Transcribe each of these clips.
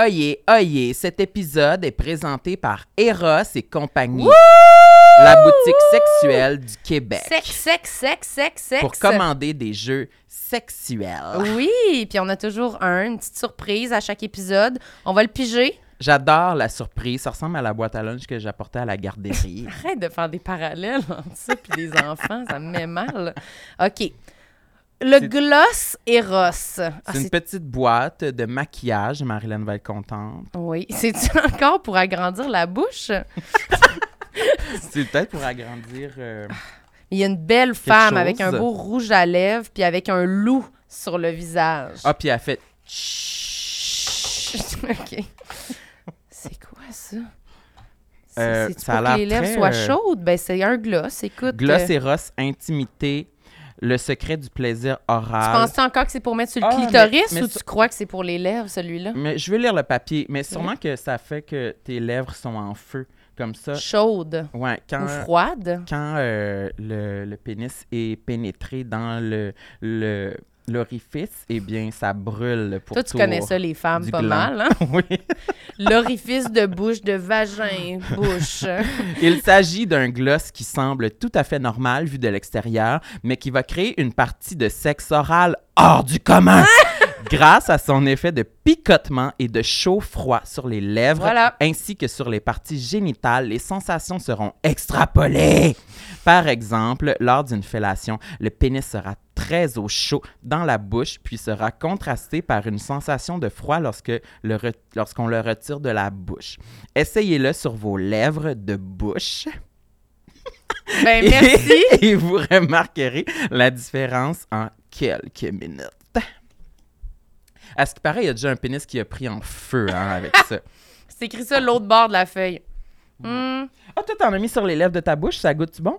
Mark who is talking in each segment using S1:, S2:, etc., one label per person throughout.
S1: Oyez, oyez, cet épisode est présenté par Eros et compagnie, la boutique sexuelle du Québec.
S2: Sexe, sexe, sexe, sexe, sexe.
S1: Pour commander des jeux sexuels.
S2: Oui, puis on a toujours un, une petite surprise à chaque épisode. On va le piger.
S1: J'adore la surprise. Ça ressemble à la boîte à lunch que j'apportais à la garderie.
S2: Arrête de faire des parallèles entre ça puis des enfants, ça me met mal. OK. Le
S1: C'est-
S2: gloss Eros. Ah,
S1: C'est une
S2: c'est-
S1: petite boîte de maquillage, Marilyn va être contente.
S2: oui, c'est-tu encore pour agrandir la bouche?
S1: C'est peut-être pour agrandir. euh,
S2: Il y a une belle femme
S1: chose.
S2: avec un beau rouge à lèvres puis avec un loup sur le visage.
S1: Ah, puis elle fait.
S2: OK. C'est quoi ça? C'est
S1: Euh,
S2: c'est-tu
S1: ça a
S2: pour que
S1: l'air
S2: les lèvres
S1: très,
S2: soient
S1: euh,
S2: chaudes? Ben, c'est un gloss, écoute.
S1: Gloss
S2: euh,
S1: et Ross, intimité, le secret du plaisir
S2: tu
S1: oral.
S2: penses encore que c'est pour mettre sur le
S1: Ah, mais-
S2: clitoris
S1: mais
S2: ou
S1: ça-
S2: tu crois que c'est pour les lèvres, celui-là?
S1: Mais je veux lire le papier, mais sûrement que ça fait que tes lèvres sont en feu, comme ça.
S2: Chaude
S1: Ouais, quand,
S2: ou froide?
S1: quand euh, le, le pénis est pénétré dans le, le- l'orifice, eh bien, ça brûle pour
S2: Toi, tu connais ça, les femmes,
S1: du
S2: pas
S1: gland.
S2: mal. Hein?
S1: oui.
S2: L'orifice de bouche, de vagin, bouche. Ben,
S1: Il s'agit d'un gloss qui semble tout à fait normal vu de l'extérieur, mais qui va créer une partie de sexe oral hors du commun grâce à son effet de picotement et de chaud-froid sur les lèvres
S2: Voilà.
S1: ainsi que sur les parties génitales. Les sensations seront extrapolées. Par exemple, lors d'une fellation, le pénis sera très au chaud dans la bouche, puis sera contrasté par une sensation de froid lorsque le re- lorsqu'on le retire de la bouche. Essayez-le sur vos lèvres de bouche. Eh,
S2: Ben, merci.
S1: Et, vous remarquerez la différence en quelques minutes. À ce qui paraît, il y a déjà un pénis qui a pris en feu hein, avec ça.
S2: c'est écrit ça l'autre bord de la feuille. Hmm.
S1: Ah, toi, t'en as mis sur les lèvres de ta bouche, ça goûte bon?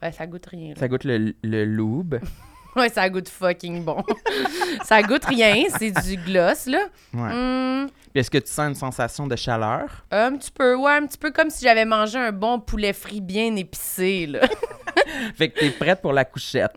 S2: Ouais, ça goûte rien. là.
S1: Ça goûte le, le lube.
S2: Ouais, ça goûte fucking bon. ça goûte rien, c'est du gloss, là.
S1: Ouais.
S2: Hmm.
S1: Puis Est-ce que tu sens une sensation de chaleur?
S2: Un petit peu, ouais, un petit peu comme si j'avais mangé un bon poulet frit bien épicé, là.
S1: Fait que t'es prête pour la couchette.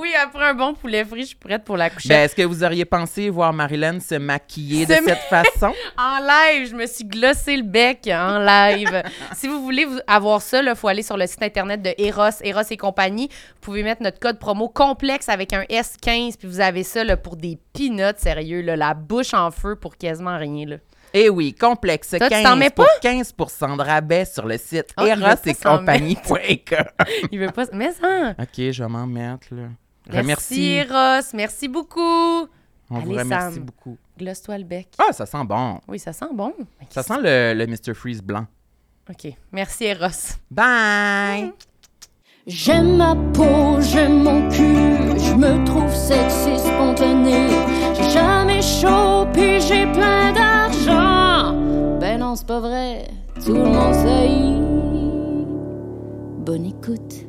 S2: oui, après un bon poulet frit, je suis prête pour la
S1: Ben,
S2: couchette.
S1: est-ce que vous auriez pensé voir Marilyn se maquiller de
S2: Se ma-
S1: cette façon?
S2: En live, je me suis glossé le bec hein, en live. si vous voulez vous- avoir ça, il faut aller sur le site internet de Eros, Eros et compagnie. Vous pouvez mettre notre code promo complexe avec un S15, puis vous avez ça là, pour des peanuts, sérieux, là, la bouche en feu pour quasiment rien, là.
S1: Eh oui, complexe
S2: Toi, tu
S1: 15
S2: t'en mets
S1: pour 15 de rabais sur le site
S2: Ah, il veut
S1: eros
S2: pas
S1: et
S2: s'en
S1: compagnie.com.
S2: Il veut pas... Mais ça!
S1: OK, je vais m'en mettre, là.
S2: Merci,
S1: Remercie.
S2: Eros, merci beaucoup!
S1: On vous
S2: Allez,
S1: remercie
S2: Sam.
S1: beaucoup.
S2: Glosse-toi le bec.
S1: Ah, ça sent bon.
S2: Oui, ça sent bon.
S1: Ça sent le, le Mr. Freeze blanc.
S2: OK. Merci, Eros.
S1: Bye!
S2: Mm.
S3: J'aime ma peau, j'aime mon cul, je me trouve sexy spontané. J'ai jamais chaud, puis j'ai plein d'argent. Ben non, c'est pas vrai, tout le monde sait. Bonne écoute.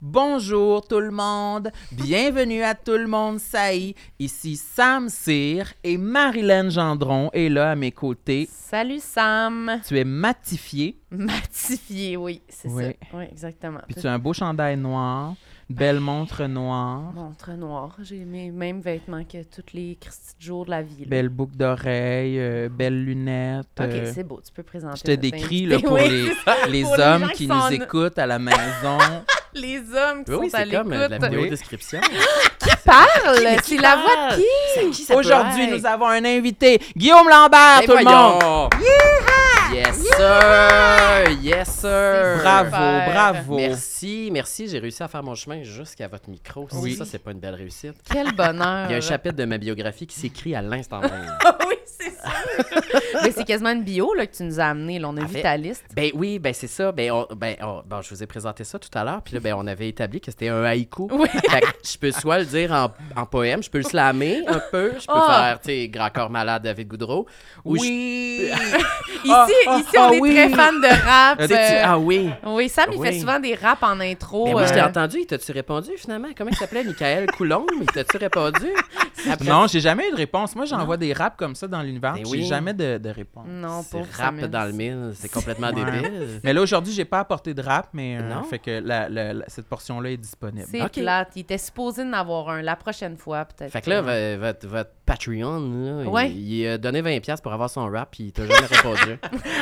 S1: Bonjour tout le monde, bienvenue à tout le monde, ça y est. Ici Sam Cyr et Marilyn Gendron est là à mes côtés.
S2: Salut, Sam.
S1: Tu es matifié,
S2: Matifié, oui, c'est
S1: Oui.
S2: ça. Oui, exactement.
S1: puis tu as un beau chandail noir, belle montre noire,
S2: Montre noire. J'ai mes mêmes vêtements que tous les Christi de jours de la vie. là.
S1: belle boucle d'oreille, euh, belles lunettes.
S2: OK,
S1: euh,
S2: c'est beau. Tu peux présenter.
S1: je te
S2: notre
S1: décris
S2: invité.
S1: là, pour
S2: Oui,
S1: les,
S2: c'est ça.
S1: les
S2: Pour les
S1: hommes
S2: gens
S1: qui
S2: qui
S1: nous
S2: sont en-
S1: écoutent à la maison.
S2: Les hommes qui
S4: Ben oui,
S2: sont à
S4: c'est comme euh, de la
S2: l'écoute.
S4: vidéo
S1: Bah Oui.
S4: description.
S2: Parle! C'est la voix de qui?
S1: Aujourd'hui, nous avons un invité, Guillaume
S2: Ben
S1: Lambert, tout le monde.
S4: Yes sir! Yes sir!
S1: Bravo,
S2: Super.
S1: bravo.
S4: Merci, merci, j'ai réussi à faire mon chemin jusqu'à votre micro. Si
S1: Oui. Ah,
S4: Ça, c'est pas une belle réussite.
S2: Quel bonheur.
S4: Il y a un chapitre de ma biographie qui s'écrit à l'instant même.
S2: oui, c'est ça. Mais c'est quasiment une bio là, que tu nous as amené.
S1: Ah,
S2: Là, on a
S4: Avec-
S2: vu ta liste.
S4: ben oui, ben c'est ça. Ben, on- ben, on- bon, je vous ai présenté ça tout à l'heure, puis là, ben, on avait établi que c'était un haïku.
S2: Oui.
S4: Fait que je peux soit le dire en, en poème, je peux le slammer un peu, je peux
S2: Ah.
S4: faire, tu sais, grand corps malade, David Goudreau. Ou je-
S1: Oh! Oui.
S2: Ici,
S1: Ah, ah,
S2: ici on
S1: ah
S2: est
S1: oui.
S2: très fan de rap.
S4: Tu sais, tu-
S2: euh,
S4: Ah oui!
S2: Oui, Sam, il fait
S4: Oui.
S2: souvent des raps en intro.
S4: Mais oui, je t'ai
S2: euh,
S4: entendu. T'as-tu répondu finalement? Comment il s'appelait? Michael Coulombe? T'as-tu répondu? Après-
S1: Non, j'ai jamais eu de réponse. Moi, j'envoie des raps comme ça dans l'univers souvent.
S4: Ben
S1: J'ai
S4: oui.
S1: jamais de, de réponse.
S2: Non,
S4: C'est
S2: pour
S4: rap dans le mille, c'est complètement
S1: Ouais.
S4: débile.
S1: Mais là, aujourd'hui, j'ai pas apporté de rap, mais euh,
S4: Non.
S1: fait que la- la- la- cette portion-là est disponible.
S2: C'est
S4: Ok.
S2: plate. Il était supposé en avoir un la prochaine fois, peut-être.
S4: Fait que là, v- votre, votre Patreon, là,
S2: Ouais.
S4: il, il a donné 20$ pour avoir son rap, puis il t'a jamais répondu.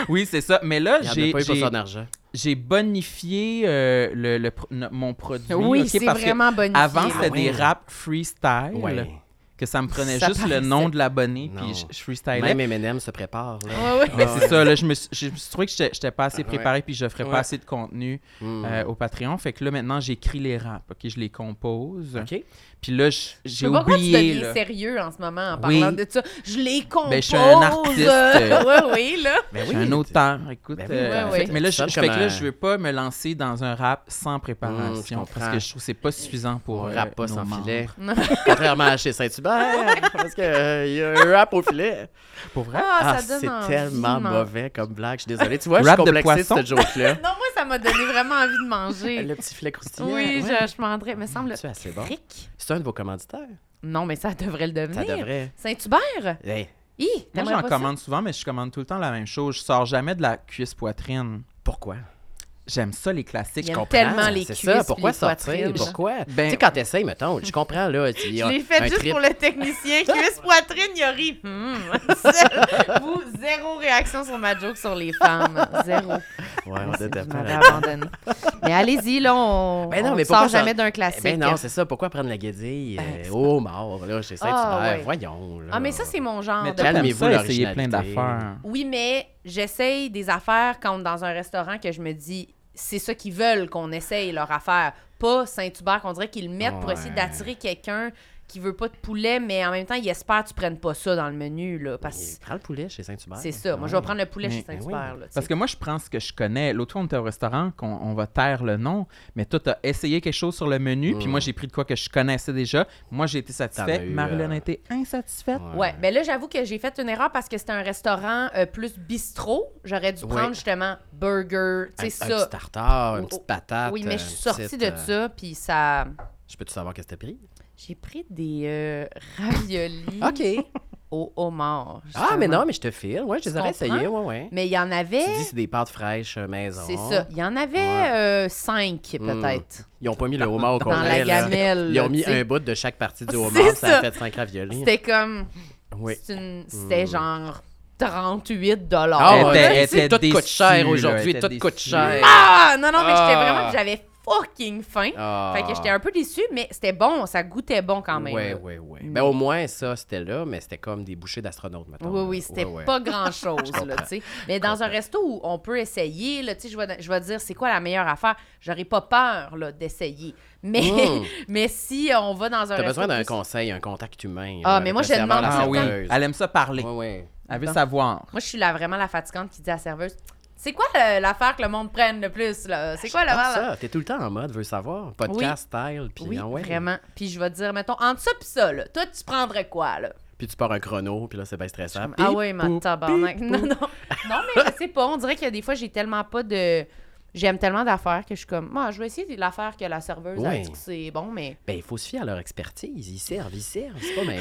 S1: Oui, c'est ça. Mais là,
S4: Il en
S1: j'ai-
S4: a pas eu pour
S1: j'ai-
S4: son argent.
S1: j'ai bonifié euh, le, le pro- no- mon produit.
S2: oui,
S1: ok,
S2: c'est
S1: parce que
S2: vraiment bonne
S1: Avant,
S2: idée.
S1: c'était
S4: ouais.
S1: des raps freestyle.
S4: Ouais.
S1: Que ça me prenait
S2: Ça
S1: juste le
S2: paraissait-
S1: nom de l'abonné,
S4: Non.
S1: puis je, je freestylais.
S4: Même M&M se prépare. Là.
S2: Ah Ouais, ouais.
S1: Mais c'est ça, là, je me suis, je me suis trouvé que j'étais j'étais pas assez préparé puis je ferais
S4: Ouais.
S1: pas assez de contenu
S4: Hmm.
S1: euh, au Patreon. Fait que là, maintenant, j'écris les raps, OK? Je les compose.
S4: OK.
S1: Puis là, je- j'ai
S2: Je vois pourquoi tu
S1: oublié,
S2: deviens
S1: là.
S2: sérieux en ce moment en
S1: Oui.
S2: parlant de ça. Je les compose.
S1: je suis un
S4: euh.
S1: artiste.
S2: oui, oui, là.
S4: Ben
S1: Je suis un auteur, écoute.
S4: Ben oui,
S1: euh,
S2: ouais, ouais.
S1: fait que- Mais là, je,
S4: Ça sonne
S1: je- fait que
S4: comme
S1: là,
S4: un-
S1: je veux pas me lancer dans un rap sans
S4: Hmm, je
S1: préparation
S4: comprends.
S1: parce que je trouve que c'est pas suffisant pour
S4: On
S1: euh,
S4: rappe pas
S1: nos
S4: sans
S1: membres.
S4: filet.
S2: Non.
S4: Contrairement à chez Saint-Hubert, parce qu'il y a un rap au filet.
S1: Pour vrai?
S2: Ah,
S4: Ah,
S2: ça donne
S4: c'est
S2: envie,
S4: tellement
S2: non.
S4: mauvais comme blague. Je suis désolée. Tu vois, je suis
S1: Rap de
S4: complexé sur
S1: poisson.
S4: ce joke-là.
S2: Non, moi, ça m'a donné vraiment envie de manger.
S4: Le petit filet croustillant.
S2: Oui,
S4: ouais.
S2: je, je m'endrais. Me semble.
S4: C'est assez bon.
S2: Cric?
S4: C'est un de vos commanditaires.
S2: Non, mais ça devrait le
S4: Ça
S2: devenir.
S4: devrait.
S2: Saint-Hubert?
S4: Hey,
S2: Hi,
S1: Moi,
S2: t'aimerais
S1: j'en
S2: pas ça?
S1: commande souvent, mais je commande tout le temps la même chose. Je sors jamais de la cuisse poitrine.
S4: pourquoi? Ah,
S1: J'aime ça, les classiques.
S2: Il y a
S1: Je
S2: une
S1: comprends.
S2: tellement les
S4: c'est
S2: cuisses
S4: ça.
S2: puis
S4: Pourquoi
S2: les
S4: sortir?
S2: poitrines.
S4: Pourquoi?
S1: Ben-
S4: Tu sais, quand t'essayes, mettons, je comprends, là. Je
S2: Je l'ai fait juste pour le technicien. Cuisse, poitrine, il a ri. Hum. Vous, zéro réaction sur ma joke sur les femmes. Zéro.
S4: Ouais, on
S2: Merci,
S4: était
S2: vous
S4: pas
S2: m'avez
S4: là.
S2: abandonné. Mais allez-y, là, on
S4: Ben non,
S2: on
S4: mais
S2: sort
S4: pourquoi ça-
S2: jamais d'un classique.
S4: Ben non, c'est ça. Pourquoi prendre la guédille euh, au mort, là, chez Saint-Hubert?
S2: Ben, Ah, ouais.
S4: Voyons, là.
S2: ah, mais ça, c'est mon genre.
S1: Mais
S2: de-
S1: toi, t'aimes
S4: Calmez-vous,
S1: ça, essayer
S4: l'originalité.
S1: plein d'affaires.
S2: Oui, mais j'essaye des affaires quand dans un restaurant que je me dis, c'est ça qu'ils veulent qu'on essaye leur affaire. Pas Saint-Hubert qu'on dirait qu'ils le mettent pour
S4: Ouais.
S2: essayer d'attirer quelqu'un qui veut pas de poulet, mais en même temps, ils espèrent que tu prennes pas ça dans le menu, là, parce que
S4: Prends le poulet chez Saint-Hubert.
S2: c'est ça. Moi, je vais prendre le poulet
S1: Mais-
S2: chez
S4: ben oui.
S2: Saint-Hubert, là, tu
S1: Parce
S2: sais.
S1: que moi, je prends ce que je connais. L'autre fois, on était au restaurant, qu'on on va taire le nom, mais toi, t'as essayé quelque chose sur le menu, puis
S4: Mm.
S1: moi, j'ai pris de quoi que je connaissais déjà. Moi, j'ai été
S4: T'en as
S1: satisfait.
S4: eu,
S1: Marilyn
S4: euh,
S1: a été insatisfaite.
S2: Ouais, mais là, j'avoue que j'ai fait une erreur parce que c'était un restaurant euh, plus bistrot. J'aurais dû
S4: Oui.
S2: prendre justement burger, tu sais, ça.
S4: Un, un petit tartare,
S2: Oh,
S4: une
S2: oh,
S4: petite patate.
S2: Oui, mais je
S4: une
S2: suis sortie
S4: petite,
S2: de
S4: euh,
S2: ça, puis ça.
S4: Je peux-tu savoir qu'est-ce que t'as pris?
S2: J'ai pris des euh, raviolis
S4: OK.
S2: au homard.
S4: ah,
S2: justement.
S4: mais non, mais je te file. Ouais, je
S2: Tu
S4: les aurais essayés. Ouais,
S2: comprends?
S4: ouais.
S2: Mais il y en
S4: Tu dis
S2: avait.
S4: c'est des pâtes fraîches euh, maison.
S2: C'est ça. Il y en avait euh, cinq, peut-être,
S4: Ils ont pas mis le homard au complet.
S2: dans la
S4: Hmm. là.
S2: gamelle.
S4: Ils ont
S2: là,
S4: mis
S2: tu sais.
S4: un bout de chaque partie du
S2: C'est
S4: homard. Ça
S2: ça.
S4: a fait cinq raviolis.
S2: C'était comme.
S4: Oui. Hmm.
S2: c'est une- C'était genre 38 dollars.
S4: Ah,
S1: Elle
S4: ouais,
S1: était-
S4: tu sais,
S1: était
S4: tout coûte
S1: déçue,
S4: cher
S1: là,
S4: aujourd'hui.
S1: elle était
S4: Tout coûte
S1: déçue.
S4: cher.
S2: Ah! Non, non, mais j'étais
S4: Ah!
S2: vraiment. J'avais fucking faim.
S4: Ah.
S2: Fait que j'étais un peu déçue, mais c'était bon. Ça goûtait bon quand même. Mm.
S4: Ouais,
S2: là.
S4: ouais, ouais. Ben, au moins, ça, c'était là, mais c'était comme des bouchées d'astronautes, maintenant.
S2: Oui, oui, c'était pas grand-chose,
S4: Je
S2: là,
S4: comprends.
S2: tu sais. Mais dans un resto où on peut essayer, là, tu sais, je vais, je vais dire, c'est quoi la meilleure affaire? J'aurais pas peur, là, d'essayer. Mais,
S4: Mm.
S2: mais si on va dans un
S4: T'as
S2: resto...
S4: besoin d'un
S2: plus-
S4: conseil, un contact humain.
S2: Ah, mais
S4: là, avec
S2: moi,
S4: le
S2: je
S4: serveur, la
S2: demande
S1: Ah oui,
S4: serveuse.
S1: elle aime ça parler.
S4: Ouais, ouais.
S1: Elle veut savoir.
S2: Moi, je suis la, vraiment la fatigante qui dit à la serveuse, c'est quoi le- l'affaire que le monde prenne le plus, là? C'est quoi
S4: Comme
S2: l'affaire? là?
S4: Ah, ça, t'es tout le temps en mode, veux savoir. Podcast, style, puis
S2: Oui,
S4: ah ouais.
S2: vraiment. Puis je vais te dire, mettons, entre ça puis ça, là, toi, tu prendrais quoi, là?
S4: Puis tu pars un chrono, puis là, c'est bien stressant.
S2: Ah
S4: Pip,
S2: oui, ma
S4: pou,
S2: tabarnak.
S4: pip,
S2: Non, non. Non, mais je sais pas. On dirait que des fois, j'ai tellement pas de. J'aime tellement d'affaires que je suis comme, moi, je vais essayer l'affaire que la serveuse a
S4: Ouais.
S2: dit que c'est bon, mais.
S4: Ben, il faut se fier à leur expertise. Ils servent, ils servent. C'est pas malin.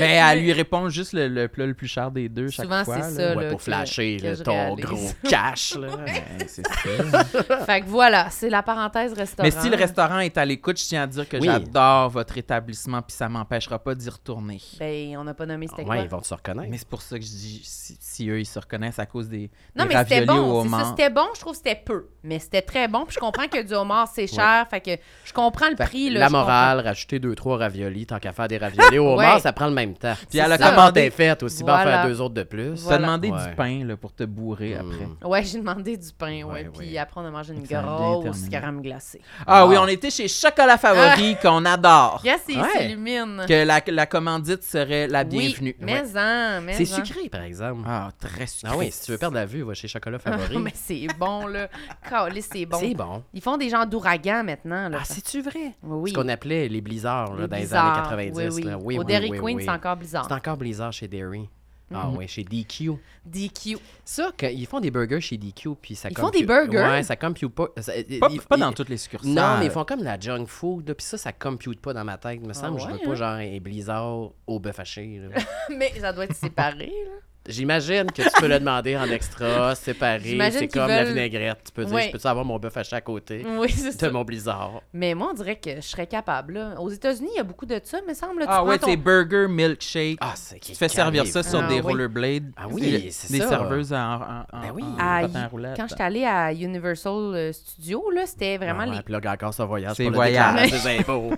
S1: Mais elle lui répond juste le, le plat le plus cher des deux chaque
S2: Souvent,
S1: fois.
S2: c'est
S1: là.
S2: ça.
S4: Ouais,
S2: là,
S4: pour
S2: que-
S4: flasher
S2: que
S4: là,
S2: je
S4: ton
S2: réalise.
S4: gros cash, là.
S1: Ouais, c'est ça.
S2: fait que voilà, c'est la parenthèse restaurant.
S1: Mais si le restaurant est à l'écoute, je tiens à dire que
S4: Oui.
S1: j'adore votre établissement, puis ça m'empêchera pas d'y retourner.
S2: Ben, on n'a pas nommé c'était
S4: Ah Ouais, ils
S2: quoi.
S4: vont te reconnaître.
S1: Mais c'est pour ça que je dis, si, si eux, ils se reconnaissent à cause des,
S2: Non,
S1: des
S2: mais c'était
S1: raviolis au
S2: bon. C'est ça,
S1: homard.
S2: c'était bon. Je trouve que c'était peu. Mais c'était très bon. Puis je comprends que du homard, c'est cher. Fait que je comprends le
S4: Fait que
S2: prix. Là,
S4: Ben, la
S2: je comprends.
S4: morale, rajouter deux, trois raviolis, tant qu'à faire des raviolis au homard,
S2: Ouais.
S4: ça prend le même temps.
S1: Puis elle a
S4: Ça prend des
S1: commandé,
S4: fêtes aussi, bien
S2: Voilà.
S4: faire deux autres de plus.
S1: t'as
S2: Voilà.
S1: demandé
S4: Ouais.
S1: du pain là, pour te bourrer
S4: Hmm.
S1: après.
S2: Ouais, j'ai demandé du pain. Ouais.
S4: Ouais,
S2: puis
S4: ouais.
S2: après, on a mangé une
S1: Ça a bien
S2: grosse
S1: terminé.
S2: carame glacée.
S1: Ah
S4: Wow.
S1: oui, on était chez Chocolat Favori, qu'on adore.
S2: Ah. Yes, il
S4: Ouais.
S2: s'illumine.
S1: Que la, la commandite serait la bienvenue.
S2: Oui, mais en, mais
S4: C'est
S2: en.
S4: sucré, par exemple. Ah,
S1: Ah, très sucré.
S4: oui, si tu veux perdre la vue, va chez Chocolat Favori.
S2: Ah, mais c'est bon, là. Caliste, c'est bon.
S4: C'est bon.
S2: Ils font des gens d'ouragan maintenant, là.
S4: Ah, c'est-tu vrai?
S2: oui.
S4: Ce qu'on appelait les blizzards là,
S2: Les
S4: dans
S2: bizarres,
S4: les années
S2: oui,
S4: 90.
S2: oui.
S4: là.
S2: Au
S4: oui,
S2: Dairy
S4: oui,
S2: Queen,
S4: oui.
S2: c'est encore Mm-hmm. bizarre.
S4: C'est encore blizzard chez Dairy. Ah oui, chez DQ.
S2: DQ.
S4: Ça, que- ils font des burgers chez DQ, puis ça
S2: Ils
S4: comme
S2: font des
S4: que-
S2: burgers?
S4: Ouais, ça compute pas. ça- euh,
S1: Pas,
S4: ils-
S1: pas
S4: ils-
S1: dans toutes les succursales.
S4: Non, mais ils font comme la junk food, là, puis ça, ça compute pas dans ma tête, me semble. je
S2: Ah ouais, hein?
S4: veux pas genre un blizzard au bœuf haché. là.
S2: mais ça doit être séparé, là.
S4: J'imagine que tu peux le demander en extra, séparé.
S2: J'imagine
S4: C'est
S2: qu'ils
S4: comme la
S2: veulent- Mm.
S4: vinaigrette. Tu peux dire,
S2: Oui.
S4: je peux-tu avoir mon bœuf à chaque côté
S2: Oui, c'est
S4: de
S2: ça.
S4: mon blizzard?
S2: Mais moi, on dirait que je serais capable. là. Aux États-Unis, il y a beaucoup de ça, me semble.
S1: Ah
S2: tu
S1: ouais,
S2: prends
S1: c'est
S2: ton-
S1: burger, milkshake.
S4: Ah, c'est
S1: tu te fais servir
S4: hein?
S1: ça sur
S2: Ah,
S1: des
S2: oui.
S1: rollerblades.
S4: Ah oui, c'est
S1: Des
S4: ça.
S1: serveuses en, en, en,
S4: Ben oui.
S1: en
S2: Ah,
S1: patin à
S2: y-
S1: roulette.
S2: Quand j'étais allée à Universal euh, Studios, là, c'était vraiment
S4: Ah ouais,
S2: les
S4: Puis là, gars, encore son voyage.
S1: C'est
S4: pour le
S1: voyage.
S4: déclarer ses impôts.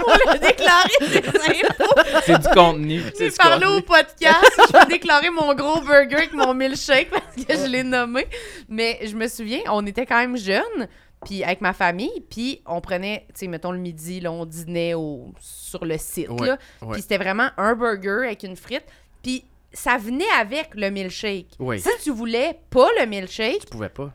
S2: pour le déclarer des impôts.
S1: C'est du contenu.
S2: J'ai
S4: ce
S2: parlé
S4: qu'on
S2: au podcast, je vais déclarer mon gros burger avec mon milkshake parce que je l'ai nommé. Mais je me souviens, on était quand même jeunes, puis avec ma famille, puis on prenait, tu sais, mettons le midi, là, on dînait au, sur le site,
S4: Ouais,
S2: là.
S4: ouais.
S2: Puis c'était vraiment un burger avec une frite, puis ça venait avec le milkshake.
S4: Oui.
S2: Si tu voulais pas le milkshake,
S4: Tu pouvais pas.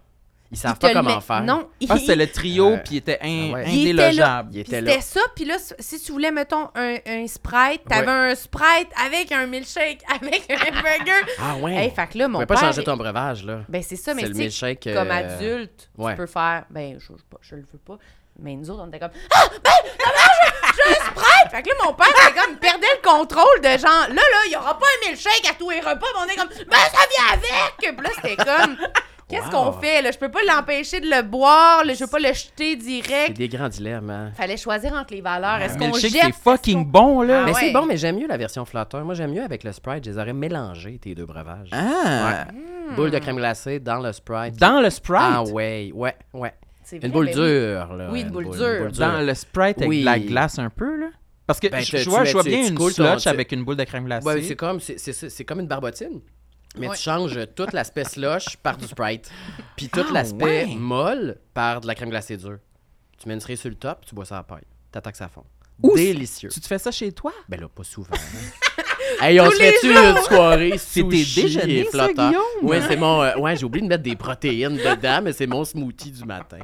S4: Ils
S2: ils
S4: savent
S2: te
S4: pas
S2: le
S4: comment
S2: met-
S4: faire.
S2: Non,
S1: Ah, c'est le trio,
S4: Ouais.
S1: puis il était in-
S4: Ah ouais.
S2: Il était là.
S1: indélogeable.
S4: Il
S2: Puis
S4: était là.
S2: C'était ça, puis là, si tu voulais, mettons, un, un Sprite, t'avais
S4: Ouais.
S2: un Sprite avec un milkshake, avec un hamburger.
S4: Ah ouais.
S2: Hey, fait que là,
S4: tu
S2: mon
S4: pouvais
S2: père...
S4: pas changer ton breuvage, là.
S2: Ben, c'est ça, mais
S4: C'est le
S2: tu sais,
S4: milkshake. euh,
S2: comme adulte,
S4: ouais.
S2: tu peux faire... Ben, je, je, je le veux pas. Mais nous autres, on était comme... Ah! Ben, maman, je, je veux un Sprite! Fait que là, mon père, était comme, perdait le contrôle de genre... Là, là, il y aura pas un milkshake à tous les repas, mais on est comme... Ben, ça vient avec! Puis là, c'était comme... Qu'est-ce
S4: Wow.
S2: qu'on fait, là? Je peux pas l'empêcher de le boire, là, je peux pas le jeter direct.
S4: C'est des grands dilemmes, hein.
S2: Fallait choisir entre les valeurs. Est-ce qu'on
S1: milkshake,
S2: jette
S1: c'est
S2: est-ce
S1: fucking
S2: qu'on-
S1: bon, là.
S2: Ah
S4: mais
S2: ouais.
S4: c'est bon, mais j'aime mieux la version flatteur. Moi, j'aime mieux avec le Sprite. Je les aurais mélangés, tes deux breuvages.
S1: Ah,
S2: Hmm.
S4: Boule de crème glacée dans le Sprite.
S1: Dans le Sprite.
S4: Ah ouais, ouais, ouais.
S2: C'est vrai,
S4: Une boule
S2: ben oui.
S4: dure, là.
S2: Oui, une boule dure.
S4: Une boule dure.
S1: Dans le Sprite avec
S4: Oui.
S1: de la glace un peu, là. Parce que
S4: Ben,
S1: je,
S4: tu-
S1: je
S4: tu
S1: vois,
S4: mets-
S1: je vois
S4: tu-
S1: bien
S4: tu
S1: une
S4: coules ton-
S1: slotch
S4: tu-
S1: avec une boule de crème glacée.
S4: Ouais, ben, c'est comme, c'est- c'est- c'est c'est comme une barbotine. Mais
S2: Ouais.
S4: tu changes toute l'aspect slush par du Sprite. Puis tout
S1: Ah,
S4: l'aspect
S1: ouais.
S4: molle par de la crème glacée dure. Tu mets une cerise sur le top, tu bois ça à la paille. T'attaques ça à fond.
S1: Ouf!
S4: Délicieux.
S1: Tu te fais ça chez toi?
S4: Ben là, pas souvent. hein. hey, on
S2: Tous
S4: se
S2: les
S4: fait-tu
S2: jours!
S4: une soirée
S1: C'était
S4: sushi
S1: déjeuner,
S4: et
S1: ça,
S4: flotteur?
S1: Guillaume?
S4: Ouais, c'est mon... euh, ouais, j'ai oublié de mettre des protéines dedans, mais c'est mon smoothie du matin.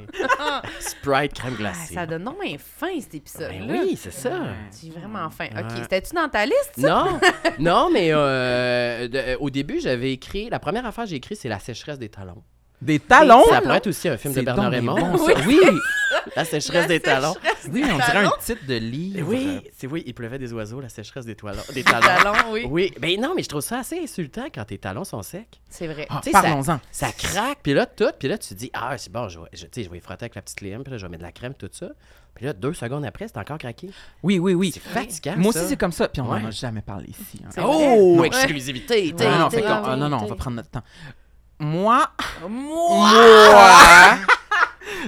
S4: Sprite crème
S2: Ah,
S4: glacée.
S2: ça donne non mais faim, cet épisode-là.
S4: Ben oui, c'est ça.
S2: J'ai vraiment faim. OK,
S4: Ouais.
S2: c'était-tu dans ta liste? ça?
S4: Non, non, mais euh, de- euh, au début, j'avais écrit. La première affaire que j'ai écrit, c'est La sécheresse des talons.
S1: Des talons?
S4: Ça pourrait être aussi un film
S1: Oh
S4: de
S1: C'est
S4: Bernard
S1: donc bien
S4: Raymond.
S1: bon, ça.
S4: Oui,
S1: oui,
S4: La sécheresse des talons.
S1: oui, on dirait un titre de
S4: Eh
S1: livre. Euh,
S4: Oui, c'est oui, il pleuvait des oiseaux, la sécheresse des, toilons- des
S2: Les
S4: talons.
S2: talons, oui.
S4: Oui, mais non, mais je trouve ça assez insultant quand tes talons sont secs.
S2: C'est vrai.
S1: Ah,
S4: Tu sais, ça-
S1: Parlons-en.
S4: Ça craque, puis là, tout, puis là, tu te dis, ah, c'est bon, je, vais- je, tu sais, je vais y frotter avec la petite lime, puis là, je vais mettre de la crème, tout ça. Puis là, deux secondes après, c'est encore craqué.
S1: Oui, oui, oui.
S4: C'est fatigant.
S1: Moi aussi,
S4: ça.
S1: c'est comme ça. Puis on n'en a
S4: Ouais.
S1: jamais parlé ici. hein.
S2: C'est
S4: Oh,
S1: vrai.
S4: exclusivité,
S1: Ah, non,
S4: t'es-
S1: fait
S4: t'es-
S1: qu'on- ah, non, non, on va prendre notre temps. Moi,
S4: euh,
S2: Moi!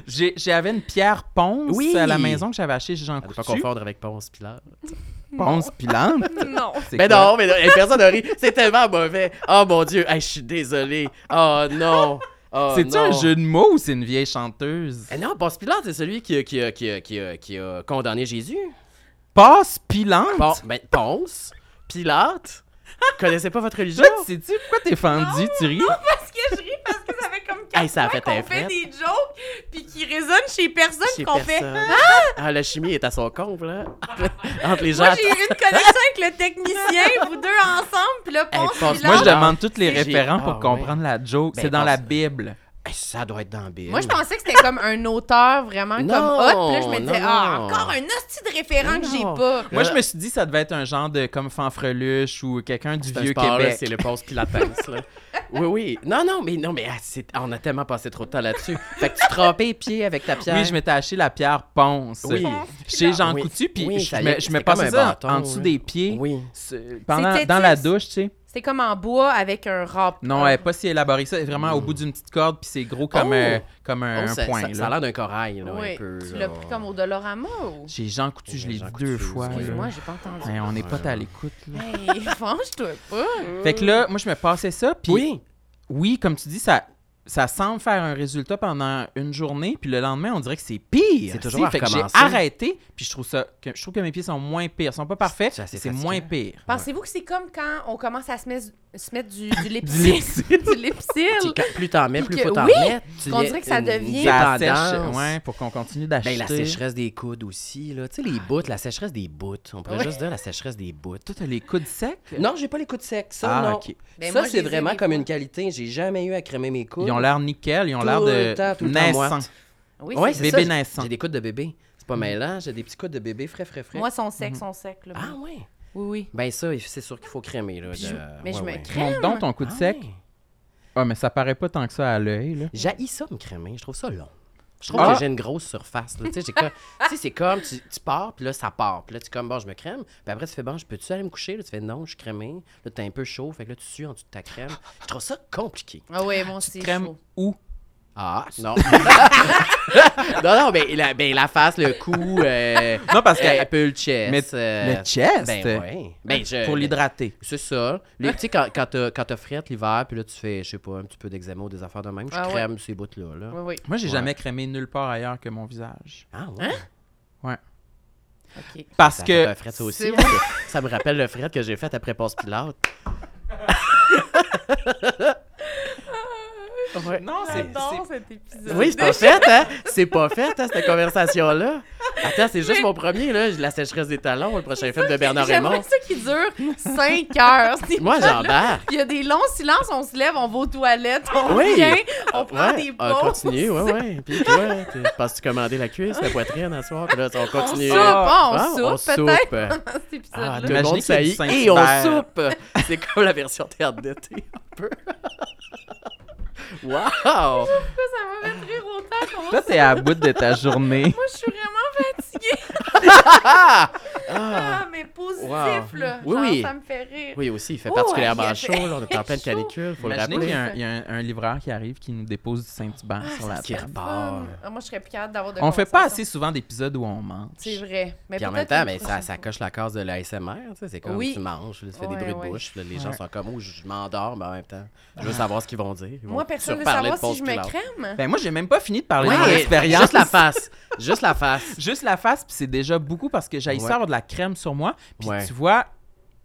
S1: j'ai- j'avais une pierre ponce
S4: Oui.
S1: à la maison que j'avais achetée chez Jean
S4: À ne pas
S1: Coutu.
S4: confondre avec Ponce Pilar.
S1: Ponce pilante.
S2: Non.
S1: C'est
S4: Mais
S1: quoi?
S4: non, mais non, hey, personne n'a ri. C'est tellement mauvais. Oh mon Dieu, Hey, je suis désolé. Oh non. Oh,
S1: C'est-tu
S4: non.
S1: un jeu de mots ou c'est une vieille chanteuse?
S4: Eh non, Ponce Pilate, c'est celui qui, a- qui, a- qui, a- qui, a- qui a condamné Jésus.
S1: Passe pilante?
S4: Bon, ben, Ponce, Pilate. Vous connaissez pas votre religion?
S1: Pourquoi tu sais-tu? Pourquoi t'es fendu, tu ris?
S2: Parce que je ris, parce que ça fait comme
S4: Hey,
S2: quatre
S4: ça a
S2: fois
S4: fait un
S2: qu'on fait
S4: fret.
S2: des jokes puis qui résonnent chez personne
S4: Chez
S2: qu'on fait.
S4: personne. Ah, la chimie est à son comble, là. Entre les gens.
S2: Moi, j'ai eu une connexion avec le technicien, vous deux ensemble, puis là,
S4: Hey,
S2: pense,
S4: pense-
S2: puis
S1: Moi,
S2: là-
S1: je demande tous les
S4: J'ai-
S1: référents
S4: Ah,
S1: pour
S4: ouais.
S1: comprendre la joke.
S4: Ben,
S1: c'est dans la
S4: pense-
S1: Bible.
S4: Eh, ça doit être dans le
S2: Moi, je pensais que c'était comme un auteur vraiment
S4: Non,
S2: comme hot. Puis là, je me disais,
S4: non,
S2: ah,
S4: non.
S2: encore un hostie de référent que j'ai
S4: Non.
S2: pas.
S1: Moi, je me suis dit ça devait être un genre de comme Fanfreluche ou quelqu'un du
S4: C'est un
S1: vieux
S4: sport, là,
S1: Québec.
S4: C'est le Ponce Pilates, là. Oui, oui. Non, non, mais non, mais ah, c'est- ah, on a tellement passé trop de temps là-dessus. Fait que tu trempais les pieds avec ta pierre.
S1: Oui, je m'étais acheté la pierre ponce
S4: Oui.
S1: chez Jean
S4: Oui.
S1: Coutu, puis
S4: Oui,
S1: je, me,
S4: ça y-
S1: je me
S4: c'était comme
S1: passais
S4: un
S1: ça
S4: bâton,
S1: en dessous
S4: là.
S1: des pieds
S4: Oui.
S1: ce- pendant,
S2: C'était-tu-
S1: dans la douche, tu sais.
S2: C'est comme en bois avec un rap.
S1: Non, elle n'est pas si élaborée que ça. Elle est vraiment au bout d'une petite corde, puis c'est gros comme,
S4: Ah. Oh!
S1: un- comme
S4: Oh,
S1: un,
S4: ça,
S1: point.
S4: ça-
S1: là.
S4: ça a l'air d'un corail, là,
S2: Oui,
S4: un peu.
S2: tu
S4: là.
S2: l'as pris comme au Dolorama ou...
S1: Chez Jean Coutu, je
S4: Chez
S1: l'ai
S4: Jean
S1: vu
S4: Coutu,
S1: deux fois. là.
S2: Excuse-moi, j'ai pas entendu.
S4: Hein,
S1: Hey, on n'est pas à l'écoute. là.
S2: Hey, venge-toi pas.
S1: Fait que là, moi, je me passais ça, puis oui.
S4: Oui.
S1: comme tu dis, ça, ça semble faire un résultat pendant une journée, puis le lendemain, on dirait que c'est pire.
S4: C'est toujours à
S1: Fait que j'ai
S4: recommencer.
S1: arrêté, puis je trouve ça, que, je trouve que mes pieds sont moins pires. Ils sont pas parfaits,
S4: C'est assez
S1: mais c'est moins pire.
S2: Pensez-vous que c'est comme quand on commence à se mettre, se mettre du, du
S1: Du
S2: lipsil?
S1: lipstick.
S2: du lipsil.
S4: Puis quand- plus t'en mets,
S2: Puis
S4: plus
S2: que-
S4: faut t'en
S2: oui,
S4: mettre. Tu
S2: qu'on
S4: y-
S2: dirait que ça
S4: une
S2: devient-
S1: Ça
S4: dépendance.
S1: sèche, ouais, pour qu'on continue d'acheter.
S4: Ben, la sécheresse des coudes aussi, là. Tu sais, les bouts, la sécheresse des bouts. On pourrait
S2: Ouais.
S4: juste dire la sécheresse des bouts.
S1: Toi, t'as les coudes secs?
S4: Non, j'ai pas les coudes secs, ça,
S1: Ah,
S4: non.
S1: ok.
S2: Ben, moi,
S4: ça,
S2: je
S4: c'est
S2: les ai
S4: vraiment
S2: des
S4: comme
S2: fois.
S4: une qualité. J'ai jamais eu à crémer mes coudes.
S1: Ils ont l'air nickel, ils ont
S4: Tout
S1: l'air
S4: le temps, tout
S1: de
S4: le temps
S1: naissants.
S4: moites.
S2: Oui,
S4: Ouais,
S2: c'est- Mm.
S4: c'est
S1: bébé
S4: ça,
S1: naissant. Mhm.
S4: J'ai des coudes de bébé. C'est pas mêlant. J'ai des petits coudes de bébé frais, frais, frais.
S2: Moi, son sec, son sec. Là,
S4: Ah, ouais.
S2: Oui, oui.
S4: Ben ça, c'est sûr qu'il faut crémer. Là,
S2: Puis
S4: de-
S2: je- mais
S4: ouais,
S2: je me
S4: ouais.
S2: crème.
S1: Montre donc ton coup de
S4: Ah
S1: sec.
S4: ouais.
S1: Ah, mais ça paraît pas tant que ça à l'œil, là.
S4: J'haïs ça, me crémer. Je trouve ça long. Je trouve
S1: Ah!
S4: que j'ai une grosse surface. là. Tu sais, j'ai comme- tu sais, c'est comme, tu, tu pars, puis là, ça part. Puis là, tu es comme, bon, je me crème. Puis après, tu fais, bon, je peux-tu aller me coucher? Là, tu fais, non, je suis crémé. Là, t'es un peu chaud. Fait que là, tu sues en dessous de ta crème. Je trouve ça compliqué.
S2: Ah oui, mon c'est
S1: Crème
S2: chaud.
S1: ou
S4: Ah, non. non, non, mais la, ben, la face, le cou, euh,
S1: Non, parce
S4: euh,
S1: que-
S4: un peu le chest.
S1: Mais-
S4: euh,
S1: le chest? Ah,
S4: Ben, ouais. Ben, je-
S1: pour l'hydrater.
S4: C'est ça. Les- Tu sais, quand, quand t'as quand t'as frette l'hiver, puis là, tu fais, je sais pas, un petit peu d'eczéma ou des affaires de même, je
S2: Ah ouais.
S4: crème ces bouts-là. Là.
S2: Oui, oui.
S1: Moi, j'ai
S4: Ouais.
S1: jamais crémé nulle part ailleurs que mon visage.
S4: Ah, ouais.
S1: Ouais.
S2: OK.
S1: Parce
S4: Ça fait
S1: que
S4: un fret, ça aussi.
S2: c'est
S4: hein. ça me rappelle le fret que j'ai fait après Passe Pilate.
S1: Non, c'est-
S2: J'adore cet épisode.
S4: Oui, c'est pas fait, hein? C'est pas fait, hein, cette conversation-là. Attends, c'est juste mon premier, là. La sécheresse des talons, le prochain film de Bernard
S2: J'aimerais
S4: Raymond.
S2: ça qui dure 5 heures. C'est
S4: Moi,
S2: pas là.
S4: j'embarque.
S2: Il y a des longs silences, on se lève, on va aux toilettes, on
S4: Oui.
S2: vient, on prend
S4: Ouais,
S2: des
S4: on
S2: pauses.
S4: continue, ouais, ouais. Puis toi, tu penses-tu commander la cuisse, la poitrine, à soir? Puis là, on
S2: On
S4: continue.
S2: soupe, hein, on
S4: Ah,
S2: soupe, peut-être
S4: soupe.
S2: dans cet
S4: Ah,
S2: épisode-là.
S4: tout le
S1: Imaginez
S4: monde
S1: qu'il y a du
S4: saillit et on
S1: Saint-Hubert.
S4: soupe. C'est comme la version théâtre d'été, un peu. Wow!
S2: ça va me rire autant qu'on va
S1: toi, t'es à bout de ta journée.
S2: Moi, je suis vraiment fatiguée. ah, mais positif,
S4: Wow.
S2: là.
S4: Oui,
S2: Genre,
S4: oui.
S2: ça me fait rire.
S4: Oui, aussi, il fait
S2: Oh,
S4: particulièrement
S2: il a
S4: chaud.
S2: fait
S4: là, on est en pleine
S2: chaud.
S4: canicule, faut le
S1: Imaginez qu'il y a
S4: rappeler. hein.
S1: un, il y a un- un livreur qui arrive qui nous dépose du Saint-Hubert
S2: Ah,
S1: sur la
S4: Qui
S1: table.
S4: repart.
S2: Hum, ah, moi, je serais plus capable d'avoir de
S1: On fait pas
S2: conversation.
S1: assez souvent d'épisodes où on mange.
S2: C'est vrai. Mais
S4: Puis en
S2: peut-être
S4: même temps,
S2: une
S4: mais ça,
S2: prochaine
S4: ça coche la case de l'ASMR. tu sais, C'est comme
S2: Oui.
S4: tu manges, là, tu fais
S2: Ouais,
S4: des bruits
S2: ouais.
S4: de bouche. puis là, les gens
S1: Ouais.
S4: sont comme, oh, je je m'endors, mais en même temps, je veux savoir ce qu'ils vont dire. Ils
S2: Moi,
S4: vont
S2: personne ne veut
S4: surparler de
S2: savoir si je me
S4: Paul Pilate.
S2: crème.
S1: Ben moi, j'ai même pas fini de parler de mon
S4: Ouais,
S1: expérience.
S4: Juste la face. Juste la face.
S1: Juste la face, puis c'est déjà beaucoup parce que j'ai
S4: Ouais.
S1: ça avoir de la crème sur moi. Puis
S4: Ouais.
S1: tu vois,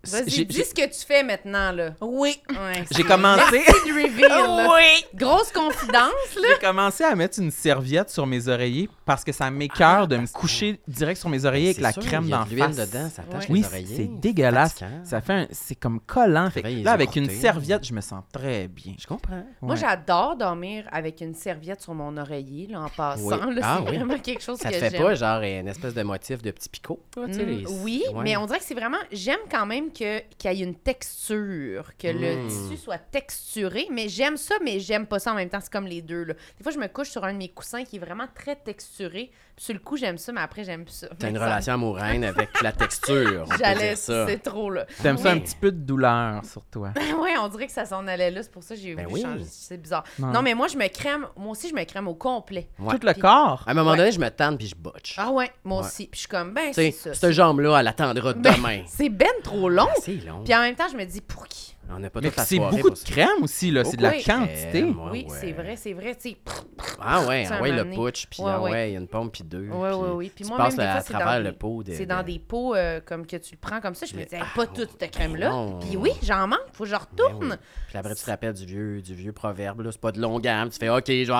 S2: Vas-y,
S4: Ben,
S1: j'ai-
S2: dis ce que tu fais maintenant, là. Oui. Ouais,
S1: j'ai commencé.
S2: c'est le reveal, là.
S1: oui!
S2: Grosse confidence, là.
S1: J'ai commencé à mettre une serviette sur mes oreillers parce que ça
S4: Ah,
S1: m'écœure de me coucher direct sur mes oreillers avec
S4: Ben, C'est
S1: la
S4: sûr,
S1: crème
S4: il y a
S1: d'en
S4: de l'huile
S1: face.
S4: dedans, ça attache
S2: Ouais.
S1: Oui,
S4: les oreillers.
S1: c'est dégueulasse.
S4: fatigant.
S1: Ça fait un- c'est comme collant. Fait que
S4: réveille les
S1: là, avec une
S4: écourtés.
S1: serviette, je me sens très bien.
S4: Je comprends.
S2: Moi,
S1: Ouais.
S2: j'adore dormir avec une serviette sur mon oreiller, là, en passant.
S4: Oui.
S2: là,
S4: Ah,
S2: c'est
S4: oui.
S2: vraiment quelque chose
S4: Ça
S2: que
S4: te
S2: j'aime.
S4: fait pas genre une espèce de motif de petit picot, là, tu sais,
S2: Mm,
S4: les-
S2: oui,
S4: Ouais.
S2: mais on dirait que c'est vraiment. J'aime quand même que qu'il y ait une texture, que le
S4: Mm.
S2: tissu soit texturé. Mais j'aime ça, mais j'aime pas ça en même temps. C'est comme les deux. Là. Des fois, je me couche sur un de mes coussins qui est vraiment très texturé. Puis sur le coup, j'aime ça, mais après, j'aime plus ça.
S4: T'as une
S2: Mais ça-
S4: relation amoureuse avec la texture. on peut
S2: J'allais,
S4: dire ça.
S2: c'est trop là.
S1: T'aimes ça un
S4: Oui.
S1: petit peu de douleur sur toi.
S2: ouais, on dirait que ça s'en allait là. C'est pour ça que j'ai
S4: Ben
S2: voulu
S4: oui.
S2: changer. C'est bizarre.
S1: Ouais.
S2: Non, mais moi, je me crème. Moi aussi, je me crème au complet.
S4: Ouais. Ah,
S1: Tout le corps.
S4: À un moment
S2: Ouais.
S4: donné, je me tanne puis je botche.
S2: Ah ouais, moi
S4: Ouais.
S2: aussi. Puis je suis comme, ben,
S4: tu
S2: c'est
S4: sais,
S2: ça.
S4: cette jambe-là, elle attendra
S2: Ben,
S4: demain.
S2: C'est ben trop long.
S4: Ah, c'est long.
S2: Puis en même temps, je me dis, pour qui?
S4: on n'a pas
S1: Mais
S4: toute la
S1: c'est
S4: soirée
S1: beaucoup
S4: pour
S1: de
S4: ça.
S1: crème aussi, là. C'est de la
S2: Beaucoup de
S1: quantité.
S4: crème, ouais,
S2: oui,
S4: ouais.
S2: c'est vrai, c'est vrai. Tu sais, prrr,
S4: Ah ouais,
S2: Ça
S4: ah
S2: m'a
S4: ouais le
S2: amené.
S4: pouch, puis
S2: Ouais,
S4: ah
S2: ouais.
S4: ouais, il y a une pompe, puis ben deux.
S2: Ouais,
S4: Mm, puis
S2: ouais, oui. Puis
S4: tu
S2: moi,
S4: passes
S2: même des
S4: à
S2: fois, c'est dans
S4: travers
S2: des-
S4: le pot. de-
S2: c'est dans
S4: de-
S2: des pots euh, comme que tu le prends comme ça. Je me
S4: Mais-
S2: disais,
S4: ah,
S2: pas toute cette crème-là.
S4: non.
S2: Puis oui, j'en manque, faut que je
S4: Ben oui.
S2: retourne.
S4: Puis après, tu te rappelles du vieux, du vieux proverbe, là, c'est pas de longue âme. Tu fais, OK, je vais en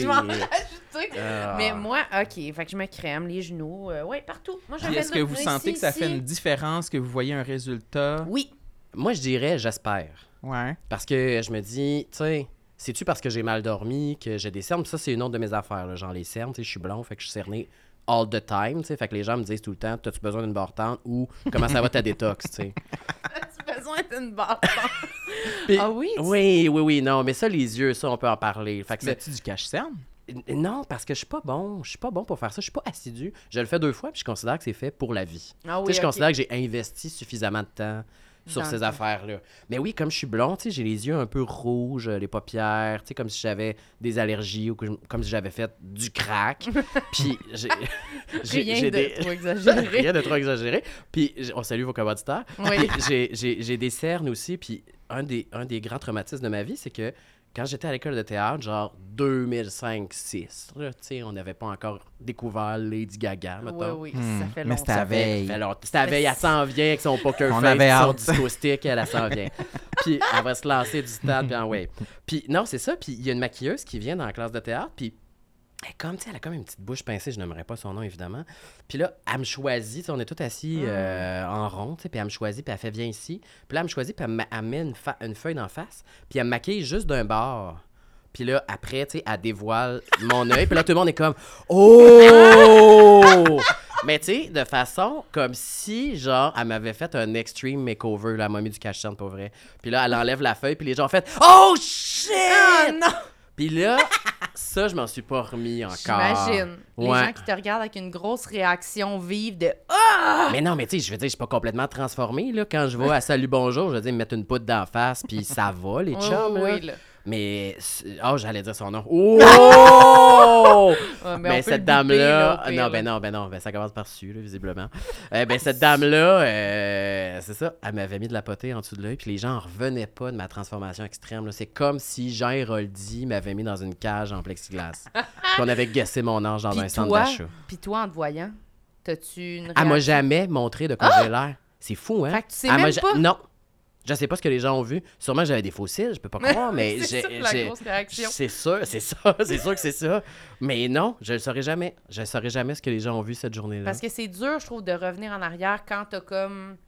S2: Je vais en rajouter.
S4: Ah.
S2: Mais moi, OK, fait que je me crème les genoux, euh, ouais, partout. Moi, j'en
S1: Puis
S2: fais
S1: Est-ce que
S2: là,
S1: vous
S2: ici,
S1: sentez que ça
S2: ici.
S1: fait une différence, que vous voyez un résultat?
S2: Oui.
S4: Moi, je dirais, j'espère.
S1: Ouais.
S4: Parce que je me dis, tu sais, c'est-tu parce que j'ai mal dormi que j'ai des cernes? Ça, c'est une autre de mes affaires, là, genre les cernes. Tu sais, je suis blond, fait que je suis cerné all the time. Tu sais, fait que les gens me disent tout le temps, as-tu besoin d'une barre tendre ou comment ça va ta détox? Tu sais.
S2: As-tu besoin d'une barre?
S4: Puis-
S2: Ah oui? tu-
S4: Oui, oui, oui, non, mais ça, les yeux, ça, on peut en parler. Fait que c'est-
S1: C'est-tu du cache-cerne?
S4: Non, parce que je suis pas bon. Je suis pas bon pour faire ça. Je suis pas assidu. Je le fais deux fois, puis je considère que c'est fait pour la vie.
S2: Ah oui,
S4: Tu sais, je
S2: ok.
S4: considère que j'ai investi suffisamment de temps sur
S2: Dans le
S4: ces
S2: temps.
S4: affaires-là. Mais oui, comme je suis blond, tu sais, j'ai les yeux un peu rouges, euh, les paupières, tu sais, comme si j'avais des allergies ou que je- comme si j'avais fait du crack. Puis j'ai j'ai-
S2: Rien
S4: j'ai
S2: de
S4: des...
S2: trop exagéré.
S4: Rien de trop exagéré. Puis j- on salue vos commanditaires.
S2: Oui.
S4: Puis j'ai- j'ai j'ai des cernes aussi. Puis un des, un des grands traumatismes de ma vie, c'est que quand j'étais à l'école de théâtre, genre 2005-6, tu sais, on n'avait pas encore découvert Lady Gaga,
S2: Oui,
S4: mettons.
S2: oui,
S1: Hmm.
S2: ça fait
S1: Mais c'était
S2: longtemps.
S1: à
S4: Fait-
S1: veille.
S4: fait longtemps. C'était la veille, elle s'en vient avec son poker
S1: On
S4: face,
S1: avait
S4: son
S1: hâte.
S4: disco stick, elle, elle s'en vient. puis elle va se lancer du stade, puis en wave. Puis non, c'est ça. Puis il y a une maquilleuse qui vient dans la classe de théâtre, puis elle, est comme, tu sais, elle a comme une petite bouche pincée, je n'aimerais pas son nom, évidemment. Puis là, elle me choisit, tu sais, on est tous assis
S1: Ah.
S4: euh, en rond, tu sais, puis elle me choisit, puis elle fait « viens ici ». Puis là, elle me choisit, puis elle, me- elle met une, fa- une feuille d'en face, puis elle me maquille juste d'un bord. Puis là, après, tu sais, elle dévoile mon œil. Puis là, tout le monde est comme « Oh! » Mais tu sais, de façon comme si, genre, elle m'avait fait un extreme makeover, la momie du cache pour vrai. Puis là, elle enlève la feuille, puis les gens ont fait Oh shit!
S2: Ah, non!
S4: Puis là, ça, je m'en suis pas remis encore.
S2: J'imagine. Les
S4: Ouais.
S2: gens qui te regardent avec une grosse réaction vive de Ah!
S4: Mais non, mais tu sais, je veux dire, je suis pas complètement transformé. Là. Quand je vais à Salut Bonjour, je veux dire, me mettre une poudre d'en face, puis ça va, les chums. là.
S2: oh, oui, là.
S4: Mais. c'est- Oh, j'allais dire son nom. Oh!
S2: Ouais, Ah, mais
S4: mais
S2: on peut le
S4: cette
S2: bipper,
S4: dame-là.
S2: là, au pire,
S4: non, ben
S2: là.
S4: non, ben non, ben ça commence par su, là, visiblement. Euh, ben cette dame-là, euh, c'est ça, elle m'avait mis de la potée en dessous de l'œil, puis les gens en revenaient pas de ma transformation extrême. là. C'est comme si Jean Héroldi m'avait mis dans une cage en plexiglas. qu'on avait gassé mon ange dans un
S2: Puis
S4: centre
S2: toi,
S4: d'achat.
S2: puis toi, en te voyant, t'as-tu une
S4: Elle m'a
S2: réaction?
S4: jamais montré de quoi j'ai l'air. C'est fou, hein?
S2: Ah! Fait que tu sais
S4: Elle m'a
S2: même
S4: ja-
S2: pas.
S4: Non. Je sais pas ce que les gens ont vu. Sûrement j'avais des fossiles, je peux pas croire, mais
S2: C'est
S4: j'ai.
S2: ça, la
S4: j'ai-
S2: grosse réaction.
S4: C'est sûr, c'est ça, c'est sûr que c'est ça. Mais non, je le saurais jamais. Je ne saurais jamais ce que les gens ont vu cette journée-là.
S2: Parce que c'est dur, je trouve, de revenir en arrière quand t'as comme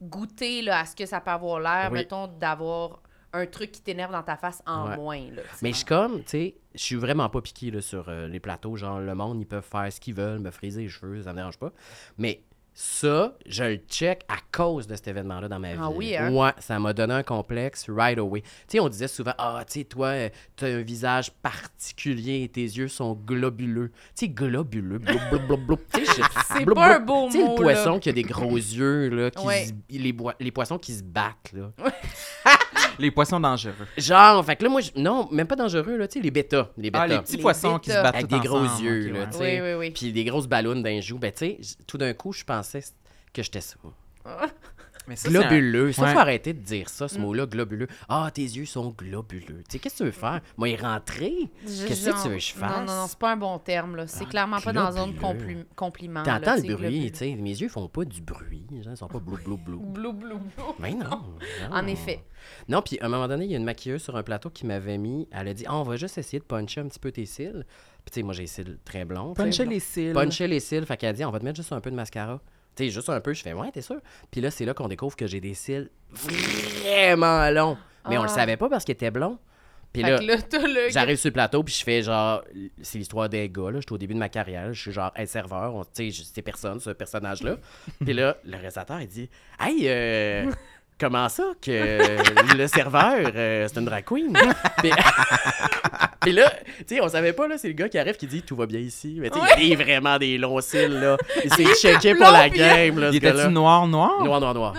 S2: goûté là, à ce que ça peut avoir l'air,
S4: Oui.
S2: mettons, d'avoir un truc qui t'énerve dans ta face en
S4: Ouais.
S2: moins. Là, tu sais.
S4: Mais je suis comme, tu sais, je suis vraiment pas piqué là, sur euh, les plateaux. Genre, le monde, ils peuvent faire ce qu'ils veulent, me friser les cheveux, ça me dérange pas. Mais ça, je le check à cause de cet événement-là dans ma vie.
S2: Ah oui, hein?
S4: Ouais, ça m'a donné un complexe right away. Tu sais, on disait souvent, ah, tu sais, toi, euh, t'as un visage particulier et tes yeux sont globuleux. Tu sais, globuleux, blou, blou, blou, blou. Tu sais, je-
S2: C'est
S4: blou,
S2: pas
S4: blou.
S2: un beau
S4: Tu sais, le
S2: mot, là.
S4: poisson qui a des gros yeux, là, qui
S2: Ouais.
S4: se- les, boi- les poissons qui se battent, là.
S1: Les poissons dangereux.
S4: Genre, fait que là, moi, je- non, même pas dangereux, là, tu sais, les bêtas. Les bêtas.
S1: Ah, les petits
S2: Les
S1: poissons qui se
S2: bêtas.
S1: battent
S4: avec
S1: tout
S4: des gros
S1: ensemble,
S4: yeux,
S1: ok,
S4: là,
S1: ouais.
S4: tu
S2: Oui,
S4: sais.
S2: oui, oui.
S4: Puis des grosses ballons d'un joue. Ben, tu sais, j- tout d'un coup, je pensais c- que j'étais ça.
S1: Mais ça, c'est un-
S4: Globuleux. Ça,
S1: Ouais.
S4: faut arrêter de dire ça, ce mot-là, globuleux. Ah, tes yeux sont globuleux. Tu sais, qu'est-ce que tu veux faire? Moi, y rentrer?
S2: Je-
S4: Qu'est-ce que
S2: genre-
S4: tu veux que je fasse? Ah,
S2: Non, non, non, c'est pas un bon terme. là. C'est clairement pas dans la zone
S4: globuleux.
S2: compli- compliment. Ah, là,
S4: T'entends
S2: tu
S4: le
S2: sais,
S4: bruit,
S2: globuleux.
S4: tu sais. Mes yeux font pas du bruit. genre, Ils sont pas blou, blou, blou.
S2: Blou, blou, blou.
S4: Mais non. non.
S2: En effet.
S4: Non, puis à un moment donné, il y a une maquilleuse sur un plateau qui m'avait mis. Elle a dit Ah, on va juste essayer de puncher un petit peu tes cils. Puis, tu sais, moi, j'ai les cils très blonds. très
S1: Puncher
S4: blonds.
S1: les cils.
S4: Puncher les cils. Fait qu'elle a dit On va te mettre juste un peu de mascara. Tu sais, juste un peu. Je fais Ouais, t'es sûr. Puis là, c'est là qu'on découvre que j'ai des cils vraiment longs. Mais on le
S2: Ah.
S4: savait pas parce qu'ils étaient blonds. Puis
S2: Fait
S4: là,
S2: que là, t'as le.
S4: j'arrive sur le plateau, puis je fais genre. C'est l'histoire des gars, là. J'étais au début de ma carrière. Je suis genre un serveur. on- Tu sais, je- c'est personne, ce personnage-là. puis là, le réalisateur, il dit Hey, euh, Comment ça que le serveur, euh, c'est une drag queen? Puis- puis là, tu sais, on savait pas, là, c'est le gars qui arrive qui dit tout va bien ici. Mais tu sais, il est vraiment des longs cils, là. Il s'est checké pour la
S2: plomb, puis il a-
S4: game, là,
S1: Il
S4: ce
S1: était-tu
S4: gars-là.
S1: noir,
S2: Oh.
S1: noir?
S4: Noir, noir, noir.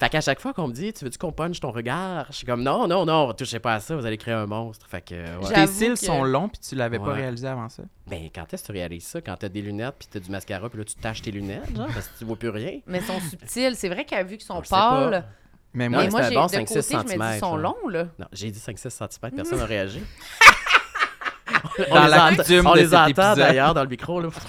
S4: fait qu'à chaque fois qu'on me dit, tu veux-tu qu'on punch ton regard? Je suis comme, non, non, non, touchez pas à ça, vous allez créer un monstre. Fait que, ouais.
S2: J'ai-
S1: Tes
S2: J'avoue
S1: cils
S2: que-
S1: sont longs, puis tu l'avais pas
S4: Ouais.
S1: réalisé avant ça.
S4: Ben, quand est-ce que tu réalises ça? Quand t'as des lunettes, puis t'as du mascara, puis là, tu taches tes lunettes, genre, parce que tu vois plus rien.
S2: Mais ils sont subtils. C'est vrai qu'elle a vu qu'ils
S4: On
S2: sont
S4: le sait pas.
S2: pâles.
S1: Mais
S4: Non,
S1: moi,
S2: Mais moi,
S4: c'était
S2: j'ai
S4: bon,
S2: de côté, je
S4: 5-6
S2: me dis, ils sont
S4: centimètres,
S2: longs, là.
S4: Non, j'ai dit 5-6 cm, personne n'a réagi. On- on
S1: Dans
S4: les
S1: la
S4: entend-
S1: coutume
S4: on
S1: de
S4: les
S1: cet
S4: entend
S1: épisode.
S4: d'ailleurs dans le micro, là.
S2: Ah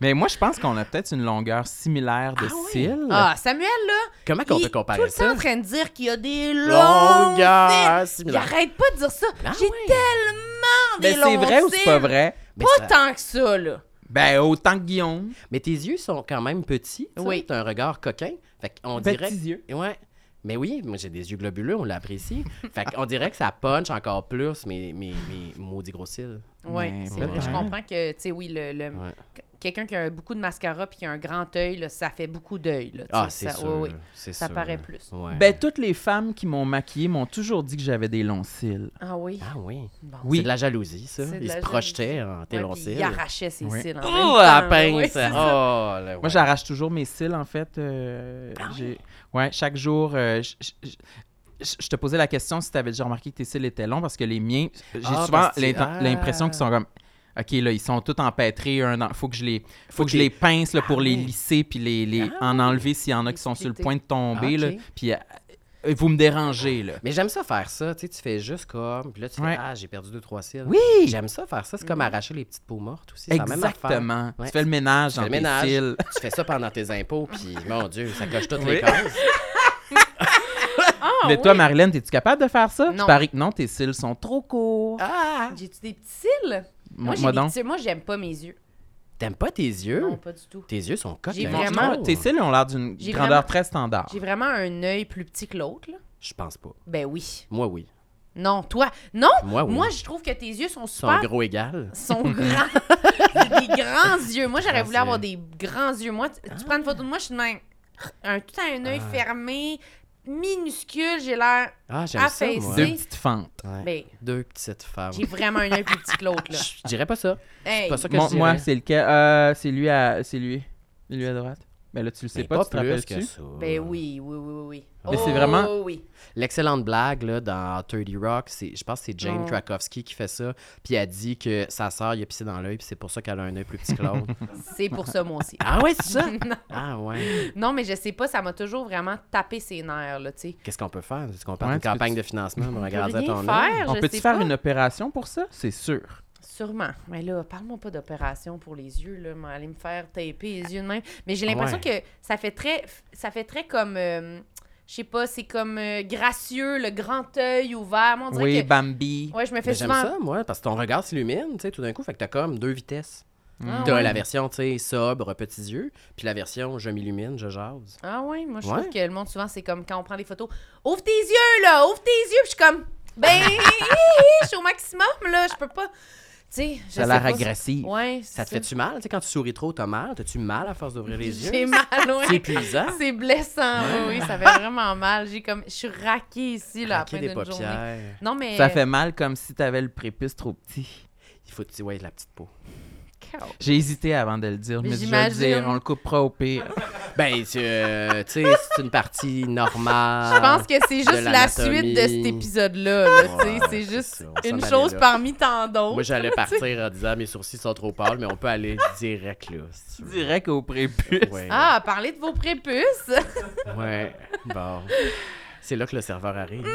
S1: mais moi, je pense qu'on a peut-être une longueur similaire de
S4: Ah oui?
S1: cils.
S2: Ah, Samuel, là,
S4: Comment qu'on
S2: il
S4: peut
S2: est tout
S4: comparer
S2: le temps
S4: ça?
S2: en train de dire qu'il y a des longues
S4: Longueur
S2: Il
S4: similaire.
S2: arrête pas de dire ça.
S4: Ah
S2: J'ai
S4: ouais.
S2: tellement Ah, des
S1: Mais c'est
S2: longs
S1: vrai ou c'est
S2: cils.
S1: pas vrai?
S4: Mais
S2: Pas
S4: Ben, ça-
S2: tant que ça, là.
S1: Ben, autant que Guillaume.
S4: Mais tes yeux sont quand même petits. tu sais,
S2: Oui.
S4: T'as un regard coquin. Fait qu'on
S1: Petits
S4: dirait.
S1: yeux.
S4: Ouais. Mais oui, moi j'ai des yeux globuleux, on l'apprécie. fait qu'on dirait que ça punch encore plus mes, mes, mes maudits gros cils.
S2: Oui,
S1: Mais
S2: c'est
S1: peut-être.
S2: vrai. Je comprends que, tu sais, oui, le, le-
S4: Ouais.
S2: quelqu'un qui a beaucoup de mascara puis qui a un grand œil, là, ça fait beaucoup d'œil. là, tu
S4: Ah,
S2: sais,
S4: c'est
S2: ça-
S4: sûr.
S2: oui, oui.
S4: c'est
S2: Ça
S4: sûr.
S2: paraît plus.
S4: Ouais.
S1: Ben, toutes les femmes qui m'ont maquillée m'ont toujours dit que j'avais des longs cils.
S2: Ah oui.
S4: Ah oui.
S2: Bon.
S1: Oui.
S4: C'est de la jalousie, ça.
S2: C'est de
S4: Ils
S2: la
S4: se
S2: jalousie.
S4: projetaient en tes
S2: Ouais,
S4: longs
S2: puis
S4: cils.
S2: Il arrachait ses
S1: Oui.
S2: cils. en même
S4: Oh, la
S2: temps, là, ouais,
S4: pince!
S2: c'est ça.
S4: Oh, là,
S1: Moi,
S4: ouais.
S1: j'arrache toujours mes cils, en fait. euh,
S4: Ah
S1: j'ai- Ouais, chaque jour, euh, je- je- je je te posais la question si tu avais déjà remarqué que tes cils étaient longs, parce que les miens, j'ai
S4: Ah,
S1: souvent
S4: parce que-
S1: l'inten-
S4: ah.
S1: l'impression qu'ils sont comme... OK, là, ils sont tous empêtrés. Un dans- Faut que je les, faut que je
S4: que-
S1: les pince là, pour
S4: Ah
S1: les
S4: oui.
S1: lisser puis les, les-
S4: Ah
S1: en enlever s'il y en a qui sont sur le
S2: Expliquer.
S1: point de tomber. là.
S4: Ok.
S1: Puis euh, euh, vous me dérangez, là.
S4: Mais j'aime ça faire ça, tu sais, tu fais juste comme, puis là tu fais
S1: Ouais.
S4: ah j'ai perdu deux trois cils.
S1: Oui!
S4: J'aime ça faire ça, c'est
S2: Mm-hmm.
S4: comme arracher les petites peaux mortes aussi. c'est la même affaire.
S1: Exactement.
S4: Ouais.
S1: Tu fais le ménage
S4: Tu fais
S1: dans
S4: le
S1: tes
S4: ménage,
S1: cils.
S4: tu fais ça pendant tes impôts, puis mon Dieu, ça coche toutes les
S1: Oui.
S4: cases.
S2: Ah
S4: Ah
S1: Mais toi,
S2: oui.
S1: Marilyn, es-tu capable de faire ça?
S2: Non.
S1: Je parie que non, tes cils sont trop courts.
S4: Ah!
S2: J'ai-tu des petits cils?
S1: Moi,
S2: Moi, j'ai des
S1: donc.
S2: petits cils. Moi, j'aime pas mes yeux.
S4: T'aimes pas tes yeux?
S2: Non, pas du tout.
S4: Tes yeux sont coquins.
S2: J'ai
S1: Mon-
S2: vraiment-
S1: moi, Tes cils ont l'air d'une
S2: J'ai
S1: grandeur
S2: vraiment-
S1: très standard.
S2: J'ai vraiment un œil plus petit que l'autre, là.
S4: Je pense pas.
S2: Ben oui.
S4: Moi, oui.
S2: Non, toi. Non,
S4: Moi, Ah oui.
S2: moi, je trouve que tes yeux sont
S4: Son
S2: super
S4: gros égal.
S2: sont grands. J'ai des grands yeux. Moi, j'aurais
S4: Grands
S2: voulu avoir
S4: yeux.
S2: des grands yeux. Moi, tu, tu prends une photo de moi, je suis de même. Un, tout un œil
S4: Ah.
S2: fermé, minuscule, j'ai l'air.
S4: Ah, j'aime ça,
S2: Affaissé.
S4: moi.
S1: Deux
S2: Oui.
S1: petites fentes.
S4: Ouais.
S2: Ben,
S4: Deux petites femmes.
S2: j'ai vraiment un œil plus petit que l'autre, là.
S4: Je dirais pas ça.
S2: Hey.
S4: pas ça que
S1: Mon-
S4: je dirais.
S1: moi, c'est lequel Euh, C'est lui à, c'est lui, lui à droite. Mais là, tu le sais
S4: Mais
S1: pas, tu te
S4: plus
S1: rappelles
S4: que ça.
S2: Ben oui, oui, oui, oui, oui.
S1: Mais
S2: Oh,
S1: c'est vraiment-
S2: oui.
S4: L'excellente blague là, dans 30 Rock, c'est, je pense que c'est Jane
S2: Non.
S4: Krakowski qui fait ça. Puis elle dit que sa sœur, il a pissé dans l'œil, puis c'est pour ça qu'elle a un œil plus petit que l'autre.
S2: C'est pour ça, moi aussi.
S4: ah ouais, c'est ça?
S2: Non.
S4: Ah ouais.
S2: Non, mais je sais pas, ça m'a toujours vraiment tapé ses nerfs, là, tu sais.
S4: Qu'est-ce qu'on peut faire? Est-ce qu'on part
S1: Ouais,
S4: une
S1: tu peux-
S4: campagne de financement pour
S2: Je peux
S4: regarder
S2: rien
S4: ton œil?
S2: faire,
S1: On
S2: je
S1: peut-tu
S2: sais
S1: faire
S2: pas.
S1: une opération pour ça C'est sûr.
S2: Sûrement. Mais là, parle-moi pas d'opération pour les yeux, là. mais Aller me faire taper les yeux de même. Mais j'ai l'impression que ça fait très. Ça fait très comme. euh, je sais pas, c'est comme euh, gracieux, le grand œil ouvert. Moi, on dirait
S1: Oui,
S2: que.
S1: Bambi.
S2: Ouais, je me fais
S4: Ben, j'aime
S2: souvent.
S4: ça, moi, parce que ton regard s'illumine, tu sais, tout d'un coup, fait que t'as comme deux vitesses.
S2: Ah,
S4: T'as
S2: ouais.
S4: la version, tu sais, sobre, petits yeux, puis la version je m'illumine, je jase.
S2: Ah ouais, moi je
S4: Ouais.
S2: trouve que le monde souvent c'est comme quand on prend des photos, ouvre tes yeux là, ouvre tes yeux, puis je suis comme ben je suis au maximum là, je peux pas. Tu sais, je
S1: Ça a
S2: sais
S1: l'air
S2: pas.
S1: agressif.
S2: Ouais,
S4: Ça te fait-tu mal? Tu sais, quand tu souris trop, t'as mal? T'as-tu mal à force d'ouvrir les
S2: J'ai
S4: yeux?
S2: mal, ouais.
S4: C'est épuisant.
S2: C'est blessant, oui, oui, ça fait vraiment mal. J'ai comme, je suis raquée ici là,
S4: Craquer
S2: après
S4: des
S2: d'une journée.
S4: paupières.
S2: Non mais.
S1: Ça fait mal comme si t'avais le prépuce trop petit.
S4: Il faut, tu ouais, la petite peau.
S1: J'ai hésité avant de le dire,
S2: Mais
S1: mais je vais le
S2: j'imagine.
S1: dire, on le coupera au pire.
S4: Ben, tu euh, tu sais, c'est une partie normale.
S2: Je pense que c'est
S4: Ah,
S2: juste
S4: de
S2: la
S4: l'anatomie.
S2: suite de cet épisode-là. là, tu sais,
S4: Ouais,
S2: c'est
S4: c'est
S2: juste
S4: ça, on s'en
S2: une
S4: allait
S2: chose
S4: là.
S2: parmi tant d'autres.
S4: Moi, j'allais partir en disant mes sourcils sont trop pâles, mais on peut aller direct là. si tu veux.
S1: Direct au prépuce.
S4: Ouais.
S2: Ah, parler de vos prépuces.
S4: Ouais. Bon. C'est là que le serveur arrive.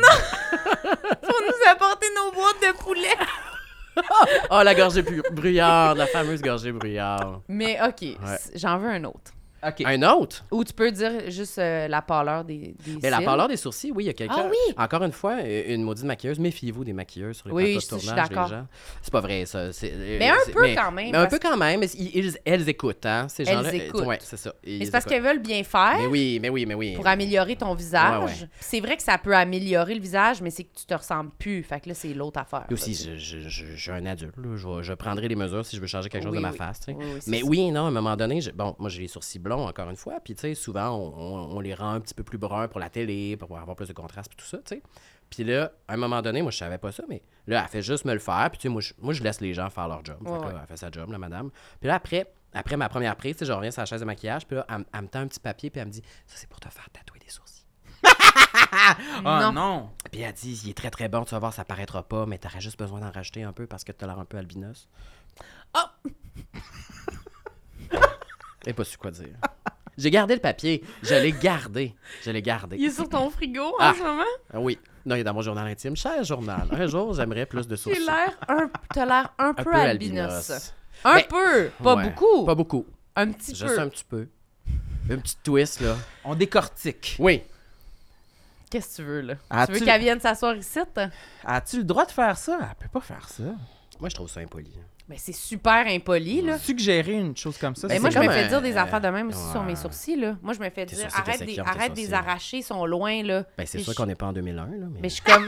S2: pour nous apporter nos boîtes de poulet.
S4: Oh, la gorgée bru- brouillard, la fameuse gorgée brouillard.
S2: Mais OK, c- j'en veux un autre.
S1: OK.
S4: Un autre?
S2: Ou tu peux dire juste euh, la pâleur des, des
S4: Mais la
S2: cils.
S4: parleur des sourcils, oui, il y a quelqu'un.
S2: Ah oui!
S4: Encore une fois, euh, une maudite maquilleuse, méfiez-vous des maquilleuses sur les
S2: Oui,
S4: plateaux de
S2: je- je suis
S4: tournage, les
S2: d'accord.
S4: gens. C'est pas vrai, ça. c'est- euh,
S2: Mais un
S4: c'est-
S2: peu quand même,
S4: Mais un
S2: parce
S4: peu quand même. mais ils- ils- elles écoutent, hein, ces
S2: Elles
S4: gens-là. euh,
S2: écoutent.
S4: Ouais, c'est ça.
S2: Mais
S4: ils
S2: c'est parce
S4: écoutent.
S2: qu'elles veulent bien faire
S4: Mais oui, mais oui, mais oui.
S2: pour améliorer ton visage.
S4: Ouais, ouais.
S2: C'est vrai que ça peut améliorer le visage, mais c'est que tu te ressembles plus. Fait que là, c'est l'autre affaire.
S4: Puis aussi,
S2: là,
S4: je, je, je, je suis un adulte. là. Je, vais- je prendrai des mesures si je veux changer quelque chose
S2: Oui,
S4: de ma
S2: oui.
S4: face. tu sais.
S2: Oui, oui, c'est
S4: Mais
S2: ça.
S4: oui, non, à un moment donné, j'ai- bon, moi j'ai les sourcils blonds encore une fois. Puis tu sais, souvent on, on- on les rend un petit peu plus bruns pour la télé, pour avoir plus de contraste, puis tout ça. tu sais. Puis là, à un moment donné, moi je savais pas ça, mais là, elle fait juste me le faire. Puis tu sais, moi je, moi, je laisse les gens faire leur job. Fait que
S2: Ouais,
S4: là,
S2: ouais.
S4: elle fait sa job, la madame. Puis là, après. Après ma première prise, tu sais, je reviens sur la chaise de maquillage, puis là, elle, me- elle me tend un petit papier, puis elle me dit Ça, c'est pour te faire tatouer des sourcils.
S1: Oh
S2: Non.
S1: non.
S4: Puis elle dit Il est très très bon, tu vas voir, ça paraîtra pas, mais t'aurais juste besoin d'en racheter un peu parce que t'as l'air un peu albinos.
S2: Ah!
S4: Et pas su quoi dire. J'ai gardé le papier. Je l'ai gardé. Je l'ai gardé.
S2: Il est sur ton frigo en
S4: Ah.
S2: ce moment.
S4: Ah Oui. Non, il est dans mon journal intime. Cher journal, un jour, j'aimerais plus de
S2: T'as
S4: sourcils.
S2: l'air un, t'as l'air un peu, albinos. Un
S4: Mais-
S2: peu, pas
S4: Ouais.
S2: beaucoup.
S4: Pas beaucoup.
S2: Un petit
S4: Juste
S2: peu.
S4: un petit peu. Une petite twist, là.
S1: On décortique.
S4: Oui.
S2: Qu'est-ce que tu veux, là?
S1: Ah,
S2: tu veux
S1: tu-
S2: qu'elle vienne s'asseoir ici? Ben, t'as?
S1: As-tu le droit de faire ça? Elle peut pas faire ça.
S4: Moi, je trouve ça impoli.
S2: Ben, c'est super impoli, là.
S1: Suggérer une chose comme ça,
S2: Ben
S1: c'est
S2: moi, je me
S4: comme
S1: comme-
S2: fais
S4: un-
S2: dire des
S4: euh,
S2: affaires de même aussi sur
S4: ouais.
S2: mes sourcils. Là. Moi, je me fais
S4: Tes
S2: dire
S4: sourcils,
S2: arrête,
S4: t'es
S2: des,
S4: sexy, on
S2: arrête
S4: tes
S2: de
S4: sourcils.
S2: les arracher, ils sont loin. Là.
S4: Ben, c'est
S2: Puis
S4: sûr
S2: je-
S4: qu'on n'est pas en 2001, là. Mais,
S2: Mais je suis comme.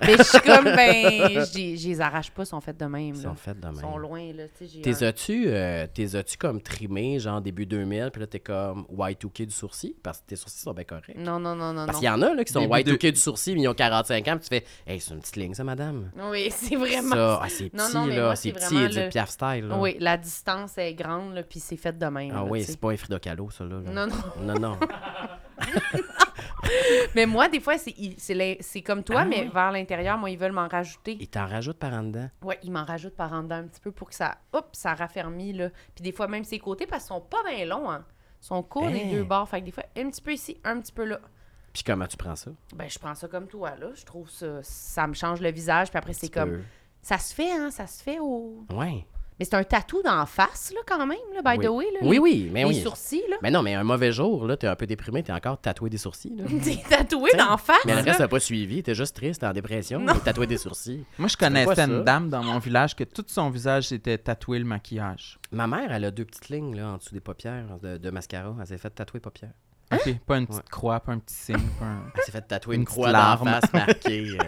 S2: mais je suis comme, ben, je les- je les arrache pas, ils sont faits de même.
S4: ils
S2: là.
S4: sont faits de
S2: Ils
S4: même.
S2: sont loin, là. tu sais, j'ai
S4: T'es
S2: un-
S4: as-tu euh, t'es as-tu comme trimé, genre début 2000, puis là t'es comme Y2K du sourcil, parce que tes sourcils sont bien corrects.
S2: Non, non, non, non,
S4: Parce
S2: Mm, non.
S4: qu'il y en a là qui sont
S1: Début
S4: Y2K du sourcil, mais ils ont 45 ans, puis tu fais Hey, c'est une petite ligne ça, madame.
S2: Oui, c'est vraiment.
S4: Ça, ah, c'est petit
S2: Non, non, mais
S4: là,
S2: moi,
S4: c'est
S2: c'est
S4: petit
S2: vraiment
S4: et du
S2: le-
S4: piaf style là.
S2: Oui, la distance est grande, là, puis c'est fait de même.
S4: Ah
S2: là,
S4: oui,
S2: tu sais.
S4: c'est pas un Frida Kahlo ça là. là.
S2: Non, non.
S4: Non non.
S2: Mais moi, des fois, c'est il- c'est l'in- c'est comme
S4: Ah
S2: toi, mais vers l'intérieur, moi, ils veulent m'en rajouter.
S4: Ils t'en rajoutent par en dedans.
S2: Ouais, ils m'en rajoutent par en dedans un petit peu pour que ça, hop, ça raffermit, là. Puis des fois, même ses côtés, parce qu'ils sont pas bien longs, hein. Ils sont courts des
S4: Hein?
S2: deux bords. Fait que des fois, un petit peu ici, un petit peu là.
S4: Puis comment tu prends ça
S2: Ben, je prends ça comme toi, là. Je trouve ça, ça me change le visage. Puis après, c'est
S4: Tu
S2: comme...
S4: peux-
S2: Ça se fait, hein? Ça se fait au...
S4: Ouais.
S2: Mais c'est un tatou d'en face, là, quand même, là, by
S4: oui.
S2: the way, là.
S4: oui
S2: les-
S4: oui, mais
S2: les
S4: oui.
S2: sourcils, là.
S4: Mais non, mais un mauvais jour là, t'es un peu déprimé, t'es encore tatoué des sourcils là.
S2: T'es tatoué d'en face,
S4: Ben, Mais le
S2: là.
S4: reste, t'as pas suivi, t'es juste triste, t'es en dépression, t'es tatoué des sourcils.
S1: Moi, je
S4: pas
S1: connaissais
S4: ça.
S1: une dame dans mon village que tout son visage était tatoué le maquillage.
S4: Ma mère, elle a deux petites lignes là, en dessous des paupières de, de mascara. Elle s'est fait tatouer paupières.
S1: Hein? OK, pas une petite croix, pas un petit signe, pas un...
S4: Elle s'est fait tatouer
S1: Une
S4: une,
S1: petite
S4: croix dans
S1: larme.
S4: la face marquée. euh,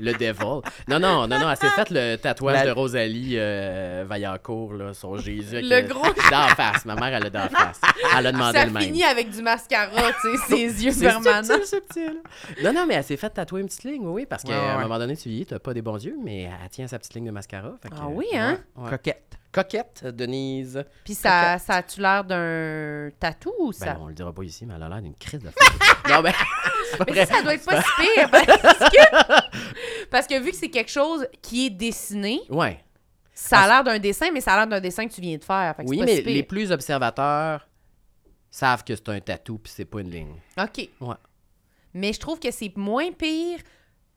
S4: le devil. Non, non, non, non, elle s'est faite le tatouage
S1: La-
S4: de Rosalie euh, Vaillancourt, là, son Jésus. avec
S2: Le gros-
S4: D'en face. Ma mère, elle l'a d'en face. Elle l'a demandé
S2: Ça
S4: elle-même.
S2: finit avec du mascara, tu sais, ses yeux
S4: C'est
S2: permanents.
S4: subtil, subtil. Non, non, mais elle s'est faite tatouer une petite ligne, oui, parce
S1: Ouais,
S4: qu'à un
S1: ouais.
S4: moment donné, tu y es, t'as pas des bons yeux, mais elle tient sa petite ligne de mascara. fait que-
S2: Ah oui, hein?
S4: Ouais, ouais.
S1: Coquette.
S4: Coquette, Denise.
S2: Puis ça, ça a-tu l'air d'un tatou ou ça?
S4: Ben, on le dira pas ici, mais elle a l'air d'une crise de folie. Non, mais. c'est pas
S2: Mais
S4: vrai.
S2: ça, ça doit être pas si pire parce que, parce que vu que c'est quelque chose qui est dessiné,
S4: Ouais.
S2: ça a l'air d'un dessin, mais ça a l'air d'un dessin que tu viens de faire. Fait que
S4: Oui,
S2: c'est pas
S4: mais
S2: si pire.
S4: les plus observateurs savent que c'est un tatou puis c'est pas une ligne.
S2: OK.
S4: Ouais.
S2: Mais je trouve que c'est moins pire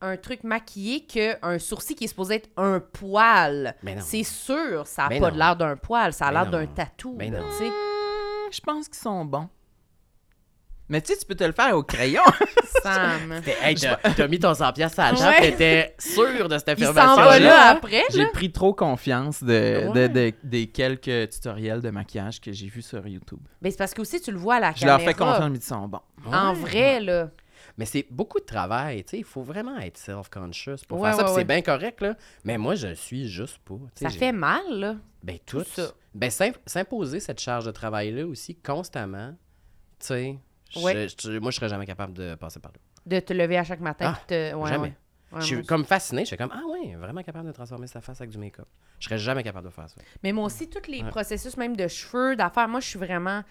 S2: un truc maquillé qu'un sourcil qui est supposé être un poil.
S4: Mais non.
S2: C'est sûr, ça a
S4: Mais
S2: pas
S4: non.
S2: l'air d'un poil, ça a
S4: Mais
S2: l'air d'un
S4: non.
S2: tatou.
S4: Mais
S2: là,
S4: non.
S2: tu sais.
S1: Hmm, je pense qu'ils sont bons. Mais tu sais, tu peux te le faire au crayon. hein,
S2: Sam.
S4: T'es- Hey, t'as t'as mis ton 100$ piastres à la jambe,
S2: Ouais.
S4: t'étais sûr de cette
S2: Il s'en
S4: affirmation.
S2: va là après,
S1: J'ai
S2: là.
S1: pris trop confiance de,
S4: Ouais.
S1: de- de- des quelques tutoriels de maquillage que j'ai vus sur YouTube.
S2: Mais c'est parce que aussi tu le vois à la
S1: Je
S2: caméra.
S1: leur fais confiance, je me dis, ils sont bons.
S4: Ah
S2: En vrai, là.
S4: Mais c'est beaucoup de travail, tu sais. Il faut vraiment être self-conscious pour
S2: Ouais,
S4: faire ça.
S2: ouais,
S4: puis
S2: ouais.
S4: c'est bien correct, là. Mais moi, je le suis juste pas. tu sais,
S2: Ça
S4: j'ai-
S2: fait mal, là.
S4: Ben, tout.
S2: ça.
S4: Ben, s'im- s'imposer cette charge de travail-là aussi constamment, tu sais. je-
S2: Ouais.
S4: je- moi, je serais jamais capable de passer par là.
S2: De te lever à chaque matin.
S4: Ah,
S2: puis te- ouais,
S4: jamais.
S2: ouais. Ouais,
S4: je suis
S2: moi aussi.
S4: comme fasciné. Je suis comme, ah ouais, vraiment capable de transformer sa face avec du make-up. Je serais jamais capable de faire ça.
S2: Mais moi aussi, tous les
S4: Ouais.
S2: processus, même de cheveux, d'affaires, moi, je suis vraiment.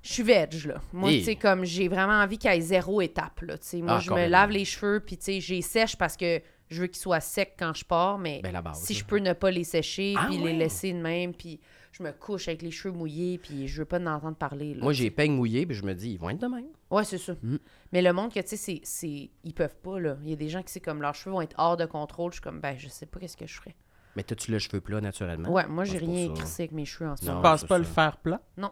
S2: Je suis veg, là. Moi,
S4: Hey.
S2: tu sais, comme j'ai vraiment envie qu'il y ait zéro étape, là. tu sais. Moi,
S4: Ah,
S2: je me
S4: complètement.
S2: lave les cheveux, puis, tu sais, j'ai sèche parce que je veux qu'ils soient secs quand je pars, mais
S4: Ben, la base,
S2: si
S4: là.
S2: je peux ne pas les sécher,
S4: Ah,
S2: puis
S4: ouais.
S2: les laisser de même, puis je me couche avec les cheveux mouillés, puis je veux pas d'entendre parler, là.
S4: Moi, j'ai peigne mouillé, puis je me dis, ils vont être de même.
S2: Ouais, c'est ça.
S4: Mm.
S2: Mais le monde que, tu sais, c'est, c'est- ils peuvent pas, là. Il y a des gens qui, c'est comme leurs cheveux vont être hors de contrôle. Je suis comme, ben, je sais pas qu'est-ce que je ferais.
S4: Mais t'as-tu le cheveu plat naturellement?
S2: Ouais, moi,
S4: c'est
S2: j'ai
S4: pour
S2: rien
S4: ça.
S2: écrit avec mes cheveux en ce
S4: Non.
S2: moment.
S1: Je passe
S4: c'est
S1: pas
S4: ça.
S1: le fer plat.
S2: Non.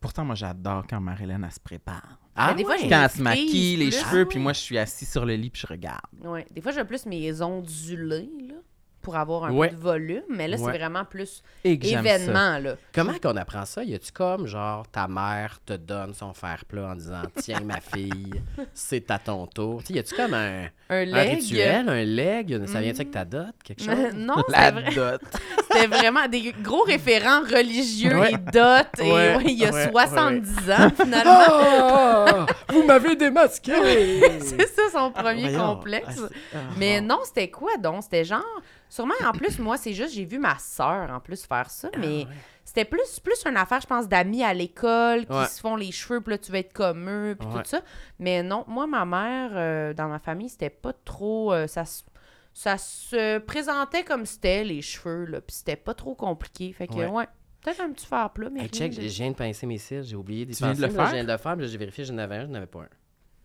S1: Pourtant, moi, j'adore quand Marilyn, elle se prépare.
S4: Ah,
S2: Mais des fois,
S4: ouais?
S2: j'ai-
S1: Quand elle se
S2: frise
S1: maquille, les
S2: plus.
S1: cheveux,
S2: Ah
S1: puis moi, je suis assis sur le lit, puis je regarde.
S2: Ouais. Des fois, j'ai plus mes ondulés, là, pour avoir un
S4: Ouais.
S2: peu de volume. Mais là,
S4: Ouais.
S2: c'est vraiment plus
S1: Et que j'aime ça.
S2: événement, là.
S4: Comment qu'on apprend ça? Y a-tu comme, genre, ta mère te donne son fer plat en disant, tiens, ma fille, c'est à ton tour? Tu sais, y a-tu comme un,
S2: Un
S4: un
S2: leg.
S4: rituel, un leg? une- Ça vient-tu avec ta dot, quelque chose?
S2: Mm. Euh, non,
S1: La
S2: c'est vrai.
S1: dot.
S2: C'était vraiment des gros référents religieux
S4: Ouais.
S2: et dots. Et
S4: Ouais,
S2: ouais, il y a
S4: ouais, ouais.
S2: 70 ans, finalement.
S4: Ah! vous m'avez démasqué!
S2: c'est ça son premier
S4: Voyons.
S2: complexe.
S4: Ah, c'est- ah.
S2: Mais non, c'était quoi donc? C'était genre. Sûrement, en plus, moi, c'est juste, j'ai vu ma sœur en plus faire ça, Ah,
S4: Ah,
S2: mais c'était plus, plus une affaire, je pense, d'amis à l'école qui
S4: Ouais.
S2: se font les cheveux, puis là, tu vas être comme eux, puis
S4: Ouais.
S2: tout ça. Mais non, moi, ma mère, euh, dans ma famille, c'était pas trop. euh, ça, se- ça se présentait comme c'était, les cheveux, là, puis c'était pas trop compliqué. Fait que,
S4: Ouais.
S2: ouais. Peut-être un petit fer plat, mais.
S4: Hey,
S2: rien
S4: check,
S2: de-
S4: je viens de pincer mes cils, j'ai oublié d'y
S1: Tu viens de
S4: penser,
S1: le
S4: mais là,
S1: faire?
S4: Je viens de le faire, puis là, j'ai vérifié, j'en avais un, je n'en avais pas un.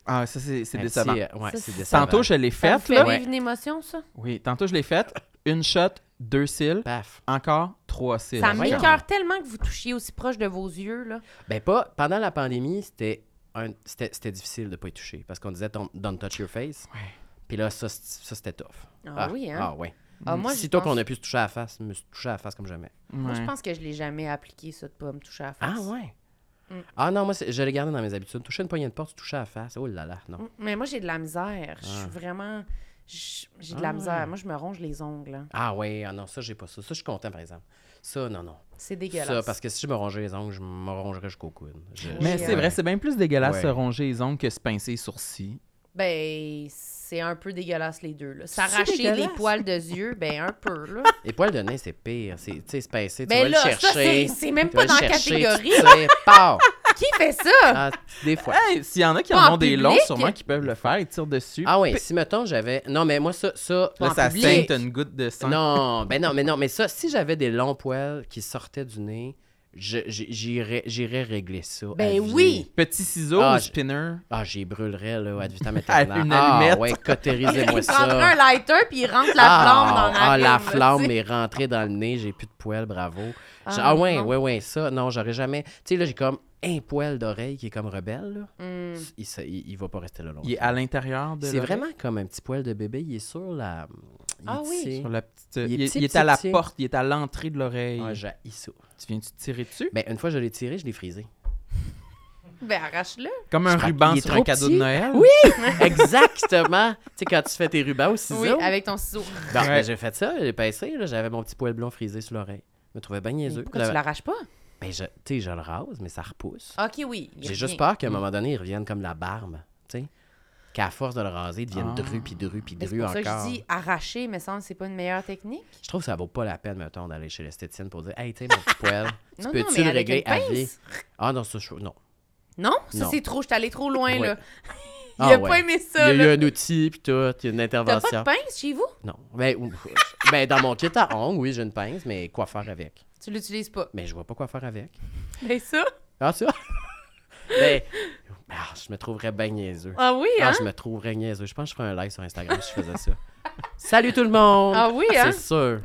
S1: Ah, ça, c'est c'est
S4: Un
S1: décevant.
S4: petit, euh, ouais,
S2: Ça,
S4: c'est
S2: c'est-
S4: décevant.
S1: Tantôt, je l'ai
S2: Ça
S1: faite,
S2: vous fait
S1: là.
S2: vivre une émotion, ça?
S1: Oui, tantôt, je l'ai faite. Une shot, deux cils,
S4: Paf.
S1: encore trois cils.
S2: Ça
S4: voyons.
S2: m'écœure tellement que vous touchiez aussi proche de vos yeux, là.
S4: Ben pas, pendant la pandémie, c'était un- c'était c'était difficile de pas y toucher, parce qu'on disait don't, don't touch your face.
S1: Ouais.
S4: Puis là, ça, c'est- ça, c'était tough.
S2: Ah oui, hein?
S4: Ah ouais.
S2: Ah, moi, j'y
S4: Sitôt
S2: pense-
S4: qu'on a pu se toucher à la face, je me suis touché à la face comme jamais.
S2: Moi, je
S1: Ouais.
S2: pense que je l'ai jamais appliqué, ça, de pas me toucher à la face.
S4: Ah ouais?
S2: Mm.
S4: Ah non, moi, c'est- je l'ai gardé dans mes habitudes. Toucher une poignée de porte, tu touchais à la face. Oh là là, non.
S2: Mm, Mais moi, j'ai de la misère. Je suis vraiment... je- J'ai de la
S4: Ah ouais.
S2: misère. Moi, je me ronge les ongles. hein.
S4: Ah ouais, ah non, ça, j'ai pas ça. Ça, je suis content, par exemple. Ça, non, non.
S2: C'est dégueulasse.
S4: Ça, parce que si je me rongeais les ongles, je me rongerais jusqu'au coude. Je-
S1: Mais
S2: Oui,
S1: c'est
S2: euh,
S1: vrai, c'est bien plus dégueulasse
S4: Ouais.
S1: se ronger les ongles que se pincer les sourcils.
S2: Ben, c'est un peu dégueulasse, les deux. là.
S4: C'est
S2: S'arracher les
S4: dégueulasse.
S2: poils de yeux, ben, un peu, là.
S4: Les poils de nez, c'est pire. C'est, tu sais, c'est pincé, tu
S2: Ben
S4: vas
S2: là,
S4: le
S2: ça, c'est-
S4: chercher.
S2: c'est même
S4: tu
S2: pas
S4: vas
S2: dans
S4: le
S2: la
S4: chercher,
S2: catégorie.
S4: Tu sais, pow!
S2: Qui fait ça?
S4: Ah, des fois.
S1: Hey, s'il y en a qui
S2: Pas
S1: en
S2: en
S1: ont des
S2: public.
S1: longs, sûrement qui peuvent le faire, ils tirent dessus.
S4: Ah oui, si mettons, j'avais. Non, mais moi, ça. ça
S1: Là,
S4: en
S1: ça
S4: public-
S1: saigne, t'as une hein. goutte de sang.
S4: Non, ben non, mais non, mais ça, si j'avais des longs poils qui sortaient du nez, je- j- j'irais, j'irais régler ça. à
S2: Ben
S4: vie.
S2: oui!
S1: Petit ciseau
S4: Ah,
S1: ou
S4: je-
S1: spinner.
S4: Ah, j'y brûlerais, là, ad vitam
S1: À
S4: aeternam.
S1: une
S4: Ah,
S1: allumette.
S4: ouais,
S2: Il
S4: cotérisez-moi ça.
S2: prendrait un lighter, puis il rentre la flamme dans
S4: Ah, ah, la
S2: l'avion, là,
S4: flamme
S2: tu sais.
S4: est rentrée dans le nez, j'ai plus de poils, bravo. Je- Ah,
S2: Ah,
S4: ouais,
S2: non.
S4: ouais, ouais, ça, non, j'aurais jamais. Tu sais, là, j'ai comme un poil d'oreille qui est comme rebelle, là.
S2: Mm.
S4: Il, se- il, il va pas rester là longtemps.
S1: Il est à l'intérieur de
S4: C'est
S1: l'oreille.
S4: vraiment comme un petit poil de bébé, il est sur la. il est
S2: Ah oui.
S4: tissé.
S1: Sur la petite, euh,
S4: Il
S1: il,
S4: est
S1: est
S4: petit,
S1: il est
S4: petit,
S1: à la
S4: petit.
S1: porte, il est à l'entrée de l'oreille.
S4: Ah, j'haïs ça.
S1: Tu viens-tu te tirer dessus?
S4: Ben, une fois je l'ai tiré, je l'ai frisé.
S2: Ben, arrache-le.
S1: Comme un
S4: Je crois
S1: ruban
S4: qu'il est
S1: sur un
S4: trop
S1: cadeau de
S4: petit.
S1: Noël.
S4: Oui, exactement. tu sais, quand tu fais tes rubans au ciseau.
S2: Oui, avec ton ciseau.
S4: Non,
S1: Ouais.
S4: mais j'ai fait ça, j'ai pincé, là, j'avais mon petit poil blond frisé sur l'oreille. Je me trouvais bien niaiseux.
S2: Pourquoi tu l'arraches pas?
S4: Ben, je, tu sais, je le rase, mais ça repousse.
S2: Ok, oui. il
S4: J'ai juste
S2: revient.
S4: peur qu'à un moment donné, ils reviennent comme la barbe, tu sais. Qu'à force de le raser, ils deviennent
S1: Ah.
S4: drus, puis drus, puis
S2: Mais C'est
S4: drus
S2: pour ça
S4: encore.
S2: que je dis arracher, mais ça, c'est pas une meilleure technique.
S4: Je trouve que ça vaut pas la peine, mettons, d'aller chez l'esthéticienne pour dire Hey, tu sais, mon petit poil, tu
S2: Non, non,
S4: peux-tu
S2: mais
S4: le
S2: avec
S4: régler
S2: une
S4: à
S2: pince.
S4: vie Ah, non, ça, je Non.
S2: Non? Ça,
S4: Non.
S2: c'est trop. Je suis allée trop loin,
S4: Ouais.
S2: là. Il
S4: Ah
S2: a pas
S4: ouais.
S2: aimé ça,
S4: Il y
S2: là.
S4: a eu un outil, puis tout, il y a une
S2: T'as pas de
S4: intervention.
S2: pince chez vous?
S4: Non. Ben, ou- ben, dans mon kit à ongles, oui, j'ai une pince, mais quoi faire avec
S2: Tu l'utilises pas.
S4: Mais je vois pas quoi faire avec.
S2: Ben, ça?
S4: Ah, ça Ben, ah, je me trouverais bien niaiseux.
S2: Ah oui,
S4: Ah,
S2: hein?
S4: je me trouverais niaiseux. Je pense que je ferais un live sur Instagram si je faisais ça. Salut tout le monde!
S2: Ah oui, hein?
S4: C'est sûr.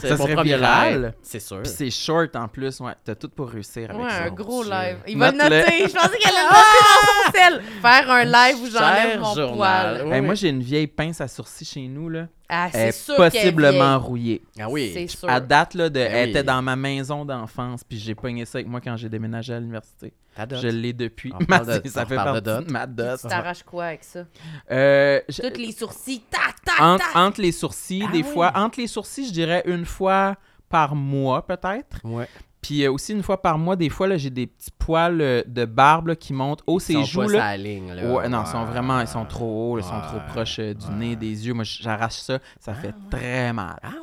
S4: C'est
S1: Ça
S4: mon
S1: serait
S4: premier
S1: viral.
S4: live. C'est sûr.
S1: Puis c'est short en plus, ouais. T'as tout pour réussir avec
S2: Ouais,
S1: ça.
S2: un
S4: son
S2: gros
S4: Dieu. Ah!
S2: live. Il va le
S1: Note-le.
S2: noter. Je pensais qu'elle allait le noter dans son sel. Faire un live où j'enlève
S4: Cher
S2: mon
S4: journal.
S2: poil.
S4: Oui,
S1: Hey,
S4: oui.
S1: Ben, moi, j'ai une vieille pince à sourcils chez nous, là.
S2: Ah,
S1: Elle
S2: c'est
S1: est
S2: sûr qu'elle est
S1: possiblement
S2: vieille.
S1: rouillée.
S4: Ah oui.
S2: C'est sûr.
S1: À date, là, de,
S4: Ben
S1: elle
S4: oui.
S1: était dans ma maison d'enfance, puis j'ai pogné ça avec moi quand j'ai déménagé à l'université.
S4: T'adoptes.
S1: Je l'ai depuis.
S4: On
S1: Ma-
S4: parle de-
S1: ça
S4: on
S1: fait
S4: parle de
S1: partie
S4: dot.
S1: de ma dot.
S2: Tu t'arraches quoi avec ça?
S1: Euh, je-
S2: Toutes les sourcils, tac, tac,
S1: entre,
S2: tac.
S1: entre les sourcils,
S4: Ah
S1: des
S4: oui.
S1: fois, entre les sourcils, je dirais une fois par mois, peut-être.
S4: Ouais.
S1: Puis euh, aussi, une fois par mois, des fois, là, j'ai des petits poils euh, de barbe là, qui montent haut
S4: Ils
S1: ces
S4: sont
S1: joues.
S4: pas
S1: là.
S4: sur la ligne, là. Ah.
S1: Ouais, non, ils sont vraiment, ils sont trop hauts, ils sont
S4: Ouais.
S1: trop proches euh, du nez, des yeux. Moi, j- j'arrache ça, ça fait très mal.
S4: Ah ouais.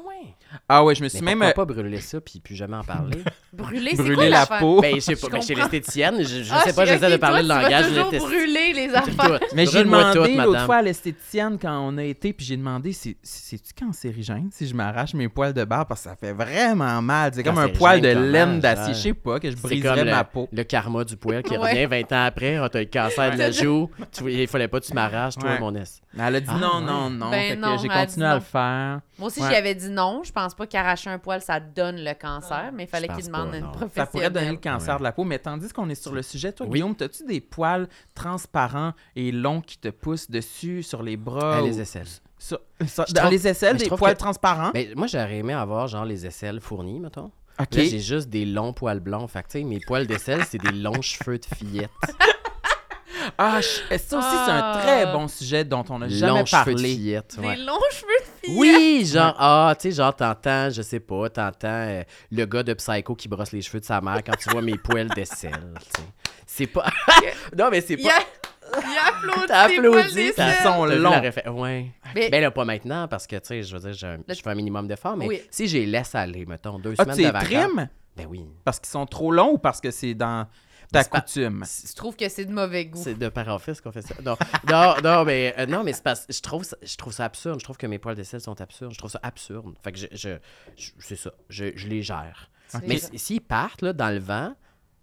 S1: Ah ouais, je me suis
S4: Mais
S1: même
S4: pourquoi
S1: euh,
S4: pas brûler ça puis plus jamais en parler?
S2: Brûler, c'est quoi
S1: brûlé la
S2: l'affaire?
S1: peau.
S4: ben, je sais pas. Ben, chez
S2: comprends.
S4: l'esthéticienne, je, je
S2: Ah,
S4: sais pas,
S2: c'est-
S4: j'essaie de
S2: ok,
S4: parler le
S2: toi,
S4: langage
S2: Tu
S4: de
S2: vas toujours
S4: l'esthéticienne.
S2: brûler les
S4: Tout,
S2: affaires.
S4: tout.
S1: Mais j'ai
S4: Brûle-moi
S1: demandé
S4: tout,
S1: l'autre
S4: madame.
S1: fois à l'esthéticienne quand on a été, puis j'ai demandé c'est- c'est- c'est-tu cancérigène si je m'arrache mes poils de barbe parce que ça fait vraiment mal. C'est comme un poil de
S4: Cancérigène, comment,
S1: laine
S4: genre?
S1: d'acier, je sais pas, que je
S4: C'est comme
S1: briserais
S4: le,
S1: ma peau.
S4: le karma du poil qui
S2: Ouais.
S4: revient 20 ans après. Ah, T'as eu le cancer de la joue. Tu, il fallait pas que tu m'arraches, toi,
S1: Ouais.
S4: mon S.
S1: Mais Elle a dit
S4: Ah,
S1: non,
S4: ouais.
S1: non, non.
S2: Ben
S1: fait
S2: non,
S1: que j'ai
S2: elle a
S1: continué
S2: dit
S1: à
S2: non.
S1: le faire.
S2: Moi aussi,
S1: Ouais.
S2: j'y avais dit non. Je pense pas qu'arracher un poil, ça donne le cancer, mais il fallait
S4: Je
S2: qu'il
S4: pense pas,
S2: demande à une
S4: non. Ça
S1: Ça
S2: professionnelle.
S1: pourrait donner le cancer
S4: Ouais.
S1: de la peau, mais tandis qu'on est sur le sujet, toi,
S4: Oui.
S1: Guillaume, as-tu des poils transparents et longs qui te poussent dessus, sur les bras?
S4: Ah,
S1: ou-
S4: les aisselles.
S1: sur- sur-
S4: Je
S1: dans
S4: trouve-
S1: les aisselles,
S4: mais je
S1: des
S4: trouve
S1: poils
S4: que-
S1: transparents?
S4: Mais moi, j'aurais aimé avoir genre les aisselles fournies, mettons.
S1: OK.
S4: Là, j'ai juste des longs poils blancs. Fait que, tu sais, mes poils d'aisselle, c'est des longs cheveux de fillette.
S1: Ah, je- ça aussi, c'est un
S2: Ah.
S1: très bon sujet dont on n'a jamais
S4: longs cheveux de
S1: parlé.
S4: fillette.
S2: Des
S4: ouais.
S2: longs cheveux de fille.
S4: Oui, genre, ah, tu sais, genre, t'entends, je sais pas, t'entends euh, le gars de Psycho qui brosse les cheveux de sa mère quand tu vois mes poils d'aisselle, tu sais. C'est pas. non, mais c'est
S2: Il,
S4: pas.
S2: a... il applaudit.
S4: T'as
S2: applaudi.
S4: applaudi, t'as-
S1: Ils sont
S4: t'as vu
S1: longs.
S4: la réfé- Ouais.
S2: Mais-
S4: Ben là, pas maintenant, parce que, tu sais, je veux dire, j'ai un- je fais un minimum d'efforts, mais
S2: Oui.
S4: si j'ai laisse aller, mettons, deux
S1: Ah,
S4: semaines
S1: tu les
S4: de vacances.
S1: trimes?
S4: Ben oui.
S1: Parce qu'ils sont trop longs ou parce que c'est dans ta
S4: c'est pas-
S1: coutume?
S2: Je trouve que c'est de mauvais goût.
S4: C'est de par office qu'on fait ça. Non, non, non, mais, euh, non, mais c'est parce je trouve, ça, je trouve ça absurde. Je trouve que mes poils d'aisselle sont absurdes. Je trouve ça absurde. Fait que je, je, je- c'est ça. Je, je les gère.
S2: Ok.
S4: Mais s- s'ils partent là, dans le vent,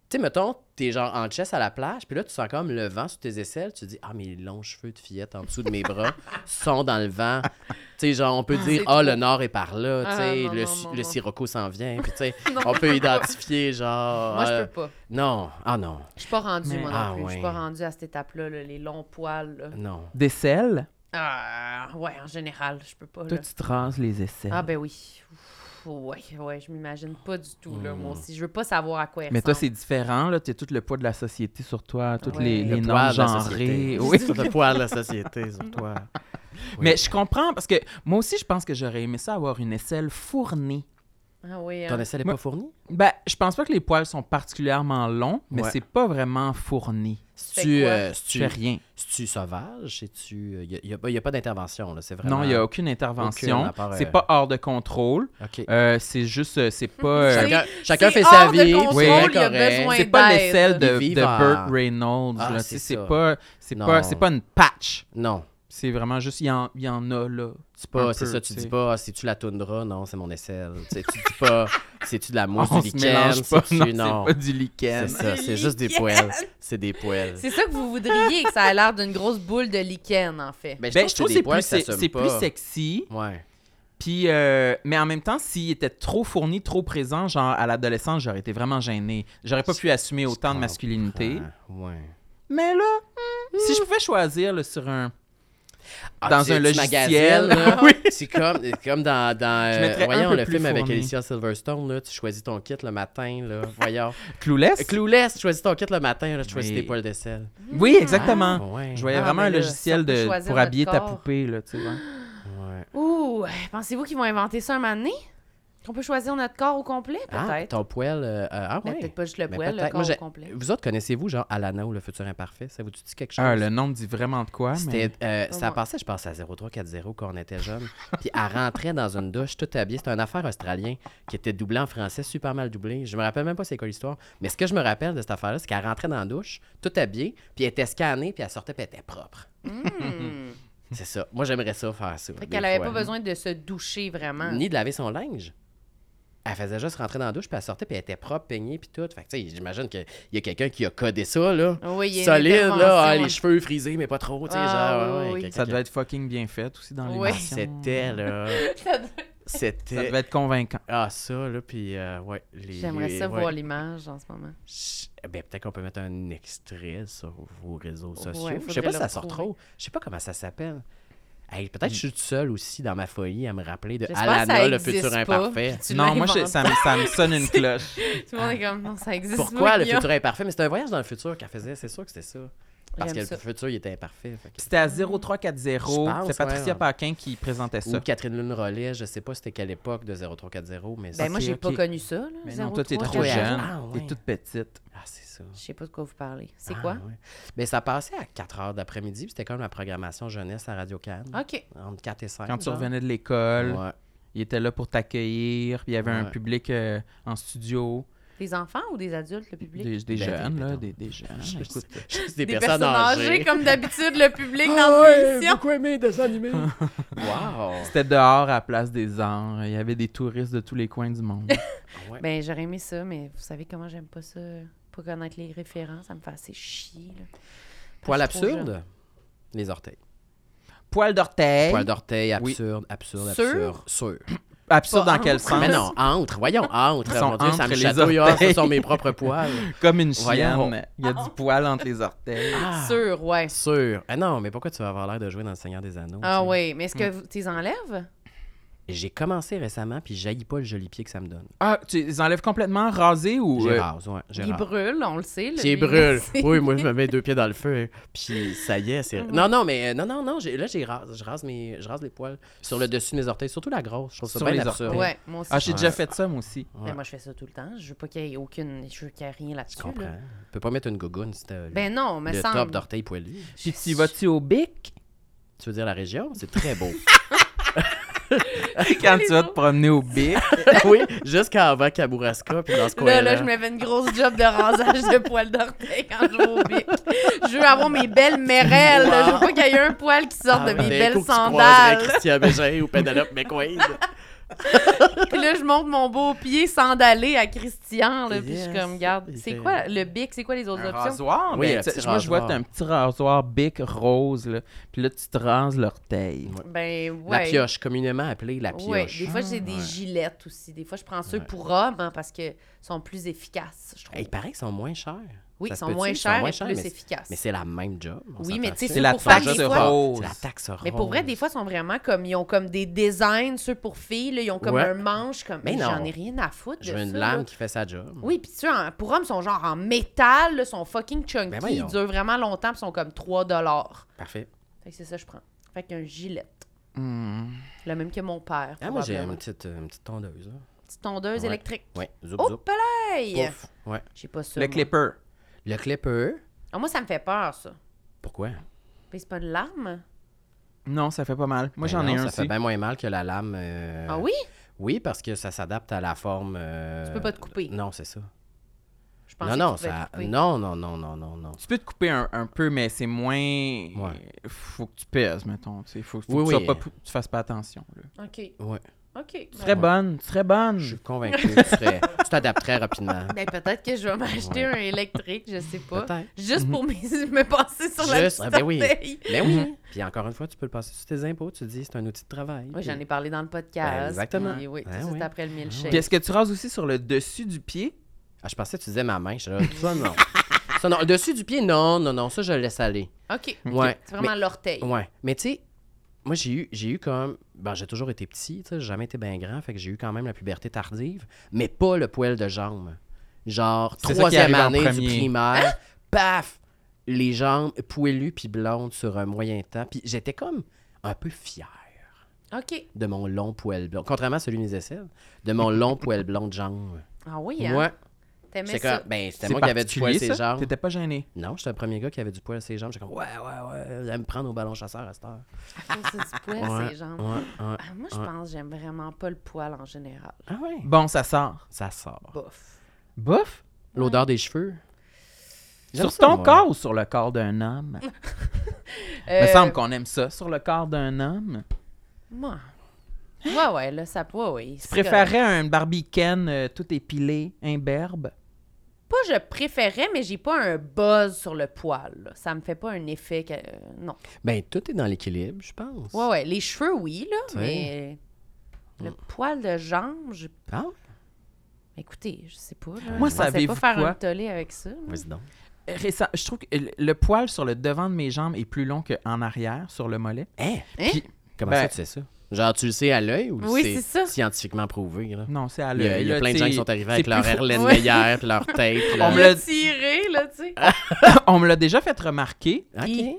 S4: tu sais, mettons, t'es genre en chess à la plage, puis là, tu sens comme le vent sur tes aisselles. Tu dis, ah, mes longs cheveux de fillette en dessous de mes bras sont dans le vent. Tu sais, genre, on peut dire,
S2: c'est
S4: ah,
S2: trop.
S4: le nord est par là. Tu
S2: Ah,
S4: sais,
S2: non,
S4: le,
S2: non,
S4: si-
S2: non,
S4: le
S2: non.
S4: sirocco s'en vient. Puis, tu sais,
S2: Non.
S4: on peut identifier, genre.
S2: Moi, je
S4: euh,
S2: peux pas.
S4: Non, ah non,
S2: Je suis pas rendue,
S1: Mais-
S2: moi
S4: Ah,
S2: non plus. Je suis
S4: ouais.
S2: pas rendue à cette étape-là, là, les longs poils. là.
S4: non.
S1: Des selles?
S2: Ah, ouais, en général, je peux pas. là.
S1: Toi, tu te rases les aisselles.
S2: Ah, ben oui. Ouf, Ouais, ouais, je m'imagine pas du tout, là,
S4: Mmh.
S2: moi aussi. Je veux pas savoir à quoi elle
S1: Mais toi, c'est
S2: ressemble.
S1: différent, là. T'as tout le poids de la société sur toi, toutes
S2: Ouais.
S1: les,
S4: Le
S1: les normes
S4: poids de la société.
S1: genrées. Oui.
S4: Tout le poids de la société sur toi.
S1: Mais je comprends parce que moi aussi, je pense que j'aurais aimé ça avoir une aisselle fournie.
S2: Ah oui, hein.
S4: Ton aisselle n'est
S1: Moi-
S4: pas fournie?
S1: Ben, je pense pas que les poils sont particulièrement longs, mais
S4: Ouais.
S1: c'est pas vraiment fourni.
S2: fais
S4: tu
S2: quoi?
S1: Tu fais rien.
S4: tu euh, sauvage? tu Il n'y a, pas- y a pas d'intervention, là. C'est vraiment...
S1: Non, il y a aucune intervention.
S4: Aucune, à part,
S1: C'est
S4: euh,
S1: pas hors de contrôle.
S4: OK.
S1: Euh, c'est juste, euh, c'est pas. euh,
S4: chacun
S2: C'est-
S4: chacun
S2: c'est
S4: fait sa
S2: hors de
S4: vie.
S2: contrôle,
S4: c'est
S1: il y a
S4: correct.
S2: besoin.
S1: c'est pas
S2: d'aide.
S1: l'aisselle de,
S4: Ils vivent
S1: de
S4: en-
S1: Burt Reynolds.
S4: Ah,
S1: là.
S4: c'est
S1: Tu sais, c'est
S4: ça.
S1: pas, c'est
S4: Non.
S1: pas, c'est pas une patch.
S4: Non,
S1: C'est vraiment juste, il y en, il y en a là.
S4: c'est pas...
S1: Un
S4: C'est
S1: peu,
S4: ça, tu
S1: tu
S4: dis
S1: sais.
S4: pas, ah, c'est-tu la toundra? Non, c'est mon aisselle. Tu sais, tu dis pas, c'est-tu de la mousse
S1: On
S4: du
S1: se
S4: week-end?
S1: mélange pas.
S4: C'est-tu-
S1: Non, c'est pas du lichen.
S4: C'est ça,
S2: Du
S4: c'est juste des
S2: lichen.
S4: poils. C'est des poils.
S2: C'est ça que vous voudriez, que ça a l'air d'une grosse boule de lichen, en fait.
S4: Ben,
S1: Ben, je trouve que
S4: des
S1: c'est
S4: poils,
S1: plus,
S4: ça
S1: c'est
S4: s'assume
S1: c'est plus
S4: pas.
S1: sexy.
S4: Ouais.
S1: Puis, euh, mais en même temps, s'il était trop fourni, trop présent, genre à l'adolescence, j'aurais été vraiment gêné. J'aurais pas pu assumer autant de masculinité.
S4: Ah, Ouais.
S1: Mais là, hmm, si je pouvais choisir là, sur un.
S4: Ah,
S1: dans
S4: tu-
S1: un
S4: tu
S1: logiciel.
S4: magasines, là.
S1: oui.
S4: C'est comme, c'est comme dans, dans
S1: Je
S4: euh,
S1: mettrais un
S4: voyons,
S1: peu
S4: le
S1: plus
S4: film avec
S1: fourni.
S4: Alicia Silverstone, là, tu choisis ton kit le matin, là, voyons. Euh,
S1: Clouless?
S4: Clueless, tu choisis ton kit le matin, là, tu choisis
S1: Oui.
S4: tes poils de sel.
S1: Oui, exactement.
S4: Ah. Ouais.
S1: Je voyais
S2: Ah,
S1: vraiment
S2: ben
S1: un
S2: là,
S1: logiciel
S2: ça peut
S1: de,
S2: choisir
S1: pour
S2: notre
S1: habiller ta
S2: corps.
S1: poupée, là, tu sais. hein.
S4: Ouais.
S2: Ouh, pensez-vous qu'ils vont inventer ça un moment donné? Qu'on peut choisir notre corps au complet,
S4: Ah,
S2: peut-être?
S4: ton poil. euh, euh, ah,
S2: Mais
S4: ouais.
S2: Peut-être pas juste le
S4: Mais
S2: poil, le
S4: peut-être. Moi,
S2: corps
S4: j'ai-
S2: au complet.
S4: Vous autres, connaissez-vous, genre, Alana ou le futur imparfait Ça vous dit quelque chose
S1: Ah, le nom me dit vraiment de quoi, mais...
S4: C'était, euh, ça
S2: moi.
S4: passait, je pense, à 0340 quand on était jeunes. Puis elle rentrait dans une douche toute habillée. C'était une affaire australien qui était doublée en français, super mal doublée. Je me rappelle même pas c'est quoi l'histoire. Mais ce que je me rappelle de cette affaire-là, c'est qu'elle rentrait dans la douche toute habillée, puis elle était scannée, puis elle sortait, puis elle était propre.
S2: Hmm.
S4: C'est ça. Moi, j'aimerais ça faire ça.
S2: Fait
S4: des
S2: qu'elle avait
S4: fois.
S2: pas besoin de se doucher vraiment.
S4: Ni de laver son linge. Elle faisait juste rentrer dans la douche, puis elle sortait, puis elle était propre, peignée, puis tout. Fait que, tu sais, j'imagine qu'il y a quelqu'un qui a codé ça, là.
S2: Oui, il y a une
S4: Solide, là. Ah,
S2: intervention.
S4: les cheveux frisés, mais pas trop, tu sais,
S2: Ah,
S4: genre.
S2: oui,
S4: ouais,
S2: oui.
S4: quelqu'un
S1: Ça
S4: qui a
S1: devait être fucking bien fait aussi dans
S2: Ouais.
S1: l'émission.
S4: C'était, là.
S2: Ça doit-
S1: Ça
S4: C'était.
S1: devait être convaincant.
S4: Ah, ça, là, puis, euh, ouais. les-
S2: J'aimerais ça
S4: ouais.
S2: voir l'image en ce moment.
S4: Ch- Ben, peut-être qu'on peut mettre un extrait sur vos réseaux sociaux.
S2: faudrait
S4: je sais pas
S2: le
S4: si ça sort
S2: retrouver. Mm.
S4: trop. Je sais pas comment ça s'appelle. Hey, peut-être que je suis tout seul aussi dans ma folie à me rappeler de
S2: J'espère que ça
S4: Alana, le
S2: existe
S4: futur
S2: pas,
S4: imparfait.
S2: puis tu
S1: non, moi, je-
S2: l'inventes.
S1: ça, me, ça me sonne une cloche.
S2: Tout le monde est comme, non, ça existe
S4: Pourquoi
S2: pas,
S4: le
S2: Guillaume.
S4: futur imparfait? Mais c'était un voyage dans le futur qu'elle faisait, c'est sûr que c'était ça. Parce que
S2: J'aime ça.
S4: le futur, il était imparfait. fait que-
S1: Puis C'était à 0340.
S4: Je pense,
S1: C'est Patricia
S4: ouais.
S1: Paquin qui présentait ça.
S4: Ou Catherine Lune Rollet, je sais pas c'était quelle époque de 0340, mais
S2: Ben, moi,
S1: Ok,
S2: j'ai pas
S1: ok.
S2: connu ça. Là,
S1: Mais non, toi, t'es
S2: 03,
S1: trop
S2: 40.
S1: jeune.
S4: Ah, ouais.
S1: T'es toute petite.
S4: Ah, c'est ça.
S2: Je sais pas de quoi vous parlez. C'est
S4: Ah,
S2: quoi?
S4: ouais. Ben, ça passait à 4 h d'après-midi, puis c'était comme la programmation jeunesse à Radio-Can.
S1: Ah.
S2: OK.
S4: Entre 4 et 5.
S1: Quand tu
S4: genre.
S1: revenais de l'école,
S4: Ouais.
S1: il était là pour t'accueillir. Puis il y avait un
S4: Ouais.
S1: public euh, en studio.
S2: Des enfants ou des adultes, le public?
S1: Des, des
S4: Ben,
S1: jeunes,
S4: des-
S1: là.
S4: mettons.
S1: Des, des jeunes.
S4: Juste,
S1: Ah, Écoute,
S4: juste des,
S2: Des
S4: personnes, âgées.
S2: comme d'habitude, le public dans
S4: Ah ouais,
S2: l'émission.
S4: beaucoup aimé des animés. wow.
S1: C'était dehors à la Place des Arts. Il y avait des touristes de tous les coins du monde.
S4: Ouais.
S2: Ben, j'aurais aimé ça, mais vous savez comment j'aime pas ça. Pas connaître les références, ça me fait assez chier. Là.
S4: Poil
S2: Parce que je suis trop
S4: absurde. Les orteils.
S1: Poil d'orteil.
S4: Poil d'orteil,
S1: Oui.
S4: absurde, absurde,
S2: Sûr?
S4: absurde. Sûr.
S1: Absurde
S2: Pas
S1: dans quel
S2: entre.
S1: sens?
S4: Mais non, entre, voyons, entre.
S1: Ils sont
S4: Mon Dieu, ça
S1: entre
S4: me
S1: les
S4: chatouille, ah,
S1: orteils.
S4: ce sont mes propres poils.
S1: Comme une
S4: Voyons.
S1: chienne. Il y a du poil entre les orteils.
S4: Ah,
S2: Sûr, ouais.
S4: sûr. Ah non, mais pourquoi tu vas avoir l'air de jouer dans Le Seigneur des Anneaux?
S2: Ah
S4: tu sais?
S2: oui, mais est-ce que vous- tu les enlèves?
S4: J'ai commencé récemment, puis j'haïs pas le joli pied que ça me donne.
S1: Ah, tu les enlèves complètement rasés ou...
S4: J'ai
S1: euh,
S4: rase, ouais, j'ai
S2: Ils
S4: rase.
S2: brûlent, on le sait. là,
S4: Puis il
S2: lui,
S4: brûle.
S2: c'est-
S4: Oui, moi, je me mets deux pieds dans le feu. hein. Puis ça y est,
S1: Ah
S4: c'est. Non, non, mais euh, non, non, non. j'ai- Là, j'ai rase, je rase mes, je rase les poils sur le dessus de mes orteils, surtout la grosse. Je trouve ça
S1: Sur
S4: bien
S1: les
S4: absurde.
S1: orteils.
S2: Ouais, moi aussi.
S1: Ah, j'ai
S4: Ouais.
S1: déjà fait ça, moi aussi.
S2: Mais moi, je fais ça tout le temps. Je veux pas qu'il y ait aucune. Je veux qu'il y ait rien là-dessus.
S4: Je comprends.
S2: là.
S4: Tu peux pas mettre une gougoune si t'as le-
S2: Ben non, mais
S4: le
S2: ça.
S4: top d'orteil poilu.
S1: Puis tu vas-tu au bic?
S4: Tu veux dire la région C'est très beau.
S1: Quand tu vas te promener au bic,
S4: oui, jusqu'avant Kabouraska, puis dans ce
S2: Là,
S4: coin-là.
S2: là, je me fais une grosse job de rasage de poils d'orteil quand je vais au bic. Je veux avoir mes belles mérelles. là. Je veux pas qu'il y ait un poil qui sorte
S4: Ah,
S2: de
S4: ouais.
S2: mes
S4: D'un
S2: belles
S4: coup que tu croiserais
S2: sandales.
S4: Christian Bégin ou Penelope McQuaid.
S2: Puis là, je monte mon beau pied sandalé à Christian. Là, Puis je suis
S4: Yes.
S2: comme, regarde,
S4: Il
S2: c'est
S4: fait-
S2: quoi le bic? C'est quoi les autres
S1: Un
S2: options?
S1: rasoir?
S4: Oui,
S1: ben,
S4: un
S1: tu-
S4: petit
S1: moi, je vois
S4: rasoir.
S1: t'as un petit rasoir bic rose, là. Puis là, tu te rases l'orteil.
S2: Ben ouais.
S4: La pioche, communément appelée la pioche.
S2: Ouais, des fois j'ai des gilettes aussi. Des fois je prends ceux pour hommes hein, parce que sont plus efficaces, je trouve.
S4: Ah. Hey, il paraît qu'ils sont moins chers.
S2: oui,
S4: Ça
S2: ils
S4: se
S2: sont
S4: peut-tu?
S2: moins
S4: Ils sont
S2: chers
S4: moins
S2: et
S4: chers,
S2: plus
S4: mais-
S2: efficaces.
S4: Mais c'est la même job. on
S2: Oui, mais
S4: s'entend.
S2: tu sais,
S1: C'est la
S2: pour faire
S1: taxe
S2: des fois.
S1: rose.
S4: C'est la taxe rose.
S2: Mais pour vrai, des fois, sont vraiment comme. Ils ont comme des designs, ceux pour filles, là, ils ont comme
S4: Ouais.
S2: un manche, comme.
S4: Mais
S2: Mais
S4: non.
S2: J'en ai rien à foutre.
S4: Je
S2: de
S4: veux une
S2: ça,
S4: lame
S2: là.
S4: qui fait sa job.
S2: Oui, puis ceux en- pour hommes sont genre en métal, là, sont fucking chunky,
S4: Ben voyons.
S2: ils durent vraiment longtemps, puis sont comme 3
S4: Parfait.
S2: Fait que c'est ça que je prends. Fait qu'un gilet.
S1: Hmm.
S2: Le même que mon père.
S4: Ah, moi, j'ai
S2: probablement.
S4: une petite, une petite tondeuse. là.
S2: Petite tondeuse
S4: Ouais.
S2: électrique.
S4: Ouais, zoup,
S2: Oh,
S4: zoup.
S2: palais!
S4: Pouf. Ouais.
S2: J'ai pas ça.
S1: Le
S2: moi.
S1: clipper.
S4: Le clipper.
S2: Ah, moi, ça me fait peur, ça.
S4: Pourquoi?
S2: Mais c'est pas une larme?
S4: Euh,
S1: Non, ça fait pas mal. Moi,
S4: Ben
S1: j'en ai
S4: non,
S1: un
S4: Ça fait
S1: aussi.
S4: bien moins mal que la lame. euh,
S2: Ah oui?
S4: Oui, parce que ça s'adapte à la forme. euh,
S2: Tu peux pas te couper.
S4: Non, c'est ça.
S2: Je pensais
S4: Non,
S2: que
S4: non,
S2: tu pouvais
S4: ça.
S2: te couper.
S4: Non, non, non, non, non, non.
S1: Tu peux te couper un, un peu, mais c'est moins...
S4: Ouais.
S1: Faut que tu pèses, mettons. tu sais. Faut, faut que
S4: Oui,
S1: tu sois
S4: oui.
S1: pas pou- tu fasses pas attention. là.
S2: OK.
S4: Ouais.
S2: OK.
S1: Très
S2: Ben,
S1: bonne, très bonne.
S4: Je suis convaincu que tu serais- tu t'adapterais rapidement.
S2: ben, peut-être que je vais m'acheter un électrique, je sais pas.
S4: Peut-être.
S2: Juste pour mes- me passer sur la
S4: Juste,
S2: petite
S4: ah ben oui.
S2: orteille.
S4: Mais
S2: Mm-hmm.
S4: oui. Puis encore une fois, tu peux le passer sur tes impôts. Tu dis, c'est un outil de travail.
S2: Oui,
S4: Puis-
S2: j'en ai parlé dans le podcast.
S4: Ben, exactement.
S2: puis oui,
S4: Ben
S2: ça, c'est
S4: oui.
S2: après le milkshake.
S1: Puis est-ce que tu rases aussi sur le dessus du pied?
S4: Ah, je pensais que tu disais ma main. J'étais là, ça non. ça non. Le dessus du pied, non, non, non. Ça, je le laisse aller.
S2: OK.
S4: Ouais.
S2: C'est vraiment l'orteil.
S4: Mais, ouais. Mais tu sais, moi, j'ai eu, j'ai eu comme. Ben, j'ai toujours été petit, tu sais, j'ai jamais été bien grand, fait que j'ai eu quand même la puberté tardive, mais pas le poil de jambe. Genre,
S1: C'est ça qui
S4: troisième
S1: arrive en
S4: année
S1: premier.
S4: du
S1: Ah!
S4: primaire, paf! Les jambes poilues puis blondes sur un moyen temps. Puis j'étais comme un peu fier
S2: OK.
S4: de mon long poil blond, contrairement à celui de mes aisselles, de mon long poil blond de jambe.
S2: Ah oui, hein?
S4: Moi,
S2: T'aimais
S4: c'est
S2: ça?
S4: comme. Ben, c'était
S1: C'est
S4: moi qui avait du poil
S1: particulier,
S4: ses
S1: ça?
S4: jambes.
S1: T'étais pas gêné.
S4: Non, j'étais le premier gars qui avait du poil à ses jambes. J'étais comme, ouais, ouais, ouais, j'aime prendre au ballon chasseur à cette heure.
S2: Ah, c'est du poil,
S4: Ouais,
S2: ces jambes.
S4: ouais, ouais.
S2: Ah, moi, je pense que j'aime vraiment pas le poil en général.
S4: Ah ouais?
S1: Bon, ça sort.
S4: Ça sort.
S2: Bof.
S1: Bof?
S4: L'odeur des cheveux. J'aime
S1: Sur
S4: ça,
S1: ton
S4: moi.
S1: corps ou sur le corps d'un homme? Il me
S2: Euh,
S1: semble qu'on aime ça, sur le corps d'un homme.
S2: Moi. Ouais, ouais, là, ça peut, oui.
S1: Tu préférais un barbican euh, tout épilé, imberbe?
S2: Pas je préférais, mais j'ai pas un buzz sur le poil. là. Ça me fait pas un effet que... euh, non.
S4: Ben, tout est dans l'équilibre, je pense.
S2: Ouais, ouais. Les cheveux, oui, là,
S4: T'sais.
S2: mais... Le
S4: Mm.
S2: poil de jambe, j'ai-
S4: Ah,
S2: Écoutez, je sais pas. là,
S1: Moi,
S2: je pensais
S1: savez-vous
S2: pas faire
S1: quoi?
S2: un tollé avec ça. là.
S4: vas-y donc.
S1: Récem- je trouve que le- le poil sur le devant de mes jambes est plus long qu'en arrière, sur le mollet.
S4: Hein?
S2: Hein?
S1: Puis-
S4: Comment
S1: Ben-
S4: ça, tu sais ça? Genre, tu le sais à l'œil ou
S2: Oui,
S4: c'est
S2: c'est ça.
S4: scientifiquement prouvé? Là?
S1: Non, c'est à
S4: Il y a,
S1: l'œil,
S4: il y a
S1: là,
S4: plein de gens
S1: t'sais,
S4: qui sont arrivés
S1: c'est
S4: avec leur
S1: plus-
S4: Erlen
S2: Ouais.
S4: Meyer, puis leur tape. puis
S1: On
S4: leur-
S1: me l'a-
S2: Le tirer, là, tu sais.
S1: On me l'a déjà fait remarquer,
S4: Ah, OK.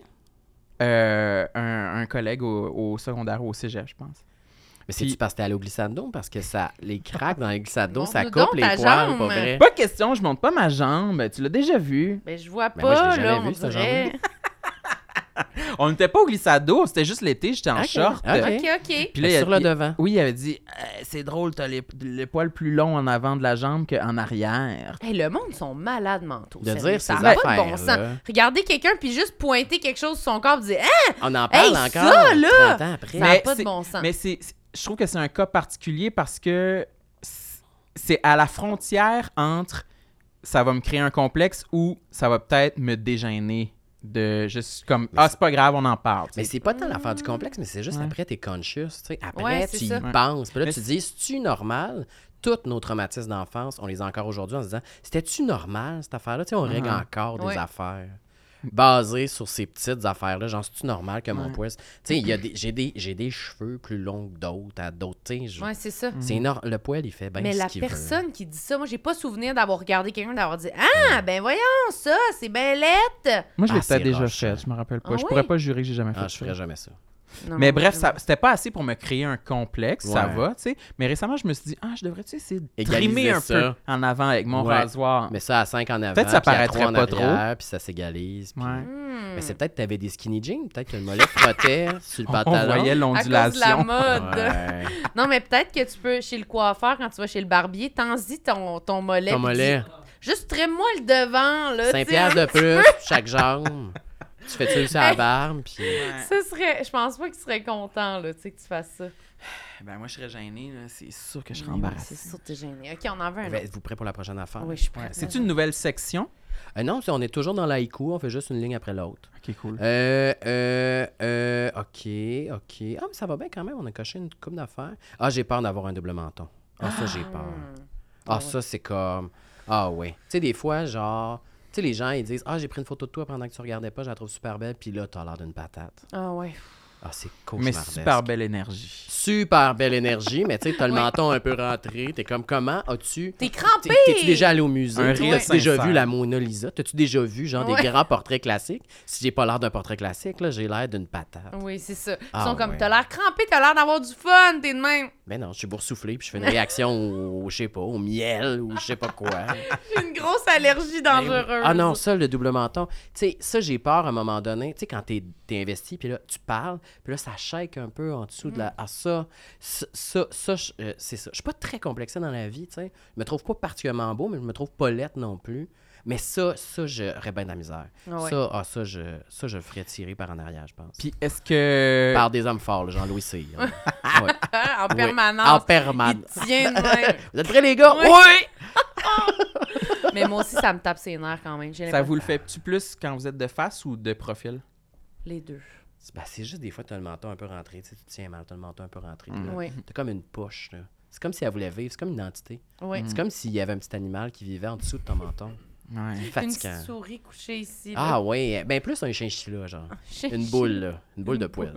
S1: euh, un, un collègue au, au secondaire ou au cégep, je pense.
S4: Mais c'est-tu
S1: Puis-
S4: parce que t'es allé au glissando? Parce que ça, les cracks dans les glissandos, ça
S2: Montre-nous donc
S4: coupe
S2: ta
S4: les poils,
S2: jambe.
S4: pas vrai?
S1: Pas question, je monte pas ma jambe. Tu l'as déjà vu.
S2: Ben, je vois
S4: Ben, moi, je
S2: pas,
S4: l'ai
S2: là,
S4: jamais
S2: on
S4: vu, ce
S2: dirait.
S1: On n'était pas au glissado, c'était juste l'été, j'étais en
S4: Ok,
S1: short.
S4: ok.
S2: OK, OK.
S1: Puis là, il y a-
S4: sur le
S1: il-
S4: devant.
S1: Oui, il avait dit Euh, C'est drôle, t'as les, les poils plus longs en avant de la jambe qu'en arrière.
S2: Hey, le monde sont malades mentaux.
S4: De
S2: sérieux,
S4: dire
S2: ça
S4: ces
S2: n'a pas de bon
S4: affaires,
S2: sens.
S4: là.
S2: Regardez quelqu'un puis juste pointer quelque chose sur son corps, vous dire Hein,
S4: On en parle
S2: Hey,
S4: encore.
S2: ça, là!
S4: 30 ans après.
S2: ça n'a
S1: Mais
S2: pas de
S1: c'est-
S2: bon
S4: Ah.
S2: sens.
S1: Mais c'est, c'est- je trouve que c'est un cas particulier parce que c- c'est à la frontière entre ça va me créer un complexe ou ça va peut-être me dégêner de juste comme ah c'est pas grave on en parle.
S4: Mais
S1: tu sais.
S4: c'est pas tant l'affaire du complexe, mais c'est juste
S1: Ouais.
S4: après, t'es conscious. tu sais. Après,
S2: Ouais, c'est
S4: tu y
S2: ça.
S1: Ouais.
S4: penses. Puis là,
S1: Mais
S4: tu te dis, c'est-tu normal? Tous nos traumatismes d'enfance, on les a encore aujourd'hui en se disant, c'était-tu normal cette affaire-là? Tu sais, on règle encore des
S2: Mm-hmm. Ouais.
S4: affaires basées sur ces petites affaires-là. Genre, c'est-tu normal que mon poil. se- Tu sais, il y a des- j'ai des, j'ai des cheveux plus longs que d'autres à d'autres. tu sais, je-
S2: Ouais, c'est ça.
S4: C'est nor- Le poil, il fait bien
S2: Mais
S4: Ben, ce
S2: la
S4: qu'il veut.
S2: personne qui dit ça, moi, j'ai pas souvenir d'avoir regardé quelqu'un d'avoir dit Ah, ben voyons, ça, c'est bien lettre.
S1: Moi je l'ai
S4: Ah, c'est
S1: peut-être déjà
S4: roche, hein.
S1: fait, je me rappelle pas. je
S2: Ah ouais? Ah,
S1: pourrais pas jurer que j'ai jamais fait
S4: Ah, je
S1: ça.
S4: ferais jamais ça.
S2: Non,
S1: Mais
S2: non,
S1: bref,
S2: je-
S1: ça- c'était pas assez pour me créer un complexe, ça
S4: Ouais.
S1: va, tu sais. Mais récemment, je me suis dit, ah, je devrais, tu sais, essayer de
S4: Égaliser
S1: trimer un
S4: ça.
S1: peu en avant avec mon
S4: Ouais.
S2: Ah.
S1: rasoir.
S4: Mais ça, à 5 en avant,
S1: Peut-être ça
S4: puis à
S1: paraîtrait
S4: trois en
S1: pas trop.
S4: arrière, Puis ça s'égalise. puis-
S1: Ouais.
S2: Hmm.
S4: Mais c'est peut-être que tu avais des skinny jeans, peut-être que le mollet frottait sur le
S1: On-
S4: pantalon.
S1: On voyait
S2: À cause de la
S1: l'ondulation.
S2: mode.
S4: Ouais.
S2: Non, mais peut-être que tu peux, chez le coiffeur, quand tu vas chez le barbier, t'en-y ton, ton mollet.
S4: Ton
S2: puis
S4: mollet,
S2: dis, Juste trime-moi le devant, là.
S4: 5
S2: tu sais, hein.
S4: piastres de plus pour chaque jambe. Tu fais-tu ça à la barbe, puis...
S2: hein. Ce serait, je pense pas qu'il serait content, là, tu sais, que tu fasses ça.
S1: Ben, moi, je serais gênée, là. c'est sûr que je serais
S2: Oui,
S1: embarrassée.
S2: C'est sûr que t'es gêné. OK, on en veut un
S4: Ben,
S2: autre.
S4: Êtes-vous prêt pour la prochaine affaire?
S2: Oui, je suis prête.
S1: Ouais. C'est une nouvelle section.
S4: Euh, non, on est toujours dans l'haïku, on fait juste une ligne après l'autre.
S1: Ok, cool.
S4: Euh, euh, euh, ok, ok. Ah, mais ça va bien quand même, on a coché une coupe d'affaires. Ah, j'ai peur d'avoir un double menton. Ah, ça, j'ai peur. Ah, ça, c'est comme. Ah, ouais. Tu sais, des fois, genre. Tu sais, les gens, ils disent Ah, j'ai pris une photo de toi pendant que tu regardais pas, je la trouve super belle, puis là, t'as l'air d'une patate.
S2: Ah ouais.
S4: Ah, c'est
S1: Mais
S4: cauchemardesque.
S1: super belle énergie.
S4: Super belle énergie, mais tu sais, t'as le menton un peu rentré. T'es comme, comment as-tu.
S2: T'es crampé!
S4: T'es-tu déjà allé au musée?
S1: Un rire
S4: T'as-tu déjà
S1: sincère.
S4: vu la Mona Lisa? T'as-tu déjà vu, genre,
S2: Ouais.
S4: des grands portraits classiques? Si j'ai pas l'air d'un portrait classique, là, j'ai l'air d'une patate.
S2: Oui, c'est ça. Ils
S4: Ah,
S2: sont comme,
S4: ouais.
S2: t'as l'air crampé, t'as l'air d'avoir du fun, t'es de même.
S4: Mais Ben non, je suis boursouflé, puis je fais une réaction au, je sais pas, au miel, ou je sais pas quoi.
S2: J'ai une grosse allergie dangereuse.
S4: Ah non, ça, le double menton. Tu sais, ça, j'ai peur à un moment donné. Tu sais, quand t'es es investi, puis là, tu parles, puis là, ça shake un peu en dessous de la. Ah, ça, ça, ça, ça, je- euh, c'est ça. Je suis pas très complexé dans la vie, tu sais. Je me trouve pas particulièrement beau, mais je me trouve pas laite non plus. Mais ça, ça, j'aurais bien de la misère.
S2: Ah ouais.
S4: Ça, ah, ça, je, ça, je le ferais tirer par en arrière, je pense.
S1: Puis est-ce que.
S4: par des hommes forts, là, Jean-Louis C. là. Ouais.
S2: Hein, en
S4: Ouais. En
S2: permanence.
S4: permanence.
S2: Il tient de même.
S4: Vous êtes prêts, les gars? Oh!
S2: Oui.
S4: Ouais!
S2: Mais moi aussi, ça me tape ses nerfs quand même. J'ai
S1: Ça
S2: l'impression-
S1: vous le fait-tu plus quand vous êtes de face ou de profil?
S2: Les deux.
S4: Ben, c'est juste des fois, tu as le menton un peu rentré. Tu sais, tu tiens mal, tu le menton un peu rentré. puis là,
S2: Oui.
S4: T'as comme une poche, là. C'est comme si elle voulait vivre, c'est comme une entité.
S2: Oui.
S4: C'est comme s'il y avait un petit animal qui vivait en dessous de ton menton.
S1: Ouais.
S2: Une
S4: Fatigant.
S2: petite souris couchée ici. là.
S4: Ah ouais, ben plus un chinchilla, genre. Une boule, là. Une boule de poil.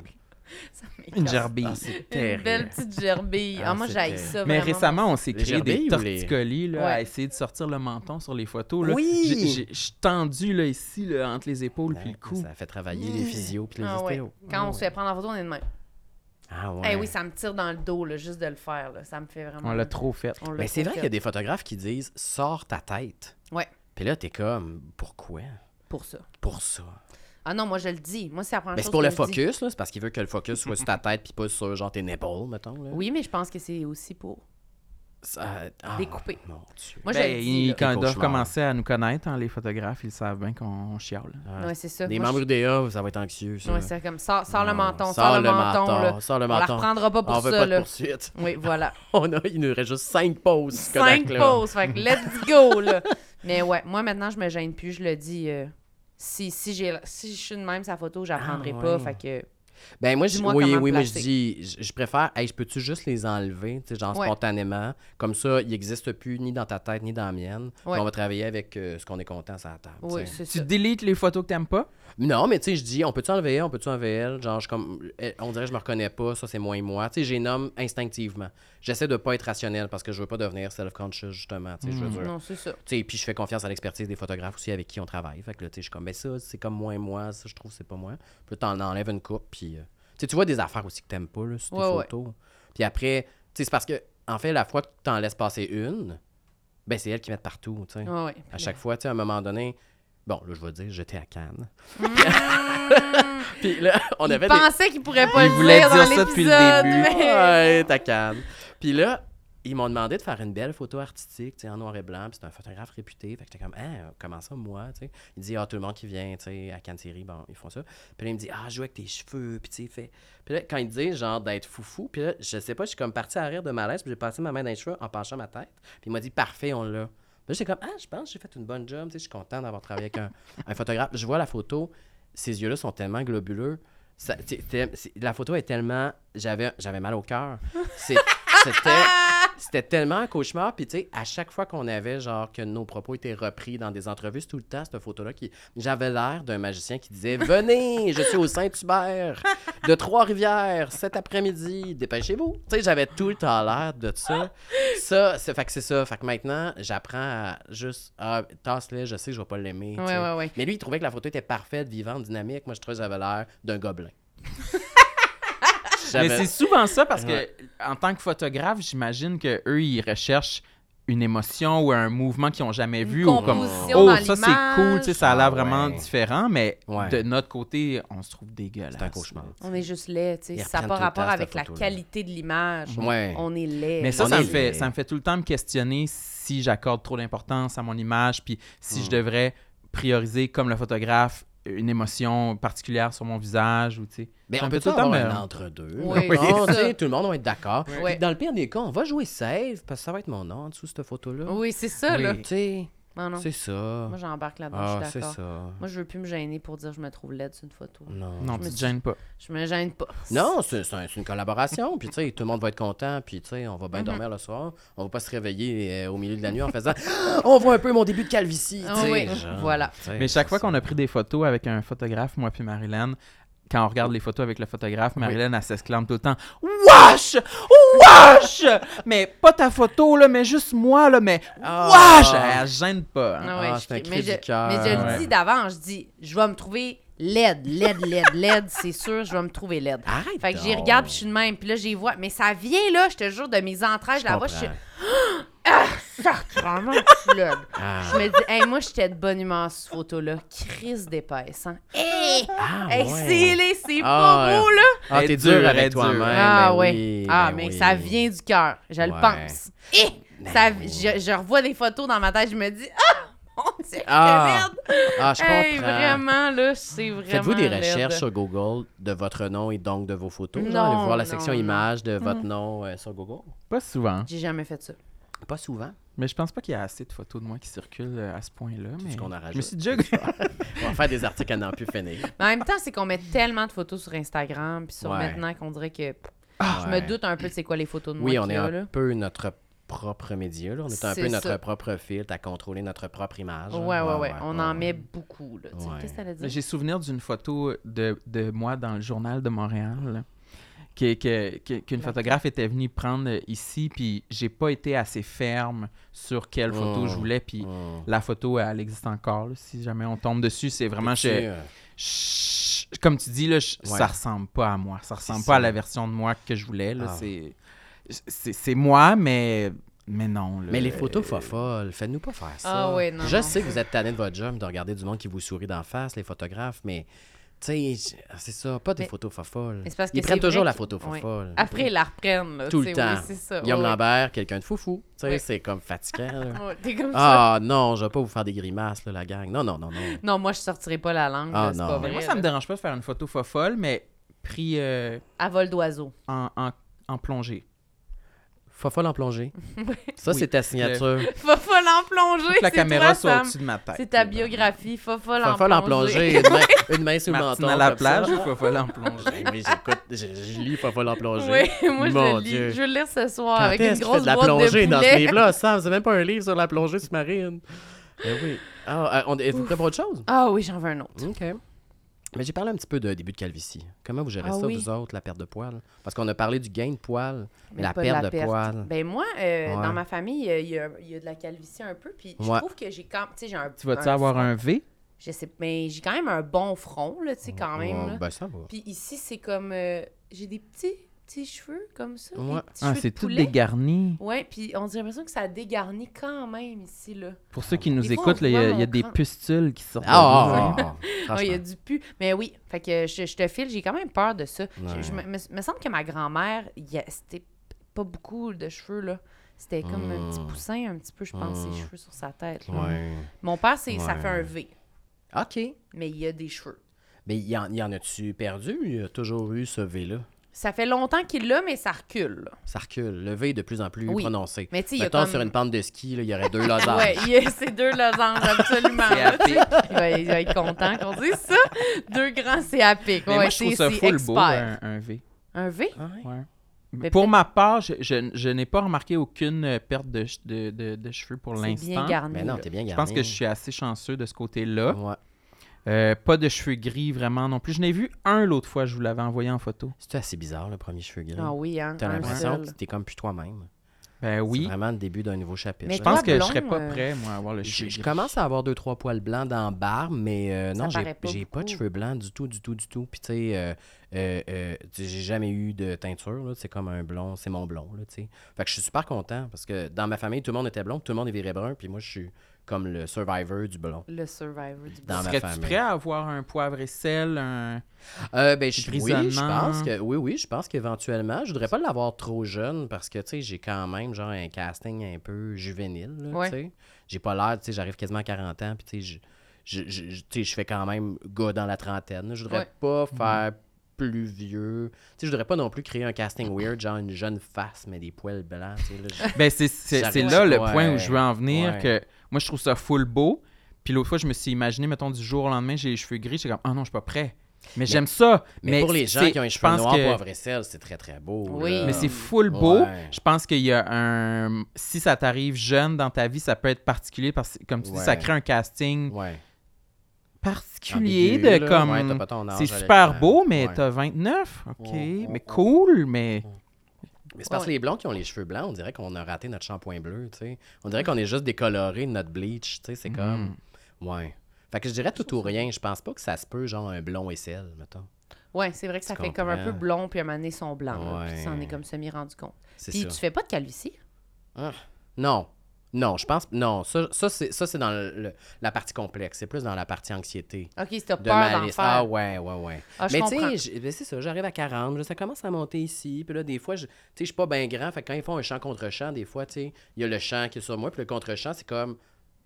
S2: Ça
S1: Une
S2: m'écoeure.
S1: gerbille.
S4: Ah, c'est
S2: Une
S4: terrible.
S2: belle petite gerbille. Ah,
S4: Ah,
S2: moi,
S4: c'est
S2: j'aille
S4: terrible.
S2: ça.
S1: Mais
S2: vraiment.
S1: récemment, on s'est
S4: Les
S1: créé des
S4: gerbilles ou les-
S1: torticolis là, à
S2: Ouais.
S1: essayer de sortir le menton sur les photos. Là.
S4: Oui!
S1: J'ai- j'ai- Je suis tendu là, ici, là, entre les épaules puis le cou.
S4: Ben, Ça fait travailler les physios puis les
S2: Ah ouais.
S4: ostéos.
S2: Quand
S4: Ah
S2: on se fait prendre en photo, on est de même.
S4: Ah
S2: Eh
S4: ouais.
S2: oui, ça me tire dans le dos, là, juste de le faire. là. Ça me fait vraiment.
S1: On l'a trop fait.
S2: On l'a
S4: Mais Ben, c'est
S2: trop
S4: vrai qu'il y
S2: fait
S4: a des photographes qui disent sors ta tête.
S2: Ouais.
S4: Puis là, t'es comme pourquoi
S2: Pour ça.
S4: Pour ça.
S2: Ah non, moi, je le dis. Moi, c'est la première
S4: Mais c'est
S2: chose
S4: pour
S2: que
S4: le
S2: je dis.
S4: focus, là. C'est parce qu'il veut que le focus soit sur ta tête puis pas sur genre tes nipples, mettons. Là.
S2: Oui, mais je pense que c'est aussi pour.
S4: Ça- ah,
S2: Découpé.
S4: Mon Dieu.
S2: Moi, je
S1: Ben,
S2: le dis.
S1: ils
S2: là.
S1: quand-
S4: Des
S1: doivent
S4: cauchemars.
S1: commencer à nous connaître, hein, les photographes, ils savent bien qu'on chiale.
S4: Ah.
S2: Ouais, c'est ça.
S4: Des
S2: Moi,
S4: membres UDA, ça va être anxieux.
S2: je-
S4: Ça.
S2: Ouais, c'est comme sors, sors le
S4: Non,
S2: menton, sors,
S4: sors
S2: le menton. là.
S4: Sors le
S2: On la
S4: menton.
S2: reprendra pas pour
S4: On
S2: ça.
S4: veut pas de
S2: là.
S4: poursuite.
S2: Oui, voilà.
S4: On a, il nous reste juste 5 pauses.
S2: Cinq
S4: Kodak, là.
S2: pauses. Fait que let's go, là. Mais ouais, moi, maintenant, je me gêne plus. Je le dis. euh, si, si, j'ai, si je suis de même sa photo, j'apprendrai
S4: Ah,
S2: pas.
S4: ouais.
S2: Fait que.
S4: Ben moi, je,
S2: Dis-moi
S4: oui,
S2: comment me
S4: oui, moi je
S2: placer.
S4: dis, je, je préfère, hey, je peux-tu juste les enlever, tu sais, genre
S2: Ouais.
S4: spontanément, comme ça, ils n'existent plus ni dans ta tête ni dans la mienne. Puis
S2: Ouais.
S4: On va travailler avec euh, ce qu'on est content sur la table. tu
S2: Oui, c'est
S4: sais.
S1: Tu
S2: ça.
S1: délites les photos que t'aimes pas?
S4: Non, mais tu sais, je dis, on peut-tu enlever, elle, on peut-tu enlever elle, genre, je comme, eh, on dirait que je me reconnais pas, ça c'est moi et moi. Tu sais, j'ai nomme instinctivement. J'essaie de pas être rationnel parce que je veux pas devenir self-conscious justement. Tu sais, je veux dire.
S2: Non, c'est ça.
S4: Tu sais, puis je fais confiance à l'expertise des photographes aussi avec qui on travaille. Fait que là, tu sais, je suis comme, mais ça, c'est comme moi et moi, ça, je trouve, que c'est pas moi. Puis là, t'en enlèves une coupe, puis. euh, Tu sais, tu vois des affaires aussi que t'aimes pas, là, sur tes
S2: Ouais, ouais.
S4: photos. Puis après, tu sais, c'est parce que, en fait, la fois que t'en laisses passer une, ben, c'est elle qui met partout, tu sais.
S2: Ouais, ouais.
S4: À chaque fois, tu sais, à un moment donné. Bon, là, je vais dire, j'étais à Cannes.
S2: Mmh.
S4: Puis là, on
S2: Il
S4: avait des.
S2: pensait qu'il pourrait pas
S1: Il
S2: le
S1: voulait
S2: dire,
S1: dire
S2: dans
S1: ça depuis le
S2: l'épisode,
S1: début.
S2: mais-
S4: Ouais, t'as calme. Puis là, ils m'ont demandé de faire une belle photo artistique, tu sais, en noir et blanc. Puis c'est un photographe réputé. Fait que j'étais comme, ah, comment ça, moi, tu sais. Il dit, ah, tout le monde qui vient, tu sais, à Cannes Série, bon, ils font ça. Puis là, il me dit, ah, joue avec tes cheveux, puis tu sais, fais. Puis là, quand il dit, genre, d'être foufou, puis là, je sais pas, je suis comme parti à rire de malaise, puis j'ai passé ma main dans les cheveux en penchant ma tête. Puis il m'a dit, parfait, on l'a. Puis là, j'étais comme, ah, je pense que j'ai fait une bonne job, tu sais, je suis content d'avoir travaillé avec un, un photographe. Je vois la photo, ses yeux-là sont tellement globuleux. Ça- t'es- t'es- c'est- la photo est tellement. J'avais j'avais mal au cœur. C'est- C'était. C'était tellement un cauchemar. Puis, tu sais, à chaque fois qu'on avait, genre, que nos propos étaient repris dans des entrevues, c'est tout le temps, cette photo-là, qui... j'avais l'air d'un magicien qui disait Venez, je suis au Saint-Hubert de Trois-Rivières cet après-midi, dépêchez-vous. Tu sais, j'avais tout le temps l'air de ça. Ça, c'est fait que c'est ça. Fait que maintenant, j'apprends à juste Ah, tasse-le, je sais que je vais pas l'aimer. tu sais.
S2: Ouais, ouais, ouais.
S4: Mais lui, il trouvait que la photo était parfaite, vivante, dynamique. Moi, je trouvais que j'avais l'air d'un gobelin.
S1: Mais
S4: J'avais-
S1: c'est souvent ça parce que,
S4: Ouais.
S1: en tant que photographe, j'imagine que eux ils recherchent une émotion ou un mouvement qu'ils ont jamais vu ou comme
S2: composition
S1: oh
S2: dans
S1: ça c'est
S2: l'image.
S1: cool, tu sais, ça a l'air
S4: Ah
S1: vraiment
S4: ouais.
S1: différent, mais
S4: Ouais.
S1: de notre côté, on se trouve dégueulasse.
S4: C'est un cauchemar.
S2: On est juste laid, tu sais.
S4: Ils
S2: Ça n'a pas
S4: reprennent tout le
S2: rapport
S4: temps,
S2: avec
S4: cette
S2: la
S4: photo-là.
S2: qualité de l'image.
S4: Ouais.
S2: On est laid.
S1: Mais ça,
S4: On
S1: ça
S4: est
S1: me, fait,
S4: laid.
S1: ça me fait tout le temps me questionner si j'accorde trop d'importance à mon image, puis si
S4: Mm.
S1: je devrais prioriser, comme le photographe, une émotion particulière sur mon visage. Ou, tu sais.
S4: Mais
S1: Ça
S4: on
S1: me fait
S4: peut
S1: tout
S4: tout
S1: le temps
S4: avoir
S1: me-
S4: un entre-deux.
S2: Oui,
S4: là.
S2: c'est
S4: Ah, tu
S2: ça.
S4: sais, tout le monde va être d'accord.
S2: Ouais.
S4: Puis Dans le pire des cas, on va jouer save parce que ça va être mon nom en dessous de cette photo-là.
S2: Oui, c'est ça, là.
S1: Oui.
S4: Tu sais,
S2: Non, non.
S4: c'est ça.
S2: Moi, j'embarque là-dedans,
S4: Ah,
S2: je suis
S4: c'est
S2: d'accord.
S4: ça.
S2: Moi, je veux plus me gêner pour dire je me trouve laide sur une photo.
S4: Non.
S1: Non,
S2: me
S1: tu te
S2: suis-
S1: gênes pas.
S2: Je me gêne pas.
S4: Non, c'est c'est un- c'est une collaboration. Puis, tu sais, tout le monde va être content. Puis, tu sais, on va
S2: Mm-hmm.
S4: bien dormir le soir. On va pas se réveiller euh, au milieu de la nuit en faisant Ah, On voit un peu mon début de calvitie.
S2: Ah
S4: tu sais,
S2: oui,
S4: genre,
S2: voilà.
S4: tu sais,
S1: Mais chaque fois
S4: c'est
S1: qu'on
S4: ça.
S1: a pris des photos avec un photographe, moi puis Marilyn, quand on regarde les photos avec le photographe, Marilyn, elle s'exclame tout le temps « Wesh! Wesh! » Mais pas ta photo, là, mais juste moi, là, mais «
S4: Ah.
S1: Wesh! » Elle se gêne pas. hein.
S2: Ah ouais,
S4: Ah,
S2: je
S4: c'est un
S2: crie-
S4: cri
S2: mais,
S4: du
S2: je,
S4: cœur.
S2: mais je le
S1: Ouais.
S2: dis d'avant, je dis, je vais me trouver laide, laide, laide, laide, c'est sûr, je vais me trouver laide.
S4: Arrête.
S2: Fait que j'y
S4: donc.
S2: regarde, puis je suis de même, puis là, j'y vois. Mais ça vient, là, je te jure, de mes entrailles là-bas, je suis
S4: comprends.
S2: vraiment je suis laide.
S4: Ah.
S2: Je me dis, hey, moi, j'étais de bonne humeur sur cette photo-là. Crise d'épaisse, hein. Hey!
S4: Ah,
S2: Hey,
S4: ouais.
S2: c'est laid, c'est
S4: Ah,
S2: pas beau, là!
S4: Ah,
S1: Elle est
S4: t'es dur
S1: dure, elle est
S4: avec
S1: dure.
S4: toi-même.
S2: Ah,
S4: ben
S2: ouais.
S4: oui,
S2: ah,
S4: ben
S2: mais
S4: oui.
S2: ça vient du cœur, je le
S4: Ouais.
S2: pense. Eh!
S4: Ben
S2: Ça-
S4: oui.
S2: je, je revois des photos dans ma tête, je me dis, ah! Mon Dieu,
S4: Ah,
S2: que merde!
S4: ah, je
S2: Hey,
S4: comprends.
S2: vraiment, là, c'est vraiment.
S4: Faites-vous des
S2: laide.
S4: recherches sur Google de votre nom et donc de vos photos?
S2: Non,
S4: genre, allez voir la
S2: non, Mm-hmm.
S4: section
S2: non.
S4: images de votre nom euh, sur Google?
S1: Pas souvent.
S2: J'ai jamais fait ça.
S4: Pas souvent.
S1: Mais je pense pas qu'il y a assez de photos de moi qui circulent euh, à ce point-là. Mais...
S4: qu'on en
S1: je me
S4: rajoute.
S1: suis déjà...
S4: On va faire des articles à n'en plus finir.
S2: Mais en même temps, c'est qu'on met tellement de photos sur Instagram, puis sur
S4: Ouais.
S2: maintenant qu'on dirait que. Ah, Je
S4: Ouais.
S2: me doute un peu de c'est quoi les photos de moi.
S4: Oui, on
S2: qu'il
S4: est
S2: y a,
S4: un
S2: là.
S4: peu notre propre média. là. On est un
S2: C'est
S4: peu notre
S2: ça.
S4: propre filtre à contrôler notre propre image. là.
S2: Ouais, ouais, ouais. On en
S4: ouais.
S2: met beaucoup, là. Tu sais,
S4: Ouais.
S2: Qu'est-ce que ça veut
S1: Mais
S2: dire?
S1: J'ai souvenir d'une photo de, de moi dans le journal de Montréal. que- que- que- qu'une photographe était venue prendre ici, puis j'ai pas été assez ferme sur quelle photo
S4: Oh.
S1: je voulais, puis
S4: Hum.
S1: la photo, elle existe encore. là, si jamais on tombe dessus, c'est vraiment...
S4: Tu,
S1: Je,
S4: euh,
S1: je- comme tu dis, là, je-
S4: Ouais.
S1: ça ressemble pas à moi. Ça ressemble
S4: C'est
S1: pas à
S4: ça.
S1: la version de moi que je voulais. là,
S4: Ah.
S1: c'est- C'est c'est moi, mais, mais non. là.
S4: Mais les photos fofolles, faites-nous pas faire ça.
S2: Ah oui, non,
S4: Je
S2: non.
S4: sais que vous êtes tanné de votre job de regarder du monde qui vous sourit d'en face, les photographes, mais tu sais, je- c'est ça, pas des
S2: Mais-
S4: photos fofolles.
S2: Mais c'est parce que
S4: Ils
S2: c'est
S4: prennent
S2: vrai
S4: toujours la
S2: qu'ils-
S4: photo
S2: ouais.
S4: fofolle.
S2: Après, ils la reprennent. là,
S4: Tout
S2: tu
S4: le
S2: sais, oui,
S4: temps.
S2: c'est ça.
S4: Guillaume
S2: Ouais,
S4: Lambert, quelqu'un de foufou. Tu sais,
S2: Ouais.
S4: c'est comme fatigant. là.
S2: ouais, T'es comme ça.
S4: Ah non, je vais pas vous faire des grimaces, là, la gang. Non, non, non, non.
S2: Non, moi, je sortirai pas la langue.
S4: Ah,
S2: là, c'est
S4: non.
S2: pas
S4: Mais
S1: Mais
S2: vrai.
S1: moi, ça me
S2: là.
S1: dérange pas de faire une photo fofolle, mais pris euh,
S2: À vol d'oiseau.
S1: en, en, en plongée.
S4: Fofolle en plongée. Ça,
S1: Oui.
S4: c'est ta signature.
S2: Faut pas l'en plonger.
S1: Faut que la
S2: c'est
S1: caméra
S2: toi,
S1: soit
S2: Sam.
S1: au-dessus de ma tête.
S2: C'est ta
S4: ben,
S2: biographie. Fofolle en
S4: Fofolle en plongée, une main, une main sur le menton.
S1: Martine à la
S4: comme ça.
S1: plage ou fofolle en plongée?
S4: Ben oui, j'écoute, je, je lis Fofolle en plongée.
S2: Oui, moi, je
S4: Mon
S2: le lis.
S4: Dieu.
S2: Je vais le lire ce soir
S4: Quand
S2: Ah, avec
S4: est-ce
S2: une
S4: qu'il
S2: grosse
S4: fait de la
S2: boîte
S4: plongée
S2: de
S4: dans ce
S2: poulet.
S4: livre-là, Sam? C'est même pas un livre sur la plongée sous-marine. Eh oui. Ah, euh, on est prêt pour autre chose?
S2: Ah oui, j'en veux un autre.
S4: OK. Mais j'ai parlé un petit peu de début de calvitie. Comment vous gérez
S2: Ah
S4: ça,
S2: oui.
S4: vous autres, la perte de poils? Parce qu'on a parlé du gain de poils, mais
S2: Mais
S4: la
S2: pas de
S4: perte de,
S2: la perte.
S4: poils.
S2: Ben moi, euh,
S4: Ouais.
S2: dans ma famille, euh, il y, a, il y a de la calvitie un peu, puis je
S4: Ouais.
S2: trouve que j'ai quand tu sais, j'ai un
S1: Tu vas-tu avoir un V?
S2: Je sais, mais j'ai quand même un bon front, là, tu sais, quand même.
S4: Ouais,
S2: là.
S4: ben ça va.
S2: Puis ici, c'est comme, euh, j'ai des petits, petits cheveux comme ça, des
S4: Ouais.
S2: petits
S1: Ah,
S2: cheveux
S1: c'est
S2: de
S1: tout
S2: poulet.
S1: dégarni.
S2: Ouais, puis on a l'impression que ça dégarnit quand même ici, là.
S1: Pour ceux qui nous
S2: Des fois,
S1: écoutent,
S2: on
S1: là, il y a,
S2: voit
S1: il y a
S2: mon
S1: des
S2: crâne.
S1: pustules qui sortent. hein.
S4: Ah, ah, ah, ah,
S2: Ah, il y a
S4: franchement.
S2: du pu. Mais oui, fait que je, je te file, j'ai quand même peur de ça. Je-
S4: Ouais.
S2: Je, me, me- me semble que ma grand-mère, il y a- c'était pas beaucoup de cheveux, là. C'était comme un petit
S4: Mm.
S2: poussin, un petit peu, je pense, ses
S4: Mm.
S2: cheveux sur sa tête. là.
S4: Ouais.
S2: Mon père, c'est ça
S4: Ouais.
S2: fait un V,
S4: OK.
S2: mais il y a des cheveux.
S4: Mais il y en, il y en a-tu perdu? ou Il y a toujours eu ce V-là.
S2: Ça fait longtemps qu'il l'a, mais ça recule. là.
S4: Ça recule. Le V est de plus en plus
S2: Oui.
S4: prononcé.
S2: Mais tu sais, il y a
S4: Mettons,
S2: comme...
S4: sur une pente de ski, là, il y aurait deux losanges.
S2: Ouais, il y a ces deux losanges, absolument. là, tu sais. il, va, il va être content qu'on dise ça. Deux grands CAP.
S1: Mais
S2: ouais,
S1: moi, je trouve
S2: c'est-
S1: ça
S2: c'est
S1: full beau,
S2: expert.
S4: hein.
S1: un, un V.
S2: Un V?
S4: Ah ouais.
S1: Ouais.
S2: Mais
S1: pour
S2: peut-
S1: ma part, je, je- je n'ai pas remarqué aucune euh, perte de, che- de, de- de cheveux pour
S2: C'est bien
S1: l'instant.
S2: garni.
S4: Mais non,
S2: là.
S4: t'es bien
S1: Je
S4: gardé.
S1: pense que je suis assez chanceux de ce côté-là.
S4: Ouais.
S1: Euh, pas de cheveux gris vraiment non plus. Je n'ai vu un l'autre fois, je vous l'avais envoyé en photo.
S4: C'était assez bizarre, le premier cheveu gris.
S2: Ah oui, hein.
S4: T'as
S2: un
S4: l'impression
S2: seul.
S4: que t'es comme plus toi-même.
S1: Ben
S4: C'est
S1: oui.
S4: vraiment le début d'un nouveau chapitre.
S2: Mais
S1: Je
S4: là.
S2: toi,
S1: pense que je
S2: blond,
S1: serais pas
S2: euh,
S1: prêt, moi, à avoir le
S4: Je,
S1: cheveu
S4: je
S1: gris.
S4: commence à avoir deux, trois poils blancs dans la barbe, mais euh,
S2: Ça
S4: non, j'ai
S2: paraît pas
S4: j'ai pas de
S2: beaucoup.
S4: cheveux blancs du tout, du tout, du tout. Puis, tu sais, euh, euh, euh, tu sais, j'ai jamais eu de teinture. là. C'est comme un blond, c'est mon blond, là, tu sais. Fait que je suis super content parce que dans ma famille, tout le monde était blond, tout le monde est viré brun, puis moi, je suis comme le survivor du blond.
S2: Le Survivor du
S4: Dans ma
S1: Serais-tu
S4: famille.
S1: prêt à avoir un poivre et sel, un...
S4: Euh, ben, je, oui, je
S1: Emprisonnement.
S4: pense que, oui, oui, je pense qu'éventuellement, je voudrais pas l'avoir trop jeune parce que, tu sais, j'ai quand même, genre, un casting un peu juvénile, là,
S2: Ouais.
S4: tu sais. J'ai pas l'air, tu sais, j'arrive quasiment à 40 ans, puis, tu sais, je, je, je- tu sais, je fais quand même gars dans la trentaine. là. Je voudrais
S2: Ouais.
S4: pas faire plus vieux. Tu sais, je voudrais pas non plus créer un casting weird, genre une jeune face, mais des poils blancs, tu sais, là, je-
S1: Ben, c'est- c'est
S4: J'arrive.
S1: c'est là le
S4: Ouais.
S1: point où je veux en venir,
S4: Ouais.
S1: que moi, je trouve ça full beau. Puis l'autre fois, je me suis imaginé, mettons, du jour au lendemain, j'ai les cheveux gris, j'étais comme, ah non, je suis pas prêt. Mais, j'aime ça.
S4: Mais, pour les gens
S1: c'est-
S4: qui ont les
S1: je
S4: cheveux
S1: pense
S4: noirs,
S1: que-
S4: poivre et sel, c'est très, très beau.
S2: Oui.
S4: là.
S1: Mais c'est full beau.
S4: Ouais.
S1: Je pense qu'il y a un. Si ça t'arrive jeune dans ta vie, ça peut être particulier parce que, comme tu dis,
S4: Ouais.
S1: ça crée un casting
S4: Ouais.
S1: particulier
S4: Ambigu,
S1: de
S4: là.
S1: comme.
S4: Ouais, t'as pas ton âge
S1: c'est
S4: à
S1: super
S4: l'écran.
S1: beau, mais
S4: Ouais.
S1: t'as 29. OK.
S4: Ouais.
S1: Mais cool, mais.
S4: Mais c'est parce que les blonds qui ont les cheveux blancs, on dirait qu'on a raté notre shampoing bleu, tu sais. On
S2: Mm.
S4: dirait qu'on est juste décoloré de notre bleach, tu sais, c'est comme... Ouais. Fait que je dirais tout ou rien. Je pense pas que ça se peut, genre, un blond et sel, mettons.
S2: Ouais, c'est vrai que ça
S4: Tu
S2: fait comme un
S4: comprends.
S2: peu blond, puis à un moment donné, son blanc. là,
S4: Ouais.
S2: Puis ça en est comme semi-rendu compte.
S4: C'est
S2: Puis
S4: ça.
S2: tu fais pas de calvitie?
S4: Ah. Non. Non, je pense... Non, ça, ça, c'est, ça, c'est dans le- le- la partie complexe. C'est plus dans la partie anxiété.
S2: OK, si t'as
S4: De
S2: peur
S4: ma
S2: d'en
S4: liste.
S2: faire.
S4: Ah ouais, ouais, ouais.
S2: Ah, je
S4: mais tu
S2: comprends.
S4: sais, j'ai- ben, c'est ça, j'arrive à 40, là, ça commence à monter ici. Puis là, des fois, je- tu sais, je suis pas bien grand. Fait que quand ils font un champ contre champ, des fois, tu sais, il y a le champ qui est sur moi. Puis le contre champ, c'est comme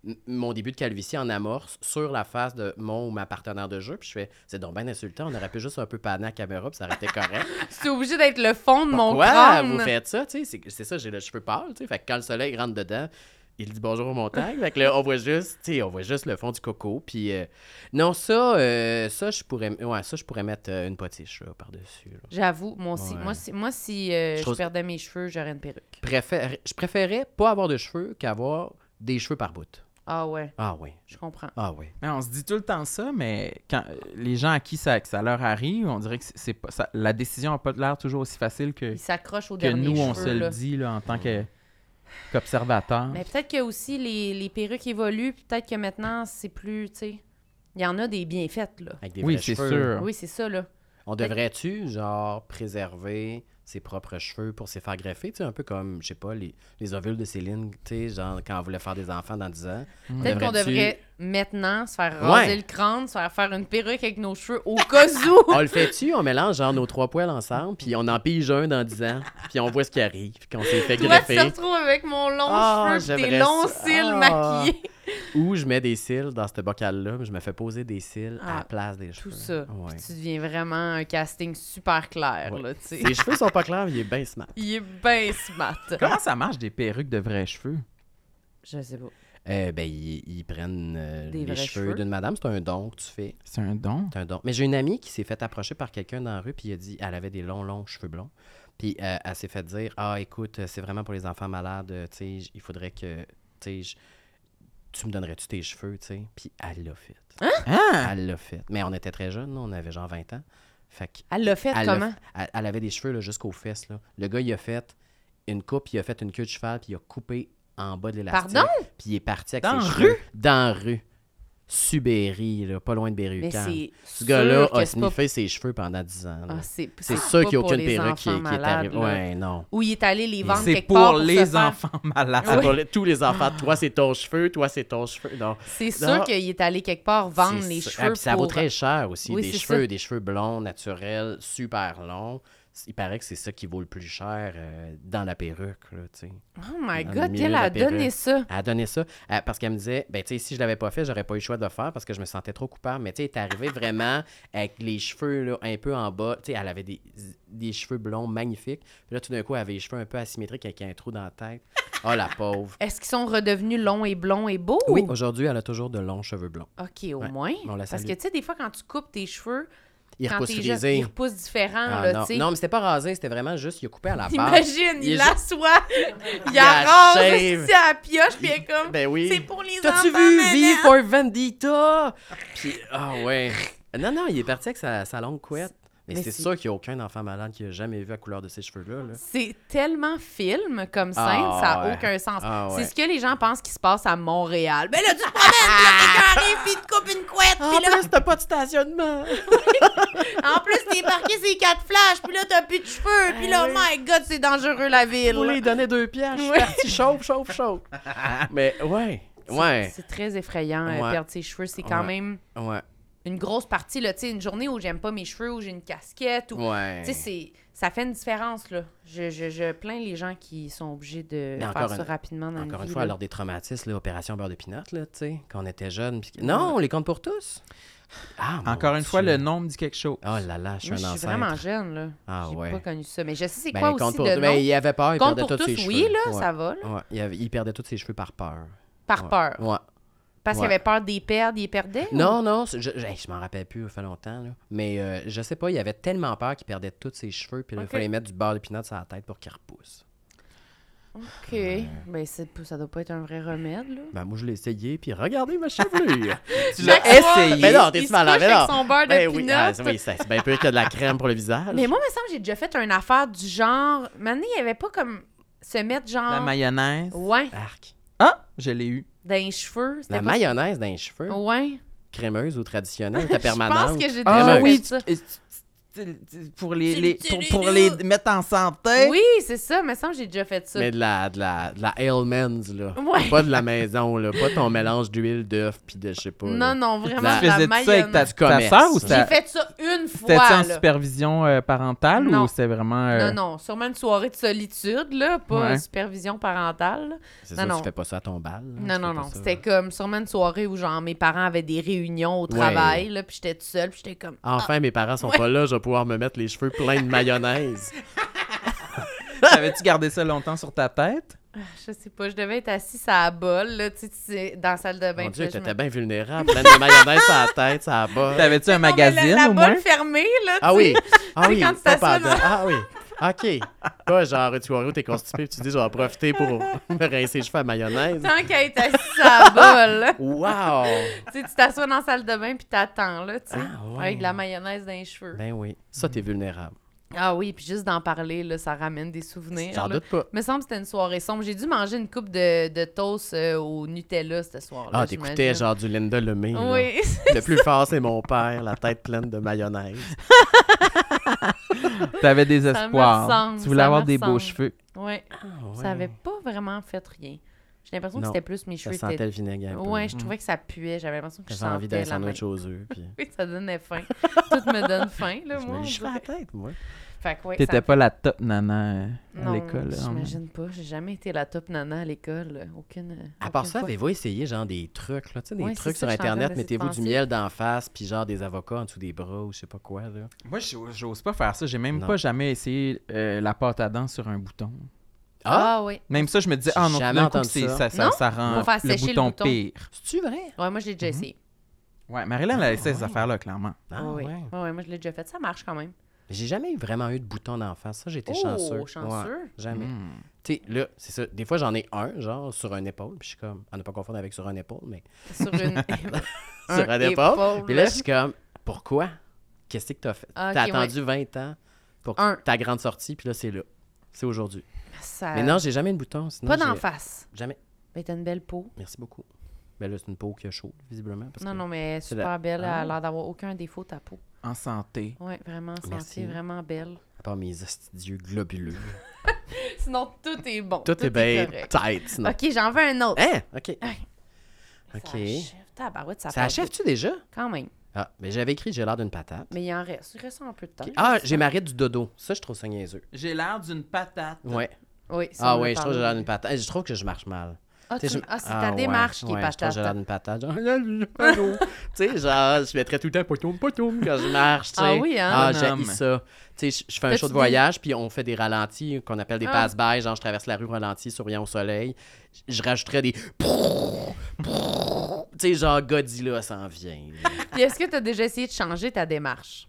S4: m- mon début de calvitie en amorce sur la face de mon ou ma partenaire de jeu. Puis je fais, c'est donc bien insultant. On aurait pu juste un peu paner à la caméra, puis ça aurait été correct.
S2: C'est obligé d'être le fond de mon
S4: Pourquoi
S2: crâne.
S4: vous faites ça? Tu sais, c'est- c'est ça, j'ai le cheveu pâle. tu sais. Fait que quand le soleil rentre dedans, il dit bonjour aux montagnes. fait que là, on voit juste, tu sais, on voit juste le fond du coco. Puis euh, non, ça, euh, ça, je pourrais, ouais, ça, je pourrais mettre euh, une potiche là, par-dessus. là.
S2: J'avoue, moi aussi.
S4: Ouais.
S2: Moi, si, moi, si euh,
S4: Je
S2: je,
S4: trouve-
S2: perdais mes cheveux, j'aurais une perruque.
S4: Préfère- je préférais pas avoir de cheveux qu'avoir des cheveux par bout.
S2: Ah ouais,
S4: Ah oui.
S2: je comprends.
S4: Ah oui.
S1: Mais on se dit tout le temps ça, mais quand euh, les gens à qui ça, que ça leur arrive, on dirait que c'est- c'est pas, ça- la décision n'a pas l'air toujours aussi facile que,
S2: Il s'accroche au
S1: que
S2: dernier
S1: nous,
S2: cheveux,
S1: on se le
S2: là.
S1: dit là, en tant que- qu'observateur.
S2: Mais peut-être que aussi les, les perruques évoluent, puis peut-être que maintenant, c'est plus, tu sais, il y en a des bien faites, là.
S4: Avec des
S1: oui,
S4: vrais
S1: c'est
S4: cheveux.
S1: sûr.
S2: Oui, c'est ça, là.
S4: On devrait-tu, genre, préserver ses propres cheveux pour se faire greffer? Tu sais, un peu comme, je sais pas, les, les ovules de Céline, tu sais, genre, quand on voulait faire des enfants dans 10 ans. On
S2: Peut-être qu'on
S4: devrait-tu-
S2: devrait maintenant se faire
S4: Ouais.
S2: raser le crâne, se faire faire une perruque avec nos cheveux au cas où.
S4: On le fait-tu? On mélange, genre, nos trois poils ensemble, puis on en pige un dans 10 ans, puis on voit ce qui arrive, puis qu'on s'est fait
S2: Toi, tu
S4: greffer.
S2: te retrouves avec mon long
S4: Ah,
S2: cheveu pis tes
S4: j'aimerais
S2: longs
S4: ça.
S2: cils
S4: Ah.
S2: maquillés.
S4: Ou je mets des cils dans ce bocal-là, mais je me fais poser des cils à
S2: Ah,
S4: la place des
S2: Tout
S4: cheveux.
S2: ça. Puis
S4: Ouais.
S2: tu deviens vraiment un casting super clair,
S4: Ouais.
S2: là, tu sais.
S4: Les cheveux sont pas clairs, mais il est bien smart.
S2: Il est bien smart.
S1: Comment ça marche des perruques de vrais cheveux?
S2: Je sais pas.
S4: Euh, ben, ils, ils prennent euh,
S2: Des
S4: les
S2: vrais
S4: cheveux,
S2: cheveux.
S4: d'une madame. C'est un don que tu fais.
S1: C'est un don.
S4: C'est un don. Mais j'ai une amie qui s'est fait approcher par quelqu'un dans la rue, puis il a dit elle avait des longs, longs cheveux blonds. Puis euh, elle s'est fait dire Ah, écoute, euh, c'est vraiment pour les enfants malades. euh, Tu sais, j- il faudrait que. Tu sais, j- tu me donnerais-tu tes cheveux, tu sais Puis elle l'a fait.
S2: Hein?
S1: Ah!
S4: Elle l'a fait. Mais on était très jeunes, nous, on avait genre 20 ans. Fait que
S2: Elle l'a fait
S4: elle, l'a-
S2: comment?
S4: elle- elle avait des cheveux là, jusqu'aux fesses. Là. Le gars, il a fait une coupe, il a fait une queue de cheval, puis il a coupé en bas de l'élastique.
S2: Pardon?
S4: Puis il est parti avec
S1: Dans
S4: ses
S1: la
S4: cheveux. Dans la rue. Subéry, là, pas loin de
S2: Mais
S4: Berry-UQAM.
S2: c'est
S4: Ce gars-là
S2: sûr que
S4: a
S2: c'est pas...
S4: sniffé ses cheveux pendant 10 ans. là.
S2: Ah, c'est
S4: c'est
S2: c'est
S4: sûr
S2: pas
S4: qu'il n'y a
S2: pour
S4: aucune
S2: les
S4: perruque qui,
S2: enfants
S4: qui est
S2: malades,
S4: arrivée.
S2: là.
S4: Ouais, non.
S2: Ou il est allé les vendre
S1: C'est
S2: quelque part
S1: pour
S2: pour se
S1: les
S2: faire-
S1: enfants malades.
S4: C'est pour les- tous les enfants.
S2: Ah.
S4: Toi, c'est ton cheveu. Toi, c'est ton cheveu. Non.
S2: C'est
S4: Non.
S2: sûr qu'il est allé quelque part vendre
S4: C'est
S2: les
S4: ça.
S2: cheveux
S4: Ah, puis ça vaut
S2: pour-
S4: très cher aussi.
S2: Oui,
S4: des
S2: c'est
S4: cheveux,
S2: ça.
S4: des cheveux blonds, naturels, super longs. Il paraît que c'est ça qui vaut le plus cher euh, dans la perruque. Là, tu sais.
S2: Oh my
S4: Dans le
S2: God,
S4: milieu de
S2: elle
S4: la
S2: a donné
S4: perruque.
S2: ça.
S4: Elle a donné ça euh, parce qu'elle me disait, ben, tu sais, si je l'avais pas fait, j'aurais pas eu le choix de le faire parce que je me sentais trop coupable. Mais tu sais, elle est arrivée vraiment avec les cheveux là, un peu en bas. Tu sais, elle avait des, des cheveux blonds magnifiques. Puis là, tout d'un coup, elle avait les cheveux un peu asymétriques avec un trou dans la tête. Oh, la pauvre.
S2: Est-ce qu'ils sont redevenus longs et blonds et beaux?
S4: Oui, aujourd'hui, elle a toujours de longs cheveux blonds.
S2: OK, au
S4: Ouais,
S2: moins.
S4: on la
S2: Parce
S4: salue.
S2: que, tu sais, des fois, quand tu coupes tes cheveux,
S4: Ils
S2: quand
S4: repoussent
S2: t'es jeune,
S4: frisés.
S2: ils repoussent différents,
S4: Ah,
S2: là,
S4: non.
S2: tu sais.
S4: non, mais c'était pas rasé, c'était vraiment juste, il a coupé à la base.
S2: T'imagines,
S4: Il
S2: il
S4: est ju-
S2: l'assoit, il
S4: Il
S2: arrose,
S4: achève.
S2: il à la pioche, puis il est comme...
S4: Ben oui.
S2: C'est pour les enfants.
S4: T'as-tu vu
S2: maintenant.
S4: V for Vendetta? Puis, ah ouais. Non, non, il est parti avec sa, sa longue couette. Mais,
S2: Mais
S4: c'est
S2: c'est-
S4: sûr qu'il n'y a aucun enfant malade qui a jamais vu la couleur de ses cheveux-là. là.
S2: C'est tellement film comme scène,
S4: Ah,
S2: ça n'a
S4: ouais.
S2: aucun sens.
S4: Ah, ouais.
S2: C'est ce que les gens pensent qui se passe à Montréal. Ben là, tu te promènes, puis là, quelqu'un arrive, puis il te coupe une couette,
S4: Ah, En
S2: Ah, puis là,
S4: plus, t'as pas de stationnement.
S2: en plus, t'es marqué ces quatre flashs, puis là, t'as plus de
S4: Ah,
S2: cheveux, puis là, oh my God, c'est dangereux, la ville.
S4: Vous les donner deux pierres. Je suis
S2: Ouais.
S4: parti chauffe, chauffe, chauffe. Mais ouais, ouais,
S2: C'est très effrayant, euh,
S4: Ouais.
S2: perdre ses cheveux. C'est quand
S4: Ouais.
S2: même
S4: ouais,
S2: une grosse partie, là, tu sais, une journée où j'aime pas mes cheveux, où j'ai une casquette, ou...
S4: ouais.
S2: Tu sais, c'est- ça fait une différence, là. Je, je, je plains les gens qui sont obligés de
S4: Mais
S2: faire
S4: encore
S2: ça
S4: une-
S2: rapidement dans
S4: Encore
S2: une
S4: une
S2: vie,
S4: fois,
S2: là.
S4: lors des traumatismes, là, opération beurre de pinot, là, tu sais, quand on était jeunes. puis- Non, on les compte pour tous. Ah, mon
S1: Encore une fois,
S4: Dieu.
S1: le nom me dit quelque chose.
S4: Oh là là, je suis
S2: Moi, je
S4: un
S2: suis
S4: ancêtre.
S2: vraiment jeune, là.
S4: Ah
S2: J'ai
S4: ouais.
S2: pas connu ça. Mais je sais c'est
S4: Ben,
S2: quoi
S4: compte
S2: aussi
S4: pour-
S2: de
S4: ben,
S2: nom.
S4: il avait peur, il
S2: Compte
S4: perdait
S2: pour
S4: tous,
S2: tous,
S4: ses cheveux.
S2: oui, là,
S4: Ouais.
S2: ça va, là. Euh.
S4: Ouais, il, avait- il perdait tous ses cheveux par peur.
S2: Par
S4: Ouais.
S2: peur.
S4: Ouais.
S2: Parce
S4: Ouais.
S2: qu'il avait peur des perdre, il perdait. ou-
S4: Non, non, c'est- je, je, hey, je m'en rappelle plus, il fait longtemps. là. Mais euh, je sais pas, il avait tellement peur qu'il perdait tous ses cheveux, puis là, il
S2: Ok.
S4: fallait mettre du beurre de pinot sur la tête pour qu'il repousse.
S2: OK. Ben, c'est pas- ça doit pas être un vrai remède, là.
S4: Ben, moi, je l'ai essayé, puis regardez ma chevelure.
S1: Tu l'as
S2: Chaque fois-
S1: essayé.
S4: Mais non,
S2: Il
S4: t'es-tu
S2: se
S4: malade?
S2: couche
S4: Mais
S2: avec
S4: non.
S2: son beurre de
S4: Ben oui,
S2: pinot.
S4: ah, c'est- oui, c'est c'est bien pire que de la crème pour le
S1: Ah,
S4: visage.
S2: Mais moi, il me semble que j'ai déjà fait une affaire du genre... Maintenant, il y avait pas comme se mettre genre...
S1: La mayonnaise.
S2: Ah. Ouais,
S4: Arc.
S1: Ah, je l'ai eu.
S2: dans les cheveux. c'était
S4: La
S2: pas-
S4: mayonnaise dans les cheveux,
S2: Ouais.
S4: crémeuse ou traditionnelle, ta
S2: Je pense
S4: permanente.
S2: que j'ai
S1: Ah
S2: déjà fait
S1: oui,
S2: ça.
S1: tu- tu- tu- pour les,
S2: Tu
S1: les- pour,
S2: l'utilises,
S1: pour
S2: là.
S1: les mettre en santé.
S2: Oui, c'est ça. Il me semble que j'ai déjà fait ça.
S4: Mais de la, de la, de la Hellman's, là.
S2: Ouais.
S4: Pas de la maison, là. Pas ton mélange d'huile, d'œuf, puis de je sais pas.
S2: Non,
S4: là.
S2: non, vraiment,
S4: la-
S1: Tu
S2: de
S1: faisais
S2: la
S1: ça avec ta,
S2: mayonnaise.
S1: ta
S4: Du commerce.
S1: soeur ou
S4: J'ai
S1: ta-
S2: J'ai fait ça une fois,
S1: c'était-tu en
S2: là.
S1: supervision euh, parentale
S2: Non.
S1: ou c'était vraiment... euh,
S2: Non, non, sûrement une soirée de solitude, là, pas
S1: Ouais.
S2: une supervision parentale. là.
S4: C'est
S2: Non,
S4: sûr,
S2: non.
S4: tu fais pas ça à ton bal.
S2: Non, non, non. C'était comme sûrement une soirée où, genre, mes parents avaient des réunions au travail, là, puis j'étais toute seule, puis j'étais comme.
S4: Enfin, mes parents sont
S2: Ah. Ouais.
S4: pas là, je vais pouvoir me mettre les cheveux pleins de mayonnaise.
S1: T'avais-tu gardé ça longtemps sur ta tête?
S2: Ah, Je sais pas, je devais être assise à la bolle, là, tu sais, tu sais, dans la salle de bain. puis
S4: Mon Dieu,
S2: là, Ben, je
S4: t'étais
S2: me-
S4: bien vulnérable. Pleine de mayonnaise sur la tête, sur la bas.
S1: T'avais-tu un
S2: Non, mais la-
S1: magazine
S2: la,
S1: au
S2: bolle
S1: moins?
S2: fermée, là. tu
S4: Ah oui,
S2: sais.
S4: ah oui,
S2: quand tu
S4: pas
S2: t'assois
S4: pendant.
S2: dans-
S4: Ah oui. OK. Pas genre, tu vois, t'es constipé, puis tu dis, je vais en profiter pour me rincer les cheveux à mayonnaise.
S2: Tant qu'elle est assise à la boule,
S4: Wow!
S2: tu sais, tu t'assois dans la salle de bain puis t'attends, là, tu sais,
S4: Ah ouais.
S2: avec de la mayonnaise dans les cheveux.
S4: Ben oui. Ça, t'es vulnérable.
S2: Ah oui, puis juste d'en parler, là, ça ramène des souvenirs.
S4: J'en
S2: là.
S4: doute pas.
S2: Me semble que c'était une soirée sombre. J'ai dû manger une coupe de, de toast euh, au Nutella ce soir-là.
S4: Ah, t'écoutais
S2: ben, j'imagine.
S4: genre du Linda Lemay. là.
S2: Oui.
S4: Le plus fort, c'est mon père, la tête pleine de mayonnaise.
S1: T'avais des
S2: me
S1: espoirs.
S2: ressemble,
S1: tu voulais
S2: ça
S1: avoir
S2: me
S1: des beaux
S2: ressemble.
S1: cheveux.
S2: ouais.
S4: Ah
S2: Ça
S4: ouais.
S2: avait pas vraiment fait rien. J'ai l'impression que
S4: Non,
S2: c'était plus mes
S4: Ça
S2: cheveux
S4: sentait
S2: étaient.
S4: le vinaigre un peu. Hmm.
S2: Ouais, je trouvais que ça puait. J'avais l'impression que je
S4: J'avais
S2: sentais
S4: envie d'un
S2: la main.
S4: sandwich aux œufs. Puis...
S2: Oui, ça donnait faim. Tout me donne faim, là,
S4: Je
S2: moi.
S4: me
S2: on
S4: liche
S2: dirait.
S4: la tête, moi.
S2: Fait que, ouais, ça
S1: T'étais pas la top nana euh, à
S2: Non,
S1: l'école. là,
S4: hein.
S1: en même.
S2: J'imagine pas. J'ai jamais été la top nana à l'école. Aucune.
S4: À part
S2: aucune
S4: ça,
S2: fois.
S4: avez-vous essayé genre des trucs, là, tu sais, des
S2: Ouais, c'est
S4: trucs
S2: ça,
S4: sur
S2: je suis en train
S4: Internet,
S2: d'essayer de
S4: mettez-vous du
S2: penser.
S4: miel d'en face, puis genre des avocats en dessous des bras ou je sais pas quoi, là.
S1: Moi, j'o- j'ose pas faire ça. J'ai même
S4: Non.
S1: pas jamais essayé euh, la pâte à dents sur un bouton.
S4: Ah!
S2: Ah oui.
S1: Même ça, je me disais,
S4: J'ai
S1: ah non,
S4: jamais
S1: d'un coup,
S4: entendu
S1: c'est-
S4: ça.
S1: ça. Ça,
S2: Non?
S1: ça rend
S2: Pour faire
S1: le
S2: sécher le
S1: bouton,
S2: bouton.
S1: pire.
S4: C'est-tu vrai?
S2: Ouais, moi, je l'ai déjà essayé.
S1: Ouais, Marilyn, elle a essayé ces
S4: ouais.
S1: affaires-là, clairement.
S4: Mhm. Ah,
S2: Ouais,
S4: ouais.
S2: ouais. Ouais, ouais, moi, je l'ai déjà fait. Ça marche quand même.
S4: J'ai jamais vraiment eu de bouton d'en face. Ça, j'ai été
S2: Oh,
S4: chanceux. Ouais,
S2: chanceux. Mm.
S4: jamais. Tu sais, là, c'est ça. Des fois, j'en ai un, genre, sur un épaule, puis je suis comme, à ne pas confondre avec sur un épaule, mais
S2: Sur une. Un
S4: sur un épaule.
S2: épaule.
S4: Puis là, je suis comme, pourquoi? Qu'est-ce que t'as fait?
S2: Ah,
S4: t'as
S2: ok,
S4: attendu 20 ans pour
S2: Un.
S4: ta grande sortie, puis là, c'est là. C'est aujourd'hui.
S2: Ça-
S4: Mais non, j'ai jamais eu de bouton. Sinon
S2: Pas d'en
S4: j'ai-
S2: face.
S4: Jamais.
S2: Mais t'as une belle peau.
S4: Merci beaucoup. Ben là, c'est une peau qui a chaud, visiblement. parce
S2: Non,
S4: que-
S2: non, mais
S4: c'est
S2: super
S4: la-
S2: belle. Elle
S4: Ah.
S2: a l'air d'avoir aucun défaut, ta peau.
S1: En santé.
S2: Ouais, vraiment
S4: Merci.
S2: sentie, vraiment belle.
S4: À part mes hosties d'yeux globuleux.
S2: Sinon, tout est bon.
S4: Tout, est bien
S2: correct.
S4: tight, sinon.
S2: Ok, j'en veux un autre.
S4: Hein? OK.
S2: Ça
S4: OK.
S2: achève. Tabarouette, ça
S4: Ça
S2: passe vite.
S4: achève-tu déjà?
S2: Quand même.
S4: Ah, mais j'avais écrit J'ai l'air d'une patate.
S2: Mais il en reste. Il reste un peu de temps.
S4: Ah, j'ai ma ride du dodo. Ça, je trouve ça niaiseux.
S1: J'ai l'air d'une patate.
S4: Ouais.
S2: Oui, ça,
S4: Ah,
S2: Ah, on en
S4: ouais, je trouve que j'ai
S2: parle.
S4: l'air d'une patate. Je trouve que je marche mal.
S2: Ah,
S4: Tu
S2: tu-
S4: sais, je-
S2: ah, c'est
S4: Ah,
S2: ta
S4: ouais,
S2: démarche qui
S4: ouais,
S2: est
S4: je trouve que J'ai l'air
S2: patate.
S4: d'une patate. Genre, allô. tu sais, genre, je mettrais tout le temps potoum, potoum quand je marche. tu
S2: Ah
S4: sais.
S2: oui, hein?
S4: Ah,
S1: Bonhomme.
S4: j'ai ça. Tu sais, je- je fais un
S2: T'as-tu
S4: show de
S2: dit-
S4: voyage, puis on fait des ralentis qu'on appelle des
S2: Ah.
S4: pass-by. Genre, je traverse la rue ralenti, souriant au soleil. Je- Je rajouterais des. Tu sais, genre, Godzilla s'en vient.
S2: Puis est-ce que tu as déjà essayé de changer ta démarche?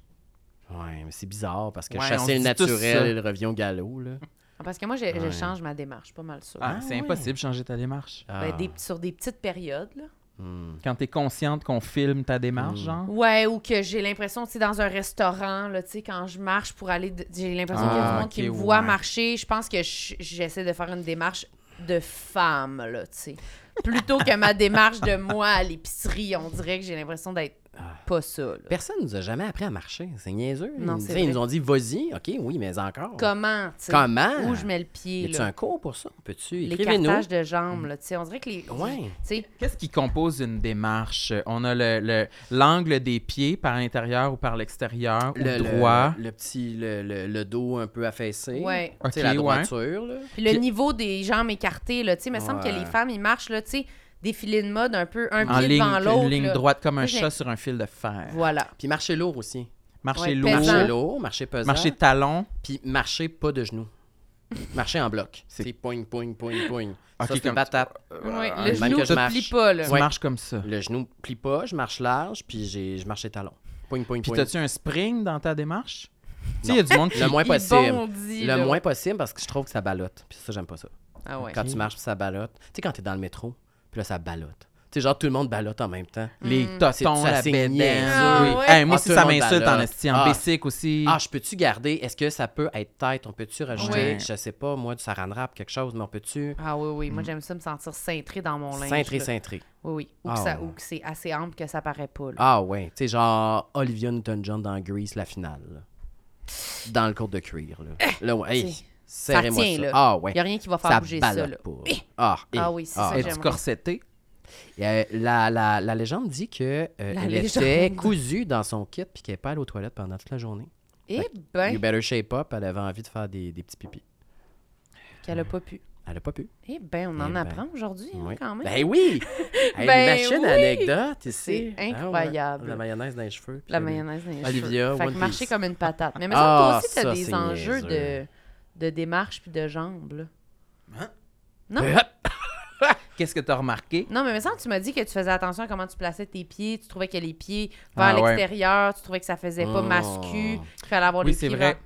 S4: Ouais, mais c'est bizarre parce que
S1: Ouais, on
S4: chasser le
S1: dit tous ça.
S4: naturel, il revient au galop, là.
S2: Ah, Parce que moi, je, je
S4: Ouais.
S2: change ma démarche, pas mal sûr.
S1: Ah,
S4: Ah,
S1: c'est
S4: ouais.
S1: impossible de changer ta démarche.
S4: Ah.
S2: Ben, des- sur des petites périodes, là.
S4: Hmm.
S1: Quand t'es consciente qu'on filme ta démarche, genre.
S2: Ouais, ou que j'ai l'impression, tu sais, dans un restaurant, là, tu sais, quand je marche pour aller, de- j'ai l'impression qu'il y a du
S1: Ah,
S2: monde
S1: ok,
S2: qui me voit
S1: ouais.
S2: marcher. Je pense que je- j'essaie de faire une démarche de femme, là, tu sais. Plutôt que ma démarche de moi à l'épicerie, on dirait que j'ai l'impression d'être
S4: Ah.
S2: pas ça, là.
S4: Personne nous a jamais appris à marcher. C'est niaiseux.
S2: Non,
S4: ils,
S2: c'est
S4: tu sais, ils
S2: vrai.
S4: nous ont dit, vas-y, OK, oui, mais encore.
S2: Comment, tu sais?
S4: Comment?
S2: Où je mets le pied,
S4: Y a
S2: là?
S4: un cours pour ça? Peux-tu écrivez-nous?
S2: L'écartage de jambes, là, tu sais. On dirait que les...
S4: Ouais.
S2: Tu sais,
S1: Qu'est-ce qui compose une démarche? On a le- le- l'angle des pieds par l'intérieur ou par l'extérieur, ou droit.
S4: Le, petit, le, le- le dos un peu affaissé.
S2: Ouais.
S4: Tu sais,
S1: Ok,
S4: la
S1: ouais.
S4: droiture, là.
S2: Puis le
S1: Puis-
S2: niveau des jambes écartées, là, tu sais, il me semble que
S4: Ouais.
S2: les femmes, ils marchent, là, tu sais, défilé de mode un peu, un
S1: en
S2: pied
S1: ligne,
S2: devant l'autre.
S1: une ligne
S2: là.
S1: droite comme un
S2: Moi, j'ai-
S1: chat sur un fil de fer.
S2: Voilà.
S4: Puis marcher lourd aussi.
S1: Marcher
S2: Ouais,
S1: lourd,
S2: pesant.
S4: Marcher lourd, marcher pesant.
S1: marcher talon.
S4: Puis marcher pas de genoux. marcher en bloc.
S1: C'est-
S4: C'est poing, poing, poing, poing.
S1: Ok,
S4: ça, c'est
S1: comme-
S4: une patate.
S2: Ouais,
S4: euh,
S2: le
S4: même
S2: genou
S4: que je
S2: ne
S4: marche.
S2: plie pas, là.
S1: Tu
S4: Ouais.
S1: marches comme ça.
S4: Le genou plie pas, je marche large, puis j'ai- je marche les talons. Poing, poing,
S1: Puis
S4: poing.
S1: t'as-tu un spring dans ta démarche? Tu sais, il y a du monde qui...
S4: Le moins
S2: Il
S4: possible.
S2: bondit,
S4: le
S2: là.
S4: moins possible parce que je trouve que ça ballotte. Puis ça, j'aime pas ça.
S2: Ah ouais.
S4: Quand tu marches, puis ça ballotte. Tu sais, quand t'es dans le métro, puis là, ça ballotte. Tu sais, genre, tout le monde ballotte en même temps.
S1: Les
S4: C'est-
S1: totons,
S4: ça,
S1: la
S4: c'est
S1: bédaine.
S4: niaiseux.
S1: Oui.
S2: Hmm. Ah ouais.
S1: Hey, moi
S4: Ah,
S1: aussi,
S4: tout
S1: ça
S4: le monde
S1: m'insulte en
S4: balotte.
S1: esti. En
S4: Ah.
S1: basic aussi.
S4: Ah, je peux-tu garder? Est-ce que ça peut être tête? On peut-tu rajouter,
S1: Oui.
S4: je sais pas, moi, du saran wrap, quelque chose, mais on peut-tu
S2: Ah oui, oui. Moi, j'aime ça me sentir cintrée dans mon linge.
S4: Mm. cintré,
S2: là.
S4: cintré?
S2: Oui, oui. Ou que,
S4: Ah
S2: ça-
S4: ouais.
S2: ou que c'est assez ample que ça paraît pas, là.
S4: Ah ouais, tu sais, genre Olivia Newton-John dans Grease, la finale. là. Dans le cours de cuir, là. Là, ouais, hey,
S2: T'sais, Eh, ça
S4: serrez-moi
S2: tient,
S4: ça.
S2: là.
S4: Ah ouais.
S2: Il n'y a rien qui va faire
S4: ça
S2: bouger
S4: ballotte
S2: ça, là.
S4: pas.
S2: Eh!
S4: Ah, eh,
S2: Ah oui, c'est ça,
S1: Es-tu
S2: j'aimerais.
S1: corseté?
S4: Euh, la, la, la légende dit que euh,
S2: La
S4: elle
S2: légende.
S4: était cousue dans son kit puis qu'elle n'est pas allée aux toilettes pendant toute la journée.
S2: Eh
S4: You
S2: ben,
S4: better shape up, elle avait envie de faire des, des petits pipis.
S2: qu'elle a pas pu.
S4: Elle n'a pas pu.
S2: Eh ben, on en
S4: Eh ben.
S2: apprend aujourd'hui, hein,
S4: Oui.
S2: quand même.
S4: Ben oui! Hey,
S2: Ben
S4: une machine
S2: oui!
S4: anecdote ici.
S2: C'est
S4: Ah ouais.
S2: incroyable.
S4: La mayonnaise dans les cheveux. puis
S2: La
S4: le-
S2: mayonnaise dans les
S4: Olivia,
S2: cheveux. Fait
S4: One
S2: que marcher
S4: Piece.
S2: comme une patate. Mais mais
S4: Ah,
S2: toi aussi, t'as
S4: ça,
S2: des
S4: c'est
S2: enjeux de,
S4: niaiseux.
S2: de démarche puis de jambes, là. Non.
S4: Euh, hop!
S1: Qu'est-ce que t'as remarqué?
S2: Non, mais me semble que tu m'as dit que tu faisais attention à comment tu plaçais tes pieds. Tu trouvais que les pieds vers
S1: Ah, ouais.
S2: l'extérieur, tu trouvais que ça faisait pas
S4: Oh.
S2: mascu, qu'il fallait avoir
S1: Oui,
S2: les
S1: c'est
S2: pieds
S1: vrai.
S2: vers-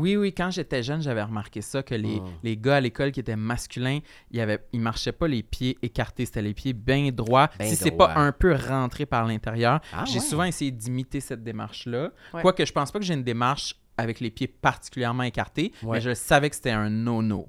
S1: Oui, oui, quand j'étais jeune, j'avais remarqué ça, que les,
S4: Mm.
S1: les gars à l'école qui étaient masculins, ils, avaient, ils marchaient pas les pieds écartés, c'était les pieds bien droits.
S4: Ben
S1: si c'est
S4: droits.
S1: pas un peu rentré par l'intérieur,
S4: Ah,
S1: j'ai
S4: ouais.
S1: souvent essayé d'imiter cette démarche-là.
S2: Ouais.
S1: Quoique je pense pas que j'ai une démarche avec les pieds particulièrement écartés,
S4: Ouais.
S1: mais je savais que c'était un no-no.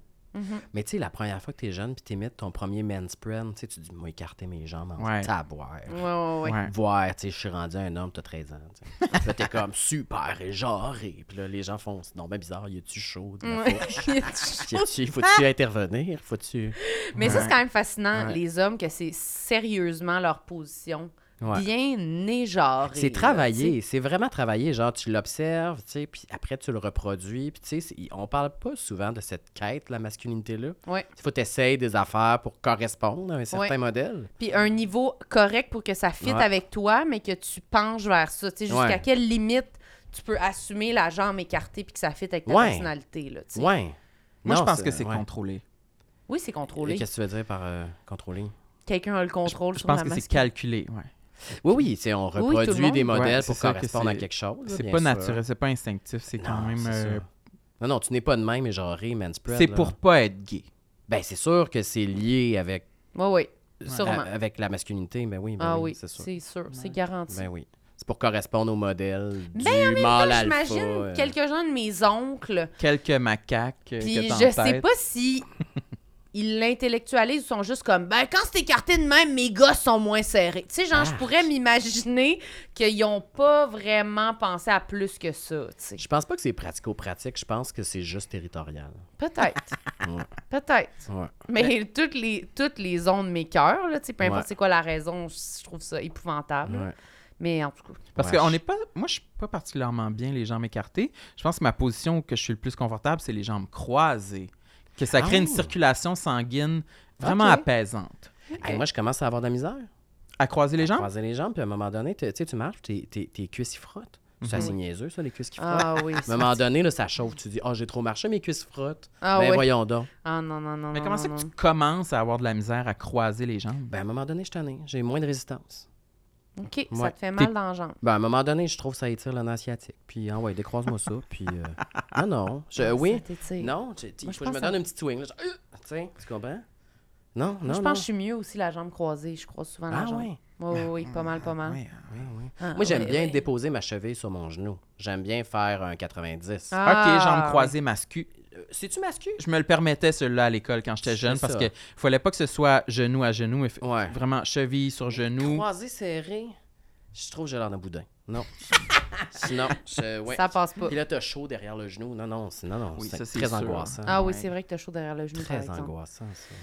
S4: Mais tu sais, la première fois que t'es jeune, puis t'imites ton premier manspread, tu sais, tu dis, moi, écarter mes jambes en
S1: Ouais.
S4: taboire.
S2: Ouais, ouais, ouais.
S1: Ouais.
S4: Voir, tu sais, je suis rendu un homme, t'as 13 ans. tu sais. Puis là, t'es comme super et genré. Puis là, les gens font, c'est non, ben bizarre, y a-tu chaud? de la
S2: Ouais.
S4: fourche?
S2: Il y a du chaud.
S4: Y a-tu- Faut-tu intervenir? Faut-tu.
S2: Mais ça, c'est
S1: Ouais.
S2: quand même fascinant,
S4: Ouais.
S2: les hommes, que c'est sérieusement leur position.
S4: Ouais.
S2: Bien égenrée.
S4: C'est
S2: là,
S4: travaillé, c'est vraiment travaillé. Genre, tu l'observes, tu sais, puis après, tu le reproduis. Puis, tu sais, c'est- on parle pas souvent de cette quête, la masculinité-là.
S2: tu sais. Ouais.
S4: Il faut t'essayer des affaires pour correspondre à un certain
S2: Ouais.
S4: modèle.
S2: Puis un niveau correct pour que ça fitte
S4: Ouais.
S2: avec toi, mais que tu penches vers ça. Tu sais, jusqu'à
S4: Ouais.
S2: quelle limite tu peux assumer la jambe écartée puis que ça fitte avec ta
S4: Ouais.
S2: personnalité, là, tu sais.
S4: Ouais.
S1: Moi,
S4: Non,
S1: je pense que c'est
S4: ouais.
S1: contrôlé.
S2: Oui, c'est
S4: Et
S2: contrôlé.
S4: Qu'est-ce que tu veux dire par euh, contrôler?
S2: Quelqu'un a le contrôle
S1: Je
S2: sur
S1: pense
S2: la
S1: que c'est calculé.
S2: masculinité.
S1: ouais.
S4: Oui, oui, c'est on
S2: Oui, tout le
S4: reproduit des
S2: monde.
S4: modèles
S1: Ouais,
S4: pour
S1: c'est sûr que
S4: correspondre à
S1: c'est-
S4: quelque chose.
S1: C'est
S4: bien
S1: pas
S4: sûr.
S1: naturel, c'est pas instinctif, c'est quand
S4: Non,
S1: même.
S4: c'est
S1: euh,
S4: ça. Non, non, tu n'es pas de même, mais genre manspread.
S1: C'est
S4: là.
S1: pour pas être gay.
S4: Ben, c'est sûr que c'est lié avec,
S2: Oui, oui.
S4: à-
S2: Sûrement.
S4: avec la masculinité. Ben oui, ben
S2: ah
S4: oui,
S2: oui,
S4: c'est sûr.
S2: c'est sûr. C'est garanti.
S4: Ben oui. C'est pour correspondre au modèle du
S2: Ben,
S4: mâle
S2: Moi,
S4: alpha.
S2: J'imagine
S4: euh.
S2: quelques-uns de mes oncles
S1: Quelques macaques. euh,
S2: Puis
S1: que t'as en
S2: je sais
S1: tête.
S2: pas si ils l'intellectualisent ou sont juste comme ben quand c'est écarté de même mes gosses sont moins serrés. Tu sais genre je
S4: Arc.
S2: pourrais m'imaginer qu'ils ont pas vraiment pensé à plus que ça, tu sais.
S4: Je pense pas que c'est pratico-pratique, je pense que c'est juste territorial.
S2: Peut-être.
S4: Ouais.
S2: Peut-être.
S4: Ouais.
S2: Mais toutes les toutes les ondes mes cœurs là, tu sais peu importe
S4: Ouais.
S2: c'est quoi la raison, je trouve ça épouvantable.
S4: Ouais.
S2: Mais en tout cas,
S1: Parce
S4: Ouais.
S1: que on n'est pas. Moi, je suis pas particulièrement bien les jambes écartées. Je pense que ma position où que je suis le plus confortable, c'est les jambes croisées. Que ça crée
S4: Ah.
S1: une circulation sanguine vraiment
S4: Ok.
S1: apaisante.
S4: Hey, moi, je commence à avoir de la misère.
S1: À croiser les jambes?
S4: Croiser les jambes, puis à un moment donné, tu tu sais, tu marches, tes, tes, tes cuisses y frottent. Ça, c'est niaiseux, ça, les cuisses qui frottent.
S2: ah oui.
S4: À un
S2: ça-
S4: moment donné, là, ça chauffe. Tu dis, oh, j'ai trop marché, mes cuisses frottent.
S2: Ah
S4: ben
S2: ouais.
S4: voyons donc.
S2: Ah non non non
S1: Mais
S2: non,
S1: comment
S2: non,
S1: ça
S2: non.
S1: que tu commences à avoir de la misère à croiser les jambes?
S4: Ben, à un moment donné, je t'en ai. J'ai moins de résistance.
S2: OK,
S4: Ouais.
S2: ça te fait mal dans la jambe.
S4: Ben, à un moment donné, je trouve que ça étire le nez asiatique. Puis, ah ouais, décroise-moi ça. Puis, euh, ah non. Je, euh, oui.
S2: Ça t'étire.
S4: Non, tu- tu-
S2: Moi,
S4: il
S2: je
S4: faut que je me
S2: pense à-
S4: donne une petite swing. là, genre, euh, tu sais, tu comprends? Non, non,
S2: Moi, je
S4: non.
S2: pense que je suis mieux aussi la jambe croisée. Je croise souvent la
S4: Ah
S2: jambe.
S4: ouais?
S2: Oui, oui, oui, pas mal, pas mal.
S1: Ouais. hein.
S4: Oui, oui.
S2: Ah,
S4: Moi, j'aime
S2: ouais,
S4: bien
S2: ouais.
S4: déposer ma cheville sur mon genou. J'aime bien faire un 90.
S2: Ah,
S1: Ok, jambes
S2: oui.
S1: croisées, mascu.
S4: Euh, C'est-tu masculin?
S1: Je me le permettais, celui-là, à l'école, quand j'étais
S4: C'est
S1: jeune, parce
S4: ça.
S1: que fallait pas que ce soit genou à genou, mais f-
S4: Ouais.
S1: vraiment cheville sur genou.
S4: Croisé serré. Je trouve que j'ai l'air d'un boudin. Non. Sinon, je, ouais.
S2: Ça passe pas.
S4: Puis là, t'as chaud derrière le genou. Non, non, c'est, non, non,
S1: Oui,
S4: c'est
S1: ça, c'est
S4: très
S1: sûr.
S4: angoissant.
S2: Ah oui, c'est vrai que t'as chaud derrière le genou. par
S4: Très
S2: exemple.
S4: angoissant, ça.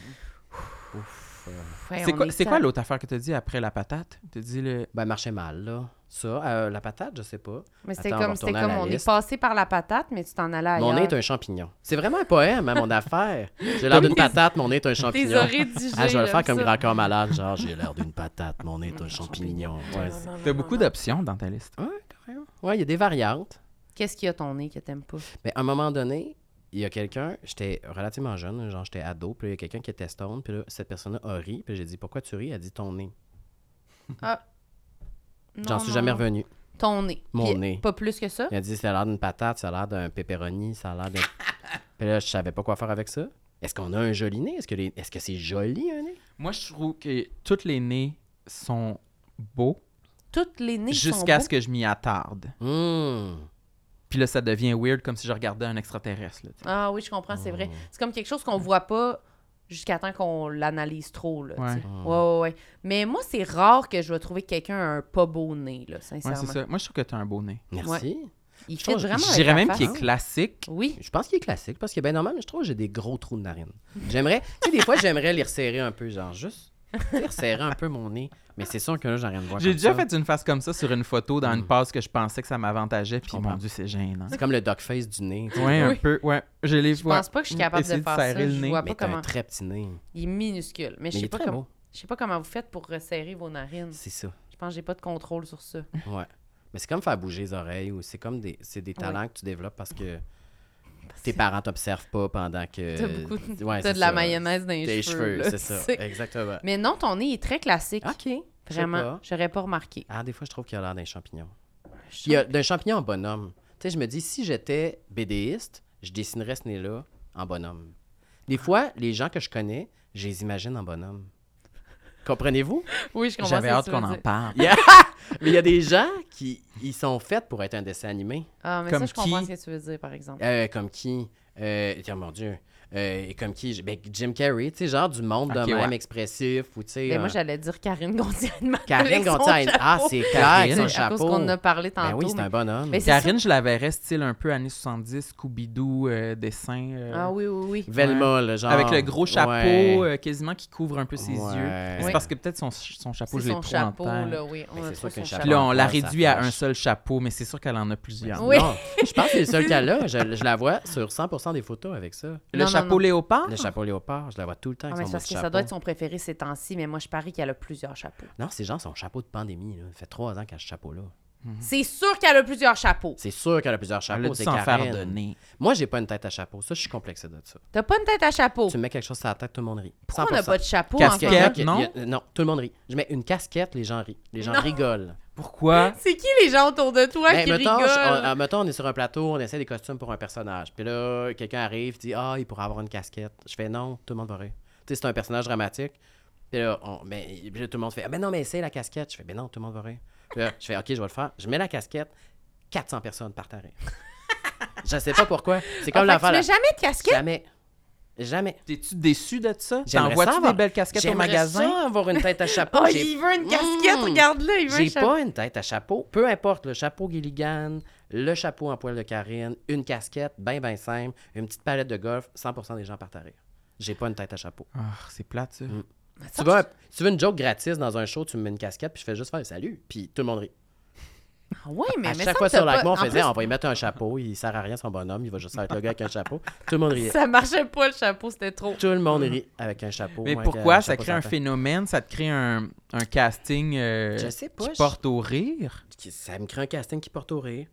S4: Ouf. euh.
S2: Ouais,
S1: C'est
S2: on
S1: quoi,
S2: est
S1: c'est quoi
S2: sale.
S1: l'autre affaire que tu as dit après la patate? Tu dit le.
S4: Ben, marchait mal, là. Ça, euh, la patate, je sais pas.
S2: Mais c'était
S4: Attends, on va
S2: comme, c'était
S4: retourner à
S2: comme
S4: la
S2: on est
S4: liste.
S2: passé par la patate, mais tu t'en allais
S4: Mon
S2: ailleurs.
S4: nez est un champignon. C'est vraiment un poème, hein, mon affaire. J'ai l'air d'une patate, mon nez est un
S2: T'es
S4: champignon.
S2: rédigé.
S4: Ah, je vais le faire
S2: là,
S4: comme
S2: ça.
S4: grand corps malade, genre j'ai l'air d'une patate, mon nez est un champignon. Ouais, c'est-
S1: Tu as beaucoup d'options dans ta liste.
S4: Ouais, quand même. Ouais, il y a des variantes.
S2: Qu'est-ce qu'il y a ton nez que t'aimes pas?
S4: Mais à un moment donné, il y a quelqu'un, j'étais relativement jeune, genre j'étais ado, puis là, il y a quelqu'un qui était stone, puis là, cette personne-là a ri, puis j'ai dit pourquoi tu ris Elle a dit ton nez. J'en
S2: Non,
S4: suis
S2: non,
S4: jamais
S2: non.
S4: revenu.
S2: Ton nez.
S4: Mon
S2: Puis,
S4: nez.
S2: Pas plus que ça?
S4: Il a dit ça a l'air d'une patate, ça a l'air d'un pepperoni, ça a l'air d'un. puis là, je savais pas quoi faire avec ça. Est-ce qu'on a un joli nez Est-ce que les- est-ce que c'est joli un nez
S1: Moi, je trouve que tous les nez sont beaux
S2: Toutes les nez sont
S1: jusqu'à
S2: beaux.
S1: ce que je m'y attarde.
S4: Hum.
S1: Puis là, ça devient weird comme si je regardais un extraterrestre. là, tu sais.
S2: Ah oui, je comprends, c'est vrai. C'est comme quelque chose qu'on voit pas jusqu'à temps qu'on l'analyse trop. Là, tu
S1: Ouais.
S2: sais.
S4: Mmh.
S2: ouais, ouais, ouais. Mais moi, c'est rare que je vais trouver quelqu'un a un pas beau nez, là,
S1: Ouais,
S2: sincèrement.
S1: c'est ça. Moi, je trouve que tu as un beau nez.
S4: Merci.
S2: Il
S4: Je
S2: fait
S4: pense-
S2: vraiment.
S1: Je
S2: Ah, avec
S1: dirais
S2: la
S1: même
S2: face.
S1: qu'il est classique.
S2: Oui.
S4: Je pense qu'il est classique parce que ben normal, mais je trouve que j'ai des gros trous de narine. J'aimerais, tu sais, des fois j'aimerais les resserrer un peu, genre juste tu sais, resserrer un peu mon nez. Mais c'est sûr que là j'aurais me voir.
S1: J'ai
S4: comme
S1: déjà
S4: ça.
S1: fait une face comme ça sur une photo dans une passe que je pensais que ça m'avantageait. Puis
S4: comprends.
S1: mon Dieu, c'est gênant.
S4: C'est comme le dog face du nez. tu sais.
S1: Ouais, un
S2: Oui.
S1: peu. Ouais. Je les
S2: Je
S1: vois.
S2: pense pas que je suis capable de
S1: Essayer
S2: faire
S1: serrer
S2: ça,
S1: le
S2: je
S1: nez.
S2: vois.
S4: Mais
S2: pas
S4: t'as
S2: comment.
S4: un très petit nez.
S2: Il est minuscule. Mais je
S4: Mais il
S2: sais
S4: est
S2: pas
S4: très
S2: comment.
S4: beau.
S2: Je sais pas comment vous faites pour resserrer vos narines.
S4: C'est ça.
S2: Je pense que j'ai pas de contrôle sur ça.
S4: Ouais. Mais c'est comme faire bouger les oreilles ou c'est comme des c'est des talents que tu développes parce que tes parents t'observent pas pendant que
S2: T'as beaucoup de,
S4: Ouais,
S2: t'as
S4: c'est
S2: de la
S4: ça.
S2: mayonnaise dans les
S4: Tes
S2: cheveux.
S4: cheveux,
S2: là,
S4: c'est ça.
S2: tu sais.
S4: Exactement.
S2: Mais non, ton nez est très classique.
S4: OK. je sais
S2: Vraiment,
S4: pas.
S2: j'aurais pas remarqué.
S4: Ah, des fois je trouve qu'il a l'air d'un champignon. Il y a d'un champignon en bonhomme. sais, je me dis, si j'étais BDiste, je dessinerais ce nez-là en bonhomme. Des fois, les gens que je connais, je les imagine en bonhomme. Comprenez-vous?
S2: Oui, je comprends.
S1: J'avais
S2: ce que
S1: hâte
S2: tu veux
S1: qu'on en
S2: dire.
S1: parle.
S4: Il y a- Mais il y a des gens qui ils sont faits pour être un dessin animé.
S2: Ah, mais
S1: Comme
S2: ça, je comprends
S1: qui?
S2: ce que tu veux dire, par exemple.
S4: Euh, comme qui? Euh, tiens, mon Dieu. Euh, et comme qui? Ben, Jim Carrey, tu sais, genre du monde
S1: Ok,
S4: de même
S1: ouais.
S4: expressif ou tu sais.
S2: Mais Ben, moi,
S4: euh,
S2: j'allais dire Karine Gontier-Animal.
S4: Karine
S2: avec son
S4: Gontier.
S2: chapeau.
S4: Ah, c'est clair,
S1: Karine,
S4: avec son
S2: À cause
S4: chapeau.
S2: qu'on en a parlé tantôt.
S4: Ben oui, c'est
S2: mais-
S4: un bonhomme.
S2: mais c'est
S1: Karine, je la verrais style un peu années 70, Scooby-Doo, euh, dessin. euh,
S2: Ah oui, oui, oui.
S4: Velma, le genre.
S1: Avec le gros chapeau
S4: Ouais.
S1: euh, quasiment qui couvre un peu ses
S4: Ouais.
S1: yeux. Mais C'est
S4: Oui.
S1: parce que peut-être son, son chapeau,
S2: C'est
S1: je l'ai
S2: son
S1: trop
S2: chapeau,
S1: en tête.
S2: là, oui. On
S4: Mais
S2: a
S4: c'est
S2: trop
S4: sûr que
S2: son
S4: le
S2: chapeau.
S1: Puis là, on
S4: Ah,
S1: l'a
S4: ça
S1: réduit à
S4: fâche.
S1: un seul chapeau, mais c'est sûr qu'elle en a plusieurs.
S2: Oui.
S4: Non, je pense que c'est le seul cas-là. Je, je la vois sur 100 des photos avec ça.
S1: Le
S2: Non, non,
S1: chapeau
S2: non.
S1: léopard?
S4: Le chapeau léopard, je la vois tout le temps
S2: Ah,
S4: avec
S2: mais
S4: son
S2: c'est
S4: beau
S2: parce que
S4: chapeau.
S2: ça doit être son préféré ces temps-ci, mais moi, je parie qu'elle a plusieurs chapeaux.
S4: Non, ces gens, son chapeau de pandémie, là. Ça fait trois ans qu'elle a ce chapeau-là. Mhm.
S2: C'est sûr qu'elle a plusieurs chapeaux.
S4: C'est sûr qu'elle a plusieurs
S1: Elle a
S4: chapeaux.
S1: dû
S4: C'est
S1: s'en faire
S4: Karen.
S1: donner.
S4: Moi, j'ai pas une tête à chapeau. Ça, je suis complexé de ça.
S2: T'as pas une tête à chapeau.
S4: Tu me mets quelque chose sur la tête, tout le monde rit.
S2: Pourquoi on n'a
S4: 100%.
S2: pas de chapeau
S1: Casquette.
S2: en ce moment?
S4: Il y a-
S1: Non?
S4: il y a- non, tout le monde rit. Je mets une casquette, les gens rient. Les gens
S2: Non.
S4: rigolent.
S1: Pourquoi?
S2: C'est qui les gens autour de toi
S4: Ben,
S2: qui
S4: mettons,
S2: rigolent?
S4: je- on, ah, mettons, on est sur un plateau, on essaie des costumes pour un personnage. Puis là, quelqu'un arrive, dit Ah, il pourrait avoir une casquette. Je fais Non, tout le monde va rire. Tu sais, c'est un personnage dramatique. Puis là, on- ben, puis là, tout le monde fait Ah, ben non, mais essaye la casquette. Je fais Ben non, tout le monde va rire. Puis là, je fais Ok, je vais le faire. Je mets la casquette, 400 personnes partent à rire. je sais pas pourquoi. C'est
S2: Ah,
S4: comme
S2: fait que
S4: l'affaire.
S2: tu n'as
S4: là.
S2: jamais de casquette?
S4: Jamais. Jamais.
S1: T'es-tu déçu de ça?
S4: J'aimerais ça
S1: T'envoies-tu des
S4: avoir-
S1: belles casquettes au
S4: J'aimerais
S1: magasin?
S4: ça avoir une tête à chapeau.
S2: Oh,
S4: J'ai-
S2: il veut une casquette,
S4: Mm.
S2: regarde-le, il veut un
S4: J'ai
S2: chapeau.
S4: pas une tête à chapeau. Peu importe, le chapeau Gilligan, le chapeau en poil de Karine, une casquette, ben ben simple, une petite palette de golf, 100% des gens partent à rire. J'ai pas une tête à chapeau.
S1: Ah, c'est plate, ça.
S2: Ah,
S4: Tu veux, un- tu veux une joke gratis dans un show, tu me mets une casquette, puis je fais juste faire salut, puis tout le monde rit.
S2: Ah ouais, mais
S4: à
S2: mais
S4: chaque
S2: ça,
S4: fois
S2: t'as
S4: sur
S2: pas-
S4: l'acte, on
S2: en
S4: faisait,
S2: plus,
S4: on va y mettre un chapeau, il sert à rien son bonhomme, il va juste être le gars avec un chapeau. Tout le monde rit.
S2: Ça marchait pas, le chapeau, c'était trop.
S4: Tout le monde rit avec un chapeau.
S1: Mais
S4: avec
S1: pourquoi?
S4: un
S1: Ça
S4: chapeau
S1: crée
S4: sans
S1: un
S4: tête.
S1: phénomène, ça te crée un, un casting euh,
S4: Je sais pas,
S1: qui
S4: je-
S1: porte au rire.
S4: qui- ça me crée un casting qui porte au rire.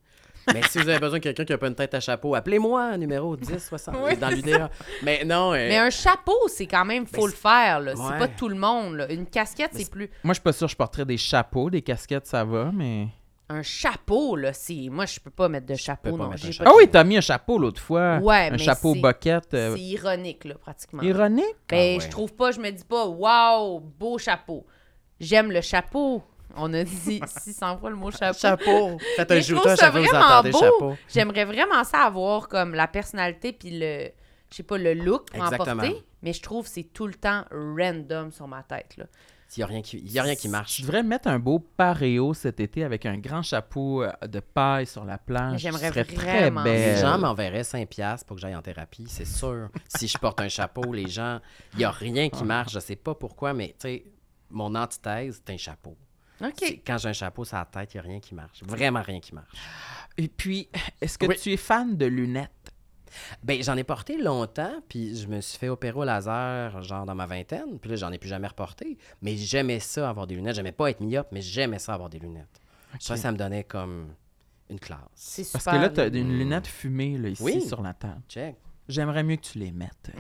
S4: Mais si vous avez besoin de quelqu'un qui a pas une tête à chapeau, appelez-moi numéro 1060
S2: Oui,
S4: dans
S2: c'est
S4: l'UDA. Mais non, euh,
S2: Mais un chapeau, c'est quand même, faut
S4: Ben,
S2: le faire, là. C'est
S4: ouais.
S2: pas tout le monde, là. Une casquette, c'est plus...
S1: Moi, je suis pas sûr que je porterais des chapeaux, des casquettes, ça va, mais...
S2: Un chapeau, là, c'est... Moi, je peux pas mettre de chapeau,
S4: pas
S2: non.
S4: mettre un
S2: j'ai
S4: chapeau.
S1: Ah oui, t'as mis un chapeau l'autre fois.
S2: Ouais,
S1: un
S2: mais
S1: chapeau
S2: c'est-
S1: bucket. euh,
S2: C'est ironique, là, pratiquement.
S1: ironique.
S2: Ben,
S4: Ah ouais.
S2: je trouve pas, je me dis pas, waouh, beau chapeau. J'aime le chapeau. On a dit 600 fois le mot chapeau.
S4: chapeau. Faites un
S2: Mais je trouve
S4: jouteur,
S2: ça
S4: chapeau, vous
S2: vraiment
S4: entendez
S2: beau.
S4: chapeau.
S2: J'aimerais vraiment ça avoir comme la personnalité puis le, je sais pas, le look pour
S4: Exactement.
S2: emporter. Mais je trouve que c'est tout le temps random sur ma tête, là.
S4: Il n'y a, rien qui- y a rien qui marche.
S1: Je devrais mettre un beau pareo cet été avec un grand chapeau euh, de paille sur la plage.
S2: J'aimerais
S1: Ce serait
S2: vraiment
S1: très belle.
S4: Les gens m'enverraient 5 piastres pour que j'aille en thérapie, c'est sûr. si je porte un chapeau, les gens, il n'y a rien qui marche. Je sais pas pourquoi, mais tu sais, mon antithèse, c'est un chapeau. C'est-
S2: OK.
S4: Quand j'ai un chapeau sur la tête, il n'y a rien qui marche. Vraiment rien qui marche.
S1: Et puis, est-ce que
S4: Oui.
S1: tu es fan de lunettes?
S4: Ben, j'en ai porté longtemps, puis je me suis fait opérer au laser, genre dans ma vingtaine, puis là, j'en ai plus jamais reporté. Mais j'aimais ça avoir des lunettes. J'aimais pas être myope, mais j'aimais ça avoir des lunettes. Ça, ça me donnait comme une classe.
S2: C'est super.
S1: Parce que là, tu as
S2: là.
S1: une lunette fumée là, ici
S4: Oui.
S1: sur la table.
S4: Check.
S1: J'aimerais mieux que tu les mettes.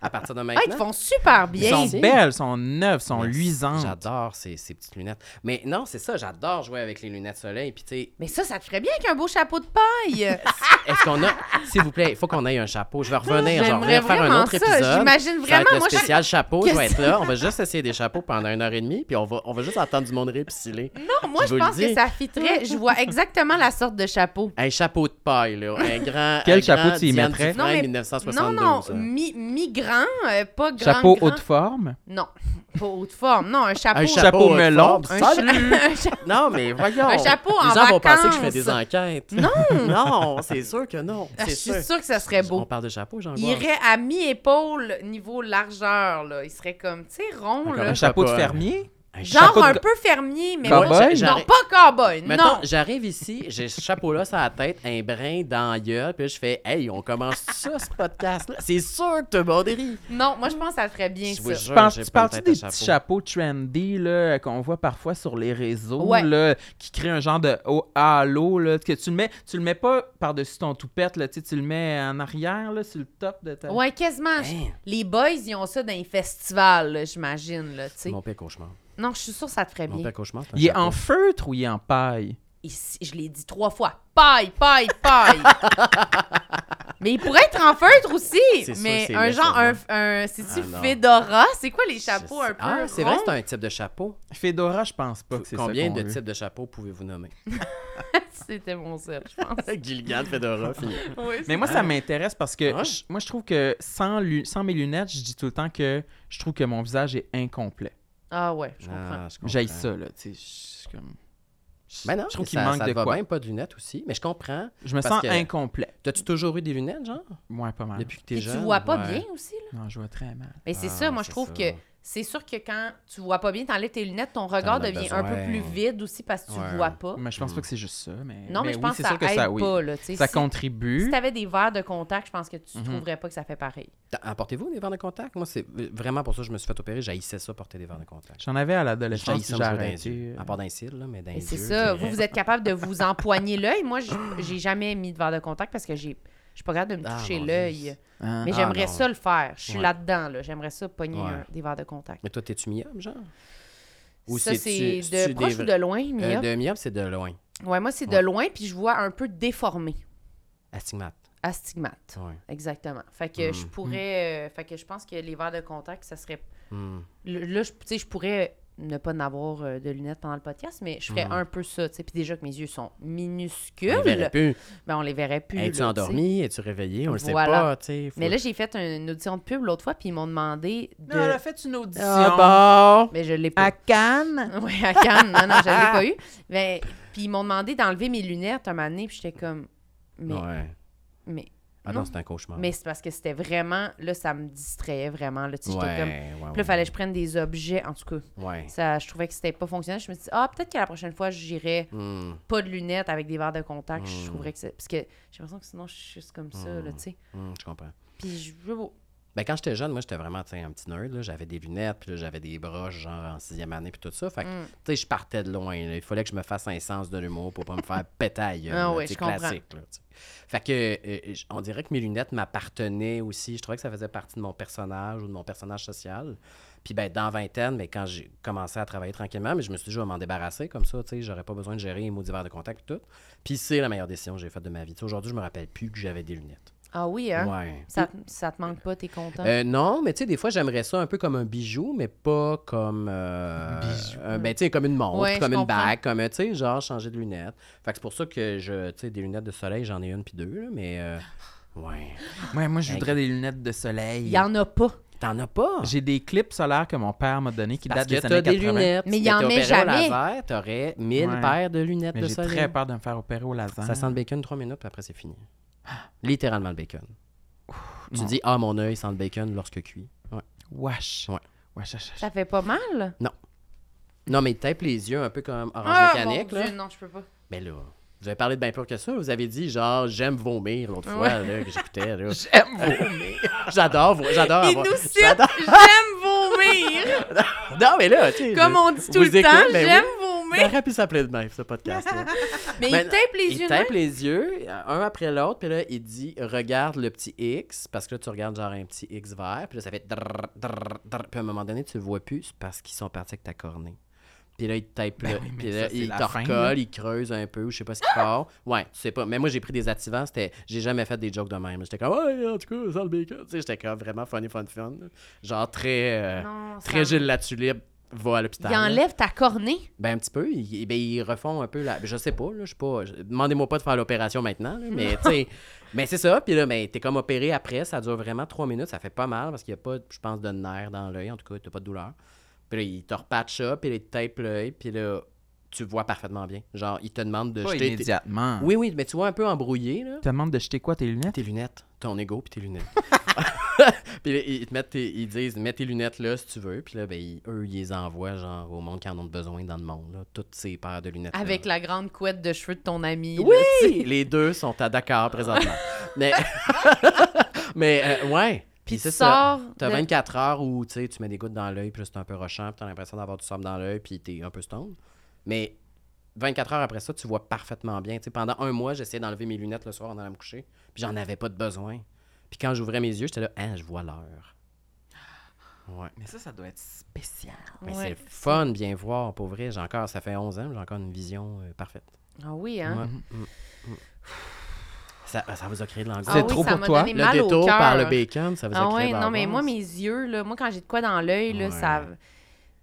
S4: À partir de
S2: Ah, ils te
S4: maintenant.
S2: font super
S1: Elles
S2: bien.
S1: sont
S4: Merci.
S1: belles, sont neuves, sont
S4: Merci.
S1: luisantes.
S4: J'adore ces, ces petites lunettes. Mais non, c'est ça, j'adore jouer avec les lunettes soleil. Puis, tu sais,
S2: Mais ça, ça te ferait bien qu'un beau chapeau de paille.
S4: est-ce qu'on a. S'il vous plaît, il faut qu'on ait un chapeau. Je vais revenir, genre,
S2: J'aimerais
S4: revenir faire
S2: vraiment
S4: un
S2: ça.
S4: autre épisode.
S2: J'imagine
S4: Ça va être
S2: vraiment,
S4: le
S2: moi, je-
S4: spécial chapeau, je vais
S2: Qu'est-ce-
S4: être là. On va juste essayer des chapeaux pendant une heure et demie, puis on va, on va juste entendre du monde rire puis sciller.
S2: Non, moi,
S4: Je
S2: je
S4: veux le
S2: pense que
S4: dire.
S2: ça fitterait. Je vois exactement la sorte de chapeau.
S4: Un chapeau de paille, là. Un grand.
S1: Quel
S4: un
S1: chapeau
S4: grand
S1: tu y
S4: Diane
S1: mettrais?
S4: Dufresne,
S2: Non, mais-
S4: 1972.
S2: non, non,
S4: là.
S2: mi- mi-grand, euh, pas grand.
S1: Chapeau
S2: grand.
S1: haute forme.
S2: Non, pas haute forme. Non, un chapeau. euh,
S4: Un
S1: chapeau
S4: haute
S1: melon.
S4: forme,
S2: un
S4: ça,
S2: cha-
S4: là.
S2: un cha-
S4: Non, mais voyons.
S2: Un chapeau
S4: Les
S2: en
S4: gens vont penser que je fais
S2: vacances.
S4: des enquêtes.
S2: Non!
S4: non, c'est sûr que non.
S2: Ah,
S4: C'est
S2: Je
S4: sûr.
S2: suis sûre que ça serait
S4: On
S2: beau.
S4: parle de chapeau, jean
S2: Il irait à mi-épaule niveau largeur, là. Il serait comme, tu sais, rond,
S4: Encore
S2: là.
S1: Un
S4: un
S1: chapeau euh, de
S4: chapeau, hein.
S1: fermier.
S4: Un
S2: Genre
S1: chapeau de
S2: un
S1: go-
S2: peu fermier, mais
S1: Cowboy?
S2: pas- non,
S4: J'arrive-
S2: pas cowboy,
S4: Maintenant,
S2: non.
S4: j'arrive ici, j'ai ce chapeau-là sur la tête, un brin dans la gueule, puis là, je fais Hey, on commence ça, ce podcast-là. C'est sûr que tu monde rit.
S2: Non, moi, je pense que ça le ferait bien,
S4: Je vous
S2: ça.
S4: jure,
S1: Penses-
S4: j'ai
S1: tu
S4: pas
S1: parles
S4: une tête
S1: des
S4: à
S1: petits chapeaux
S4: chapeau.
S1: trendy là, qu'on voit parfois sur les réseaux
S2: Ouais.
S1: là, qui créent un genre de oh, halo là, que tu le mets tu le mets pas par-dessus ton toupette là, tu sais, tu le mets en arrière là, sur le top de ta
S2: Ouais, quasiment.
S4: Hein?
S2: Les boys, ils ont ça dans les festivals, là, j'imagine, là, tu sais.
S4: Mon père cauchemar.
S2: Non, je suis sûre que ça te ferait
S4: Mon
S2: bien.
S4: père cauchemar, c'est un
S1: Il est
S4: chapeau.
S1: en feutre ou il est en paille
S2: Et si- je l'ai dit trois fois. Paille, paille, paille. mais il pourrait être en feutre aussi.
S4: C'est sûr,
S2: Mais
S4: c'est
S2: un
S4: laid,
S2: genre, un,
S4: sûrement.
S2: un- c'est-tu
S4: Ah, non.
S2: Fedora? C'est quoi les
S4: Je
S2: chapeaux
S4: sais-
S2: un peu
S4: Ah, c'est vrai,
S2: ronds?
S4: c'est un type de chapeau.
S1: Fedora, je pense pas que c'est ça.
S4: Combien
S1: qu'on
S4: de
S1: veut.
S4: types de chapeaux pouvez-vous nommer?
S2: C'était mon seul, je pense.
S4: Gilligan, Fedora, fini.
S2: Oui, c'est-
S1: Mais moi, ça m'intéresse parce que
S4: Ah. Ouais.
S1: je- moi, je trouve que sans, lu- sans mes lunettes, je dis tout le temps que je trouve que mon visage est incomplet.
S2: Ah ouais, je comprends.
S4: Ah, je comprends.
S1: J'aille ça, là. Tu sais, je suis comme. Je,
S4: Ben non,
S1: je trouve
S4: mais
S1: qu'il
S4: ça-
S1: manque
S4: ça
S1: de
S4: te va
S1: quoi.
S4: bien, pas de lunettes aussi, mais je comprends.
S1: Je me
S4: parce
S1: sens
S4: que-
S1: incomplet.
S4: T'as-tu toujours eu des lunettes, genre?
S1: Moi, pas mal.
S4: Depuis que t'es
S2: Puis tu
S4: jeune?
S2: vois pas
S4: Ouais.
S2: bien aussi, là.
S1: Non, je vois très mal.
S2: Mais c'est
S4: Ah,
S2: ça, moi,
S4: c'est
S2: je trouve
S4: ça.
S2: que c'est sûr que quand tu vois pas bien, t'enlèves tes lunettes, ton regard
S4: as
S2: devient un peu
S4: besoin.
S2: plus vide aussi parce que tu
S4: Ouais.
S2: vois pas.
S1: Mais je pense pas
S4: Hmm.
S1: que c'est juste ça. Mais,
S2: Oh. Non, mais, je
S1: oui,
S2: pense
S1: c'est
S2: que ça
S1: sûr
S2: aide pas, là. tu sais,
S1: Ça
S2: si-
S1: contribue.
S2: Si t'avais des verres de contact, je pense que tu
S1: Mhm.
S2: trouverais pas que ça fait pareil.
S4: T'as- Apportez-vous des verres de contact? Moi, c'est vraiment pour ça que je me suis fait opérer. J'haïssais ça, porter des verres de contact.
S1: J'en avais à
S4: J'haïssais
S1: l'adolescence, euh,
S4: ça,
S1: j'ai
S4: me jouer dans les
S1: arrêté.
S4: yeux. Ah À part dans les cils, là, mais dans
S2: Et
S4: les
S2: c'est
S4: yeux,
S2: ça.
S4: Ben je
S2: Vous,
S4: dirais.
S2: vous êtes capable de vous empoigner l'œil. Moi, je- j'ai jamais mis de verre de contact parce que j'ai, je suis pas capable de me
S4: Ah,
S2: toucher
S4: mon Dieu.
S2: l'œil.
S1: Ah.
S2: Mais
S4: Ah,
S2: j'aimerais
S4: non.
S2: ça le faire. Je suis
S4: Ouais.
S2: là-dedans, là. J'aimerais ça pogner
S4: Ouais.
S2: un- des verres de contact.
S4: Mais toi, t'es-tu mi-homme, genre?
S2: ça, c'est
S4: c'est-tu-
S2: de
S4: c'est-tu
S2: proche
S4: des
S2: ou
S4: vrais-
S2: de loin, mais
S4: Euh, de mi-homme, c'est de loin.
S2: Ouais, moi, c'est de
S4: Ouais.
S2: loin, puis je vois un peu déformé.
S4: Astigmate.
S2: Astigmate.
S4: Ouais.
S2: Exactement. Fait que je
S4: Mm.
S2: pourrais. euh, fait que je pense que les verres de contact, ça serait
S4: Hmm.
S2: Le- Là, je- tu sais, je pourrais ne pas n'avoir euh, de lunettes pendant le podcast, mais je ferais
S4: Mhm.
S2: un peu ça, tu sais. Puis déjà que mes yeux sont
S4: On les
S2: minuscules,
S4: verrait plus.
S2: ben on les verrait plus. là, tu
S4: Es-tu
S2: sais.
S4: endormi? Es-tu réveillé? On le sait
S2: Voilà.
S4: pas, tu sais. faut-
S2: Mais là, j'ai fait une audition de pub l'autre fois, puis ils m'ont demandé de...
S1: Non, elle a fait une audition.
S4: Ah bon!
S2: Mais je l'ai pas.
S1: À Cannes.
S2: Oui, à Cannes. Non, non, je l'ai pas eu. Mais puis ils m'ont demandé d'enlever mes lunettes un moment donné, puis j'étais comme... Mais,
S4: Ouais.
S2: mais,
S4: Ah non,
S2: non.
S4: c'est un cauchemar.
S2: mais c'est parce que c'était vraiment... Là, ça me distrayait vraiment, là, tu sais,
S4: ouais,
S2: j'étais comme...
S4: ouais,
S2: Puis
S4: ouais.
S2: là, fallait que je prenne des objets, en tout cas.
S4: Ouais.
S2: Ça, je trouvais que c'était pas fonctionnel. Je me suis dit, ah, peut-être que la prochaine fois, j'irai
S4: Hmm,
S2: pas de lunettes avec des verres de contact, je
S4: Mm.
S2: trouverais que c'est. Parce que j'ai l'impression que sinon, je suis juste comme ça, là,
S4: Mm.
S2: tu sais.
S4: hmm, je comprends.
S2: Puis je veux.
S4: Ben, quand j'étais jeune, moi, j'étais vraiment tu sais, un petit nerd. là. J'avais des lunettes, puis là, j'avais des broches, genre en sixième année, puis tout ça. Fait que,
S2: Mm.
S4: tu sais, je partais de loin. là. Il fallait que je me fasse un sens de l'humour pour pas me faire péter à la gueule,
S2: Ah
S4: là,
S2: ouais,
S4: tu sais,
S2: je comprends.
S4: classique. là, tu sais. fait que, euh, j- on dirait que mes lunettes m'appartenaient aussi. Je trouvais que ça faisait partie de mon personnage ou de mon personnage social. Puis, ben, dans vingtaine, mais quand j'ai commencé à travailler tranquillement, mais je me suis dit, je vais m'en débarrasser comme ça, tu sais, j'aurais pas besoin de gérer les mots divers de contact et tout. Puis, c'est la meilleure décision que j'ai faite de ma vie. Tu sais, Aujourd'hui, je me rappelle plus que j'avais des lunettes.
S2: Ah oui, hein?
S4: Ouais.
S2: Ça, te- ça te manque pas, t'es content?
S4: Euh, non, mais tu sais, des fois, j'aimerais ça un peu comme un bijou, mais pas comme. euh, un- ben, tu sais, comme une montre,
S2: Ouais,
S4: comme
S2: je
S4: une
S2: comprends.
S4: bague, comme, euh, tu sais, genre changer de lunettes. Fait que c'est pour ça que je. Tu sais, des lunettes de soleil, j'en ai une puis deux, là, mais. euh, ouais.
S1: Ouais, moi, je voudrais des lunettes de soleil.
S2: Il y en a pas.
S4: T'en as pas!
S1: J'ai des clips solaires que mon père m'a donné qui
S4: Parce
S1: datent des
S4: que
S1: années
S4: t'as
S1: 80.
S4: des lunettes.
S2: Mais il
S4: que
S2: en
S4: t'es
S2: met
S4: opéré au
S2: jamais.
S4: laser, T'aurais 1000
S1: Ouais.
S4: paires de lunettes
S1: Mais
S4: de
S1: j'ai
S4: soleil.
S1: très peur hein. de me faire opérer au laser.
S4: Ça sent le bacon trois minutes, puis après, c'est fini. Littéralement le bacon. tu
S1: non.
S4: dis, ah, mon œil sent le bacon lorsque cuit. Ouais.
S1: Wesh.
S4: Ouais.
S1: Wesh, wesh, wesh.
S2: Ça fait pas mal?
S4: Non, mais tape les yeux un peu comme Orange Mécanique,
S2: Ah, mon
S4: là.
S2: Dieu, non, je peux pas.
S4: Mais là, vous avez parlé de bien pire que ça. Vous avez dit, genre, j'aime vomir l'autre fois, là, que j'écoutais, là.
S1: J'aime vos-
S4: J'adore, vo- j'adore
S2: Il
S4: avoir...
S2: nous cite
S4: Ah, j'adore-
S2: J'aime vomir!
S4: Non, mais là, tu sais...
S2: Comme
S4: je-
S2: on dit tout
S4: vous
S2: le
S4: écoute,
S2: temps,
S4: ben oui.
S2: j'aime vomir!
S4: Ça aurait pu s'appeler de même, ce podcast-là.
S2: Mais
S4: Ben,
S2: il tape les
S4: il
S2: yeux,
S4: tape les yeux, euh, un après l'autre, puis là, il dit regarde le petit X, parce que là, tu regardes genre un petit X vert, puis là, ça fait drrr, drrr, drrr, puis à un moment donné, tu le vois plus, c'est parce qu'ils sont partis avec ta cornée. Puis là, il te tape,
S1: Ben
S4: là,
S1: oui, mais
S4: puis
S1: ça,
S4: là,
S1: c'est
S4: il
S1: la
S4: te
S1: fin, là.
S4: recolle, il creuse un peu, ou je sais pas ce qu'il part. Ouais, tu sais pas. Mais moi, j'ai pris des activants, c'était. J'ai jamais fait des jokes de même. J'étais comme, ouais, en tout cas, sans le bacon. Tu sais, j'étais comme vraiment funny, fun, fun. Genre très. euh,
S2: Non, ça-
S4: très Gilles la tulipe, va à l'hôpital.
S2: Il
S4: là.
S2: enlève ta cornée.
S4: Ben, un petit peu. Ils, ben, ils refont un peu la. Je sais pas, là. Je sais pas. je- Demandez-moi pas de faire l'opération maintenant, là, Mais, tu sais. Mais c'est ça. Puis là, ben, t'es comme opéré après. Ça dure vraiment trois minutes. Ça fait pas mal parce qu'il y a pas, je pense, de nerfs dans l'œil. En tout cas, t'as pas de douleur. Puis là, ils te repatchent ça. Puis là, ils te tapent l'œil. Puis là, tu vois parfaitement bien. Genre, ils te demandent de
S1: Pas
S4: jeter. tes-
S1: immédiatement.
S4: Oui, oui, mais tu vois un peu embrouillé, là.
S1: Tu te demandes de jeter quoi, tes lunettes?
S4: Tes lunettes, ton ego, puis tes lunettes. puis là, ils te mettent tes- ils disent, mets tes lunettes là si tu veux. Puis là, ben, ils- eux, ils les envoient genre au monde qui en ont besoin dans le monde. Là. Toutes ces paires de lunettes.
S2: Avec la grande couette de cheveux de ton ami. là, tu sais.
S4: Euh. Oui! Les deux sont à Dakar présentement. mais, mais euh, ouais.
S2: Puis tu
S4: c'est
S2: sors.
S4: T'as
S2: de-
S4: 24 heures où tu sais, tu mets des gouttes dans l'œil, puis là, c'est un peu rochant, puis t'as l'impression d'avoir du somme dans l'œil, puis t'es un peu stone. Mais 24 heures après ça, tu vois parfaitement bien. Tu sais, pendant un mois, j'essayais d'enlever mes lunettes le soir en allant me coucher, puis j'en avais pas de besoin. Puis quand j'ouvrais mes yeux, j'étais là, ah, je vois l'heure. Ouais.
S1: Mais ça, ça doit être spécial.
S4: Mais
S2: Ouais.
S4: c'est fun de bien voir, pour vrai. J'ai encore, ça fait 11 ans, j'ai encore une vision euh, parfaite.
S2: Ah oui, hein?
S4: Ouais. Mm, mm. Ça, ben, ça vous a créé de l'angoisse.
S2: Ah
S1: C'est
S2: oui,
S1: trop
S2: ça
S1: pour
S2: m'a
S1: toi.
S2: donné
S4: Le
S2: mal au
S4: détour
S2: cœur.
S4: par le bacon, ça vous a
S2: Ah
S4: créé
S2: ouais,
S4: de
S2: non, mais moi,
S4: l'angoisse.
S2: mes yeux, là, moi, quand j'ai de quoi dans l'œil, là,
S4: Ouais.
S2: ça...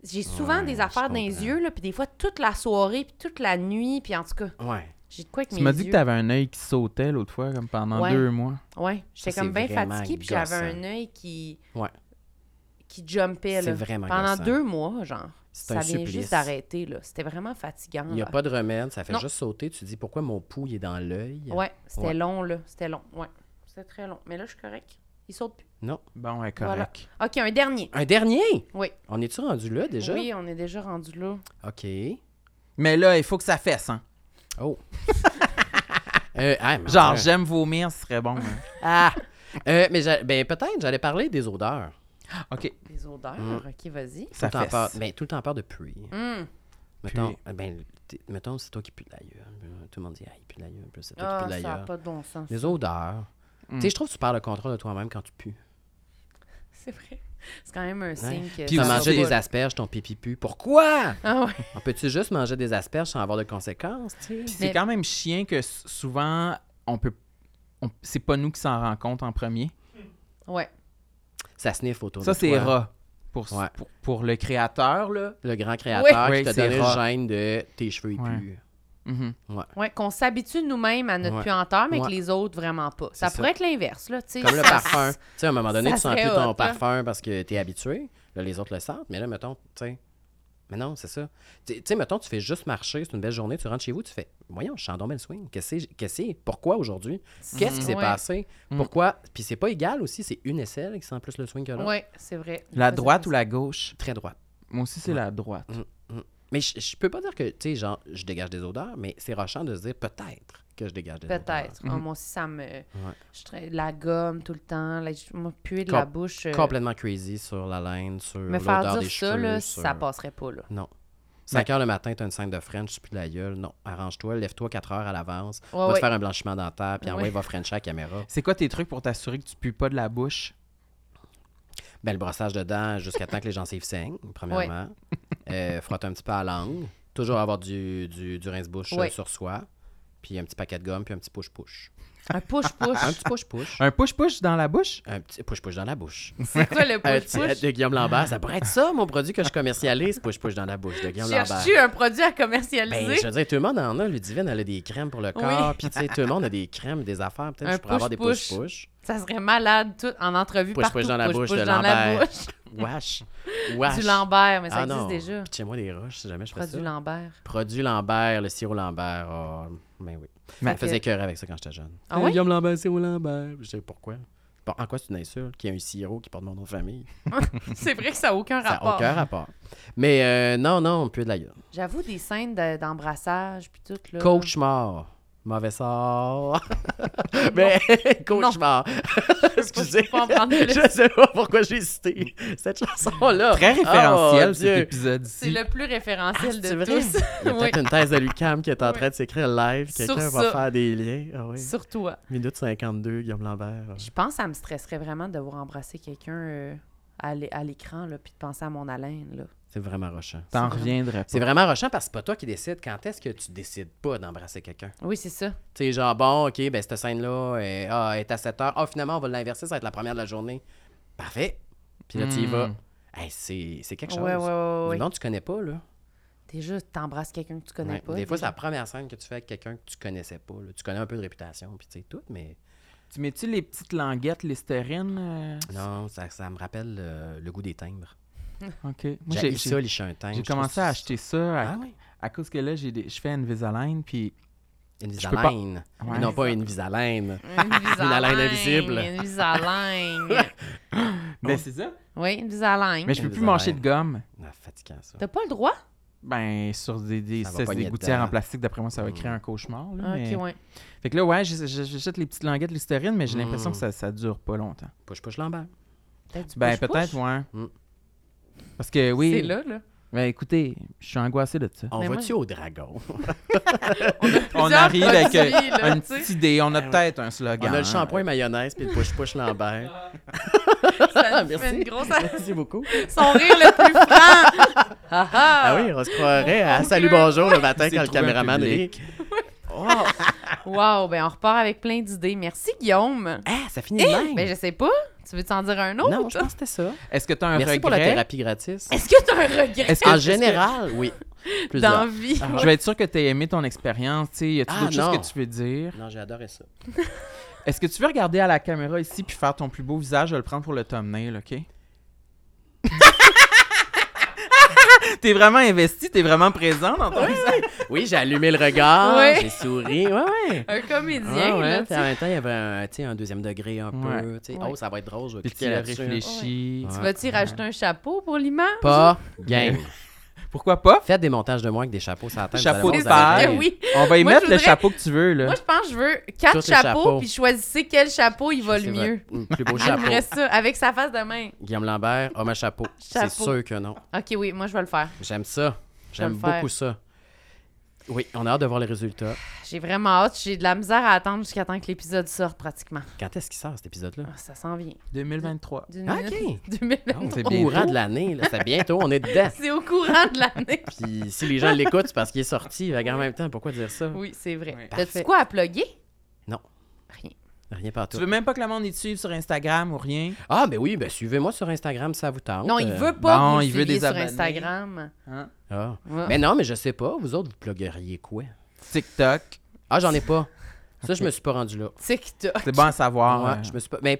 S2: J'ai souvent
S4: Ouais,
S2: des
S4: je
S2: affaires dans les
S4: comprends.
S2: yeux, là, puis des fois, toute la soirée, puis toute la nuit, puis en tout cas,
S4: Ouais.
S2: j'ai de quoi avec
S1: Tu
S2: mes
S1: m'as dit que
S2: yeux.
S1: t'avais un œil qui sautait l'autre fois, comme pendant
S2: Ouais.
S1: deux mois.
S2: Ouais, j'étais
S4: Ça,
S2: comme
S4: c'est
S2: bien
S4: vraiment
S2: fatiguée, puis j'avais
S4: gossant.
S2: un œil qui...
S4: Ouais.
S2: qui jumpait,
S4: C'est
S2: là.
S4: vraiment
S2: Pendant
S4: gossant.
S2: deux mois, genre.
S4: C'est
S2: Ça
S4: un
S2: vient
S4: supplice.
S2: juste d'arrêter, là. C'était vraiment fatigant,
S4: Il n'y a
S2: là.
S4: pas de remède, ça fait
S2: Non.
S4: juste sauter. Tu dis pourquoi mon pouls il est dans l'œil.
S2: Ouais, c'était
S4: Ouais.
S2: long, là. C'était long, ouais. C'était très long. Mais là, je suis correct. Il saute plus.
S4: Non.
S1: Bon, ouais,
S2: Voilà.
S1: correct.
S2: OK, un dernier.
S4: Un dernier
S2: Oui.
S4: On est-tu rendu là déjà
S2: Oui, on est déjà rendu là.
S4: OK. Euh,
S1: Mais là, il faut que ça fesse, hein.
S4: Oh. Euh, ah, mais
S1: Genre,
S4: attends.
S1: j'aime vomir, ce serait bon. hein.
S4: Ah Euh, Mais j'a- ben, peut-être, j'allais parler des odeurs.
S1: OK,
S2: Des odeurs.
S4: Mm.
S2: OK, vas-y.
S1: ça
S4: tout le temps peur,
S1: fesse.
S4: ben, tout le temps peur de pluie.
S2: Hum.
S4: Mettons, ben, t- mettons c'est toi qui pue de la gueule. Tout le monde dit, ah, il pue de la gueule. Puis C'est toi
S2: Ah,
S4: qui pue de
S2: ça
S4: la
S2: n'a
S4: gueule.
S2: pas de bon sens.
S4: Les odeurs.
S1: Mm.
S4: Tu sais, je trouve que tu perds le contrôle de toi-même quand tu pues.
S2: C'est vrai. C'est quand même un
S4: Ouais.
S2: signe que.
S1: Puis
S4: Tu as
S1: aussi-
S2: ça va
S4: mangé
S2: pas,
S4: des
S2: là.
S4: asperges, ton pipi pue. Pourquoi?
S2: Ah ouais.
S4: On peut-tu juste manger des asperges sans avoir de conséquences, tu sais?
S1: Puis c'est
S2: Mais-
S1: quand même chien que s- souvent, on peut. on- C'est pas nous qui s'en rend compte en premier.
S2: Ouais.
S4: Ça sniffe autour
S1: Ça,
S4: de
S1: c'est
S4: toi.
S1: rat. Pour,
S4: Ouais.
S1: pour, pour le créateur, là.
S4: Le grand créateur
S1: Oui.
S4: qui
S1: Oui,
S4: t'a
S1: c'est
S4: donné le
S1: rare.
S4: gène de tes cheveux, ils
S1: Ouais.
S4: puent.
S1: Mhm.
S2: Ouais, qu'on s'habitue nous-mêmes à notre
S4: Ouais.
S2: puanteur, mais
S4: Ouais.
S2: que les autres, vraiment pas. Ça
S4: C'est
S2: pourrait être l'inverse, là. tu sais.
S4: Comme le
S2: Ça-
S4: parfum. Tu sais, à un moment donné,
S2: ça
S4: tu sens
S2: serait
S4: plus
S2: hot,
S1: hein.
S4: ton
S2: là.
S4: parfum parce que t'es habitué. Là, les autres le sentent. Mais là, mettons, tu sais. Mais non, c'est ça. Tu tu sais, mettons, tu fais juste marcher, c'est une belle journée, tu rentres chez vous, tu fais Voyons, je suis en donc bien le swing. Qu'est-ce que c'est- qu'est-ce que c'est Pourquoi aujourd'hui Qu'est-ce qui s'est
S2: Mmh. Ouais.
S4: passé Pourquoi Puis c'est pas égal aussi, c'est une aisselle qui sent plus le swing que l'autre.
S2: Ouais, c'est vrai.
S1: La droite ou la gauche?
S4: Très droite.
S1: Moi aussi, c'est la droite.
S4: Mais je, je peux pas dire que, tu sais, genre, je dégage des odeurs, mais c'est rochant de se dire peut-être que je dégage des odeurs.
S2: Peut-être. Ah, moi aussi, ça me. Je traîne la gomme tout le temps. La... Je me puer de
S4: Com-
S2: la bouche. euh,
S4: Complètement crazy sur la laine, sur
S2: Me faire
S4: l'odeur
S2: dire
S4: des
S2: ça,
S4: cheveux.
S2: là,
S4: sur-
S2: ça passerait pas, là.
S4: Non. 5 heures le matin, t'as une scène de French, tu pues de la gueule. Non, arrange-toi, lève-toi 4 heures à l'avance.
S2: Ouais,
S4: va te
S2: ouais.
S4: faire un blanchiment dentaire, puis
S2: Ouais.
S4: envoie va French à la caméra.
S1: C'est quoi tes trucs pour t'assurer que tu pues pas de la bouche?
S4: Ben, le brossage de dents jusqu'à temps que les gencives saignent, premièrement. Euh, frotte un petit peu à la langue. Toujours avoir du, du, du rince-bouche euh,
S2: Ouais.
S4: sur soi. Puis un petit paquet de gomme, puis un petit push-push.
S2: Un push-push.
S4: Un petit push-push.
S1: Un push-push dans la bouche?
S4: un petit push-push dans la bouche.
S2: c'est quoi le
S4: Un petit
S2: push-push?
S4: de Guillaume Lambert, ça pourrait être ça, mon produit que je commercialise, push-push dans la bouche de Guillaume Lambert.
S2: Cherches-tu un produit à
S4: Ben,
S2: commercialiser?
S4: je veux dire, tout le monde en a. Ludivine, elle a des crèmes pour le corps. Puis, tu sais, tout le monde a des crèmes, des affaires. Peut-être que
S2: Un
S4: je pourrais avoir des
S2: push-push.
S4: push-push.
S2: Ça serait malade, tout en entrevue
S4: Push-push
S2: partout.
S4: dans la bouche
S2: push
S4: de
S2: dans la
S4: Lambert.
S2: bouche.
S4: Wash. Wash.
S2: Du Lambert, mais ça
S4: Ah
S2: existe
S4: non.
S2: déjà.
S4: Pitchez-moi des roches si jamais je fais ça.
S2: Produit Lambert.
S4: Produit Lambert, le sirop Lambert. Oh, ben oui.
S1: Mais-
S4: Je me faisais cœur avec ça quand j'étais jeune.
S2: Ah
S4: Euh,
S2: ouais?
S4: Guillaume Lambert, sirop Lambert. Je sais pourquoi. Bon, en quoi c'est une insulte qu'il y ait un sirop qui porte mon nom de famille?
S2: C'est vrai que ça n'a aucun
S4: Ça n'a
S2: rapport.
S4: aucun rapport. Mais euh, non, non, on peut de la gueule.
S2: J'avoue, des scènes de- d'embrassage, puis tout, là.
S4: Cauchemar. Mauvais sort. Mais cauchemar. Excusez.
S2: je peux pas en prendre plus.
S4: Je sais pas pourquoi j'ai cité cette chanson-là.
S1: Très référentiel
S4: Oh,
S1: cet
S4: Dieu.
S1: épisode-ci.
S2: C'est le plus référentiel
S4: Ah,
S2: de
S4: c'est vrai?
S2: tous.
S4: Il y a
S2: oui,
S4: peut-être une thèse de Lucam qui est en train de s'écrire live.
S2: Sur
S4: Quelqu'un va
S2: ça.
S4: faire des liens. Ah oui.
S2: sur toi.
S4: Minute 52, Guillaume Lambert.
S2: Je pense que ça me stresserait vraiment de voir embrasser quelqu'un euh, à l'é- à l'écran, là, puis de penser à mon haleine, là.
S4: C'est vraiment rochant.
S1: T'en reviendrais pas.
S4: C'est vraiment rochant parce que c'est pas toi qui décides quand est-ce que tu décides pas d'embrasser quelqu'un.
S2: Oui, c'est ça.
S4: Tu sais, genre, bon, OK, ben cette scène-là est, ah, est à 7 heures. Ah, finalement, on va l'inverser, ça va être la première de la journée. Parfait. Puis là, tu y
S1: Hmm.
S4: vas. Hey, c'est c'est quelque chose.
S2: Ouais, ouais, ouais, ouais.
S4: Non, tu connais pas, là.
S2: Déjà, t'embrasses quelqu'un que tu connais
S4: Ouais.
S2: pas.
S4: Des fois, c'est
S2: déjà.
S4: la première scène que tu fais avec quelqu'un que tu connaissais pas. là. Tu connais un peu de réputation, puis tu sais tout, mais
S1: Tu mets-tu les petites languettes, euh? l'hystérine?
S4: non, ça, ça me rappelle euh, le goût des timbres.
S1: OK. Moi,
S4: J'ai
S1: j'ai-
S4: ça,
S1: j'ai
S4: licher un timbre.
S1: j'ai
S4: Je trouve
S1: commencé
S4: ça-
S1: à acheter ça à,
S4: Ah oui?
S1: à cause que là, j'ai des- je fais Invisalign, puis
S4: Une
S1: Je peux pas-
S4: visaline.
S1: Ouais.
S4: Non, pas une visaline.
S2: Une
S4: haleine invisible.
S2: Une visaline.
S1: Ben, c'est ça.
S2: oui, une visaline.
S1: Mais je peux plus
S4: Invisalign.
S1: manger de gomme.
S4: Ah, fatigant, ça.
S2: T'as pas le droit?
S1: Ben, sur des, des,
S4: Ça va
S1: c'est
S4: pogner
S1: des
S4: dedans.
S1: gouttières en plastique, d'après moi, ça va créer un cauchemar. là,
S2: Ah,
S1: mais-
S2: Ok, ouais.
S1: Fait que là, ouais, j'ai- j'ai- j'achète les petites languettes, l'hystérine, mais j'ai l'impression
S4: Mm.
S1: que ça, ça dure pas longtemps.
S4: Push, push, Lambert.
S2: Peut-être du
S1: Ben,
S2: push-push.
S1: peut-être, ouais.
S4: Mm.
S1: Parce que, oui.
S2: C'est là, là.
S1: Ben, écoutez, je suis angoissé de ça.
S4: On
S2: Mais Ben, moi,
S4: va-tu au dragon?
S1: On
S2: plusieurs
S1: arrive avec euh,
S2: produits, là,
S1: une
S2: tu sais.
S1: petite idée. Eh On a
S4: Ah ouais.
S1: peut-être un slogan.
S4: On a le
S1: hein.
S4: shampoing mayonnaise puis le push-push Lambert.
S2: Ça nous fait
S4: Merci.
S2: une grosse...
S4: Merci beaucoup.
S2: Son rire le plus franc. ah, ah.
S4: Ah oui, on se croirait à
S2: Mon
S4: Salut
S2: Dieu.
S4: Bonjour le matin
S1: C'est
S4: quand le
S1: trouvé un
S4: caméraman est Oh,
S1: public.
S4: là.
S2: Wow.
S4: hein.
S2: wow, ben on repart avec plein d'idées. Merci, Guillaume.
S4: Ah, ça finit
S2: Eh,
S4: de même.
S2: ben je sais pas. Tu veux t'en dire un autre?
S4: non, je pense que c'était ça.
S1: Est-ce que tu as un
S4: Merci
S1: regret?
S4: pour la thérapie gratis.
S2: Est-ce que t'as un regret
S1: Est-ce que-
S4: en général, oui. Plusieurs.
S2: d'envie?
S1: Ah, Je vais être sûr que tu as aimé ton expérience. tu sais. Y a-t-il
S4: Ah,
S1: d'autres choses
S4: non.
S1: que tu veux dire?
S4: Non, j'ai adoré ça.
S1: Est-ce que tu veux regarder à la caméra ici puis faire ton plus beau visage? Je vais le prendre pour le thumbnail, OK? t'es vraiment investi, t'es vraiment présent dans ton visage.
S4: Oui, j'ai allumé le regard,
S2: Oui.
S4: j'ai souri. Ouais, ouais.
S2: Un comédien,
S4: Ah ouais,
S2: là,
S4: puis
S2: tu
S4: en
S2: sais.
S4: même temps, il y avait un, tu sais, un deuxième degré un peu.
S1: Ouais.
S4: tu sais,
S2: Ouais.
S4: Oh, ça va être drôle, je vais
S1: Puis
S4: cliquer
S1: tu as
S4: là-dessus.
S1: réfléchi.
S4: Ouais.
S2: Tu vas-tu y rajouter un chapeau pour l'image?
S4: Pas game.
S1: Pourquoi pas?
S4: Faites des montages de moi avec des chapeaux sur la tête.
S1: Chapeau
S4: vous allez
S1: de
S4: voir, vous
S1: paille.
S2: Eh
S4: allez-
S2: oui.
S1: On va y
S2: Moi,
S1: mettre
S2: je
S1: le
S2: voudrais-
S1: chapeau que tu veux, là.
S2: Moi, je pense que je veux quatre
S4: Tous les
S2: chapeaux,
S4: chapeaux.
S2: puis choisissez quel chapeau il va
S4: C'est
S2: le
S4: votre
S2: mieux. Ah,
S4: Plus beau chapeau.
S2: J'aimerais ça, avec sa face de main.
S4: Guillaume Lambert, homme à chapeau. C'est
S2: Chapeau.
S4: sûr que non.
S2: OK, oui, moi, je vais le faire.
S4: J'aime ça. J'aime
S2: le faire.
S4: beaucoup ça. Oui, on a hâte de voir les résultats.
S2: J'ai vraiment hâte. J'ai de la misère à attendre jusqu'à temps que l'épisode sorte, pratiquement.
S4: Quand est-ce qu'il sort cet épisode-là?
S2: Ah, ça s'en vient.
S1: 2023.
S2: D'une
S4: Ah,
S2: minute- 2023.
S1: c'est
S4: Au
S1: bientôt.
S4: courant de l'année, là, c'est bientôt, on est dedans.
S2: C'est au courant de l'année.
S4: Puis si les gens l'écoutent, c'est parce qu'il est sorti. Fait qu'en même temps, pourquoi dire ça?
S2: Oui, c'est vrai.
S1: Oui.
S2: T'as-tu
S4: Parfait.
S2: quoi à plugger?
S4: Non.
S2: Rien.
S4: Rien partout.
S1: Tu veux même pas que le monde y te suive sur Instagram ou rien?
S4: Ah, ben oui, ben suivez-moi sur Instagram, ça vous tente.
S2: Non, il
S4: Euh,
S2: veut pas
S1: bon,
S2: que vous
S1: il veut
S2: le suiviez
S1: des
S2: sur
S1: abonnés.
S2: Instagram.
S1: Hein?
S4: ah.
S2: Ouais.
S4: Mais non, mais je sais pas. Vous autres, vous plugueriez quoi?
S1: TikTok.
S4: Ah, j'en ai pas. Ça, je me suis pas rendu là.
S2: TikTok.
S1: C'est bon à savoir.
S4: Ouais,
S1: euh.
S4: je me suis pas. Mais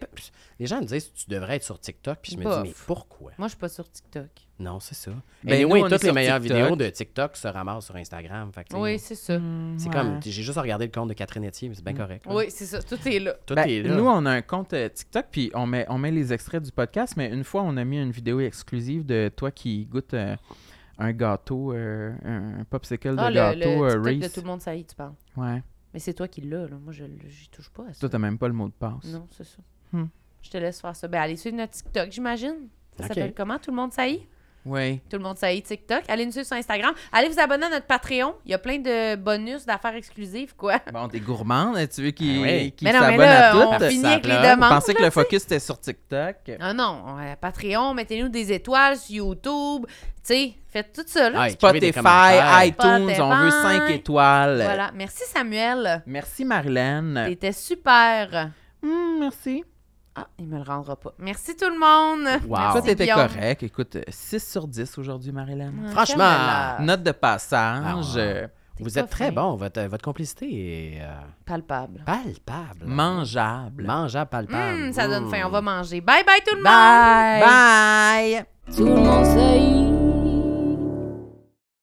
S4: les gens me disent tu devrais être sur TikTok, puis je me
S2: Bof.
S4: dis mais pourquoi
S2: Moi, je suis pas sur TikTok.
S4: Non, c'est ça.
S1: Ben,
S4: Ben
S1: nous,
S4: oui,
S1: on est
S4: toutes les
S1: sur
S4: meilleures
S1: TikTok.
S4: vidéos de TikTok se ramassent sur Instagram. Fait que, tu sais,
S2: Oui, c'est ça.
S1: Mm.
S4: c'est
S1: Ouais.
S4: comme j'ai juste regardé le compte de Catherine Etier, mais c'est
S1: Mm.
S4: bien correct. là.
S2: Oui, c'est ça. Tout est là.
S4: Tout
S1: Ben,
S4: est là.
S1: Nous, on a un compte euh, TikTok, puis on met, on met les extraits du podcast, mais une fois, on a mis une vidéo exclusive de toi qui goûte euh, un gâteau, euh, un popsicle de
S2: Ah, le, le
S1: gâteau euh,
S2: TikTok de
S1: Reese.
S2: tout le monde, ça y est, tu parles.
S1: Ouais.
S2: Mais c'est toi qui l'as, là. Moi, je j'y touche pas à ça.
S1: Toi, t'as même pas le mot de passe.
S2: Non, c'est ça.
S1: Hmm.
S2: Je te laisse faire ça. Ben, allez suivre notre TikTok, j'imagine. Ça
S4: Ok.
S2: s'appelle comment? Tout le monde ça y est?
S1: Oui.
S2: Tout le monde ça y est, TikTok. Allez nous suivre sur Instagram. Allez vous abonner à notre Patreon. Il y a plein de bonus, d'affaires exclusives, quoi.
S1: Bon, t'es gourmande, hein, tu veux qu'il
S4: Ah oui.
S1: qu'il
S2: mais non, mais
S1: s'abonne
S2: là,
S1: à
S2: on
S1: toutes.
S2: finit
S4: ça,
S2: avec les
S4: là.
S1: Vous
S2: demandes.
S1: pensez que le focus était sur TikTok?
S2: Ah non, on est à Patreon, mettez-nous des étoiles sur YouTube. Tu sais, faites tout ça, là.
S4: Ah, écrivez des commentaires.
S1: Spotify, iTunes, on veut 5
S2: Spotify.
S1: étoiles.
S2: Voilà. Merci, Samuel.
S1: Merci, Marlène.
S2: T'étais super.
S1: Hum, merci.
S2: Ah, il me le rendra pas. Merci, tout le monde.
S4: Wow.
S2: Merci,
S1: Ça, t'étais
S2: Guillaume.
S1: correct. Écoute, 6 sur 10 aujourd'hui, Marilyn.
S2: Ah,
S4: Franchement,
S2: Kamala.
S1: Note de passage.
S4: Ah ouais.
S1: euh,
S2: T'es
S4: Vous
S2: pas
S4: êtes très
S2: fin.
S4: bon. Votre, votre complicité est euh,
S2: Palpable.
S4: palpable.
S1: mangeable.
S4: Mangeable, palpable.
S2: Hum, ça donne
S4: Mm.
S2: faim. On va manger. Bye bye, tout le monde.
S4: Bye.
S1: Bye!
S3: Tout le monde sait.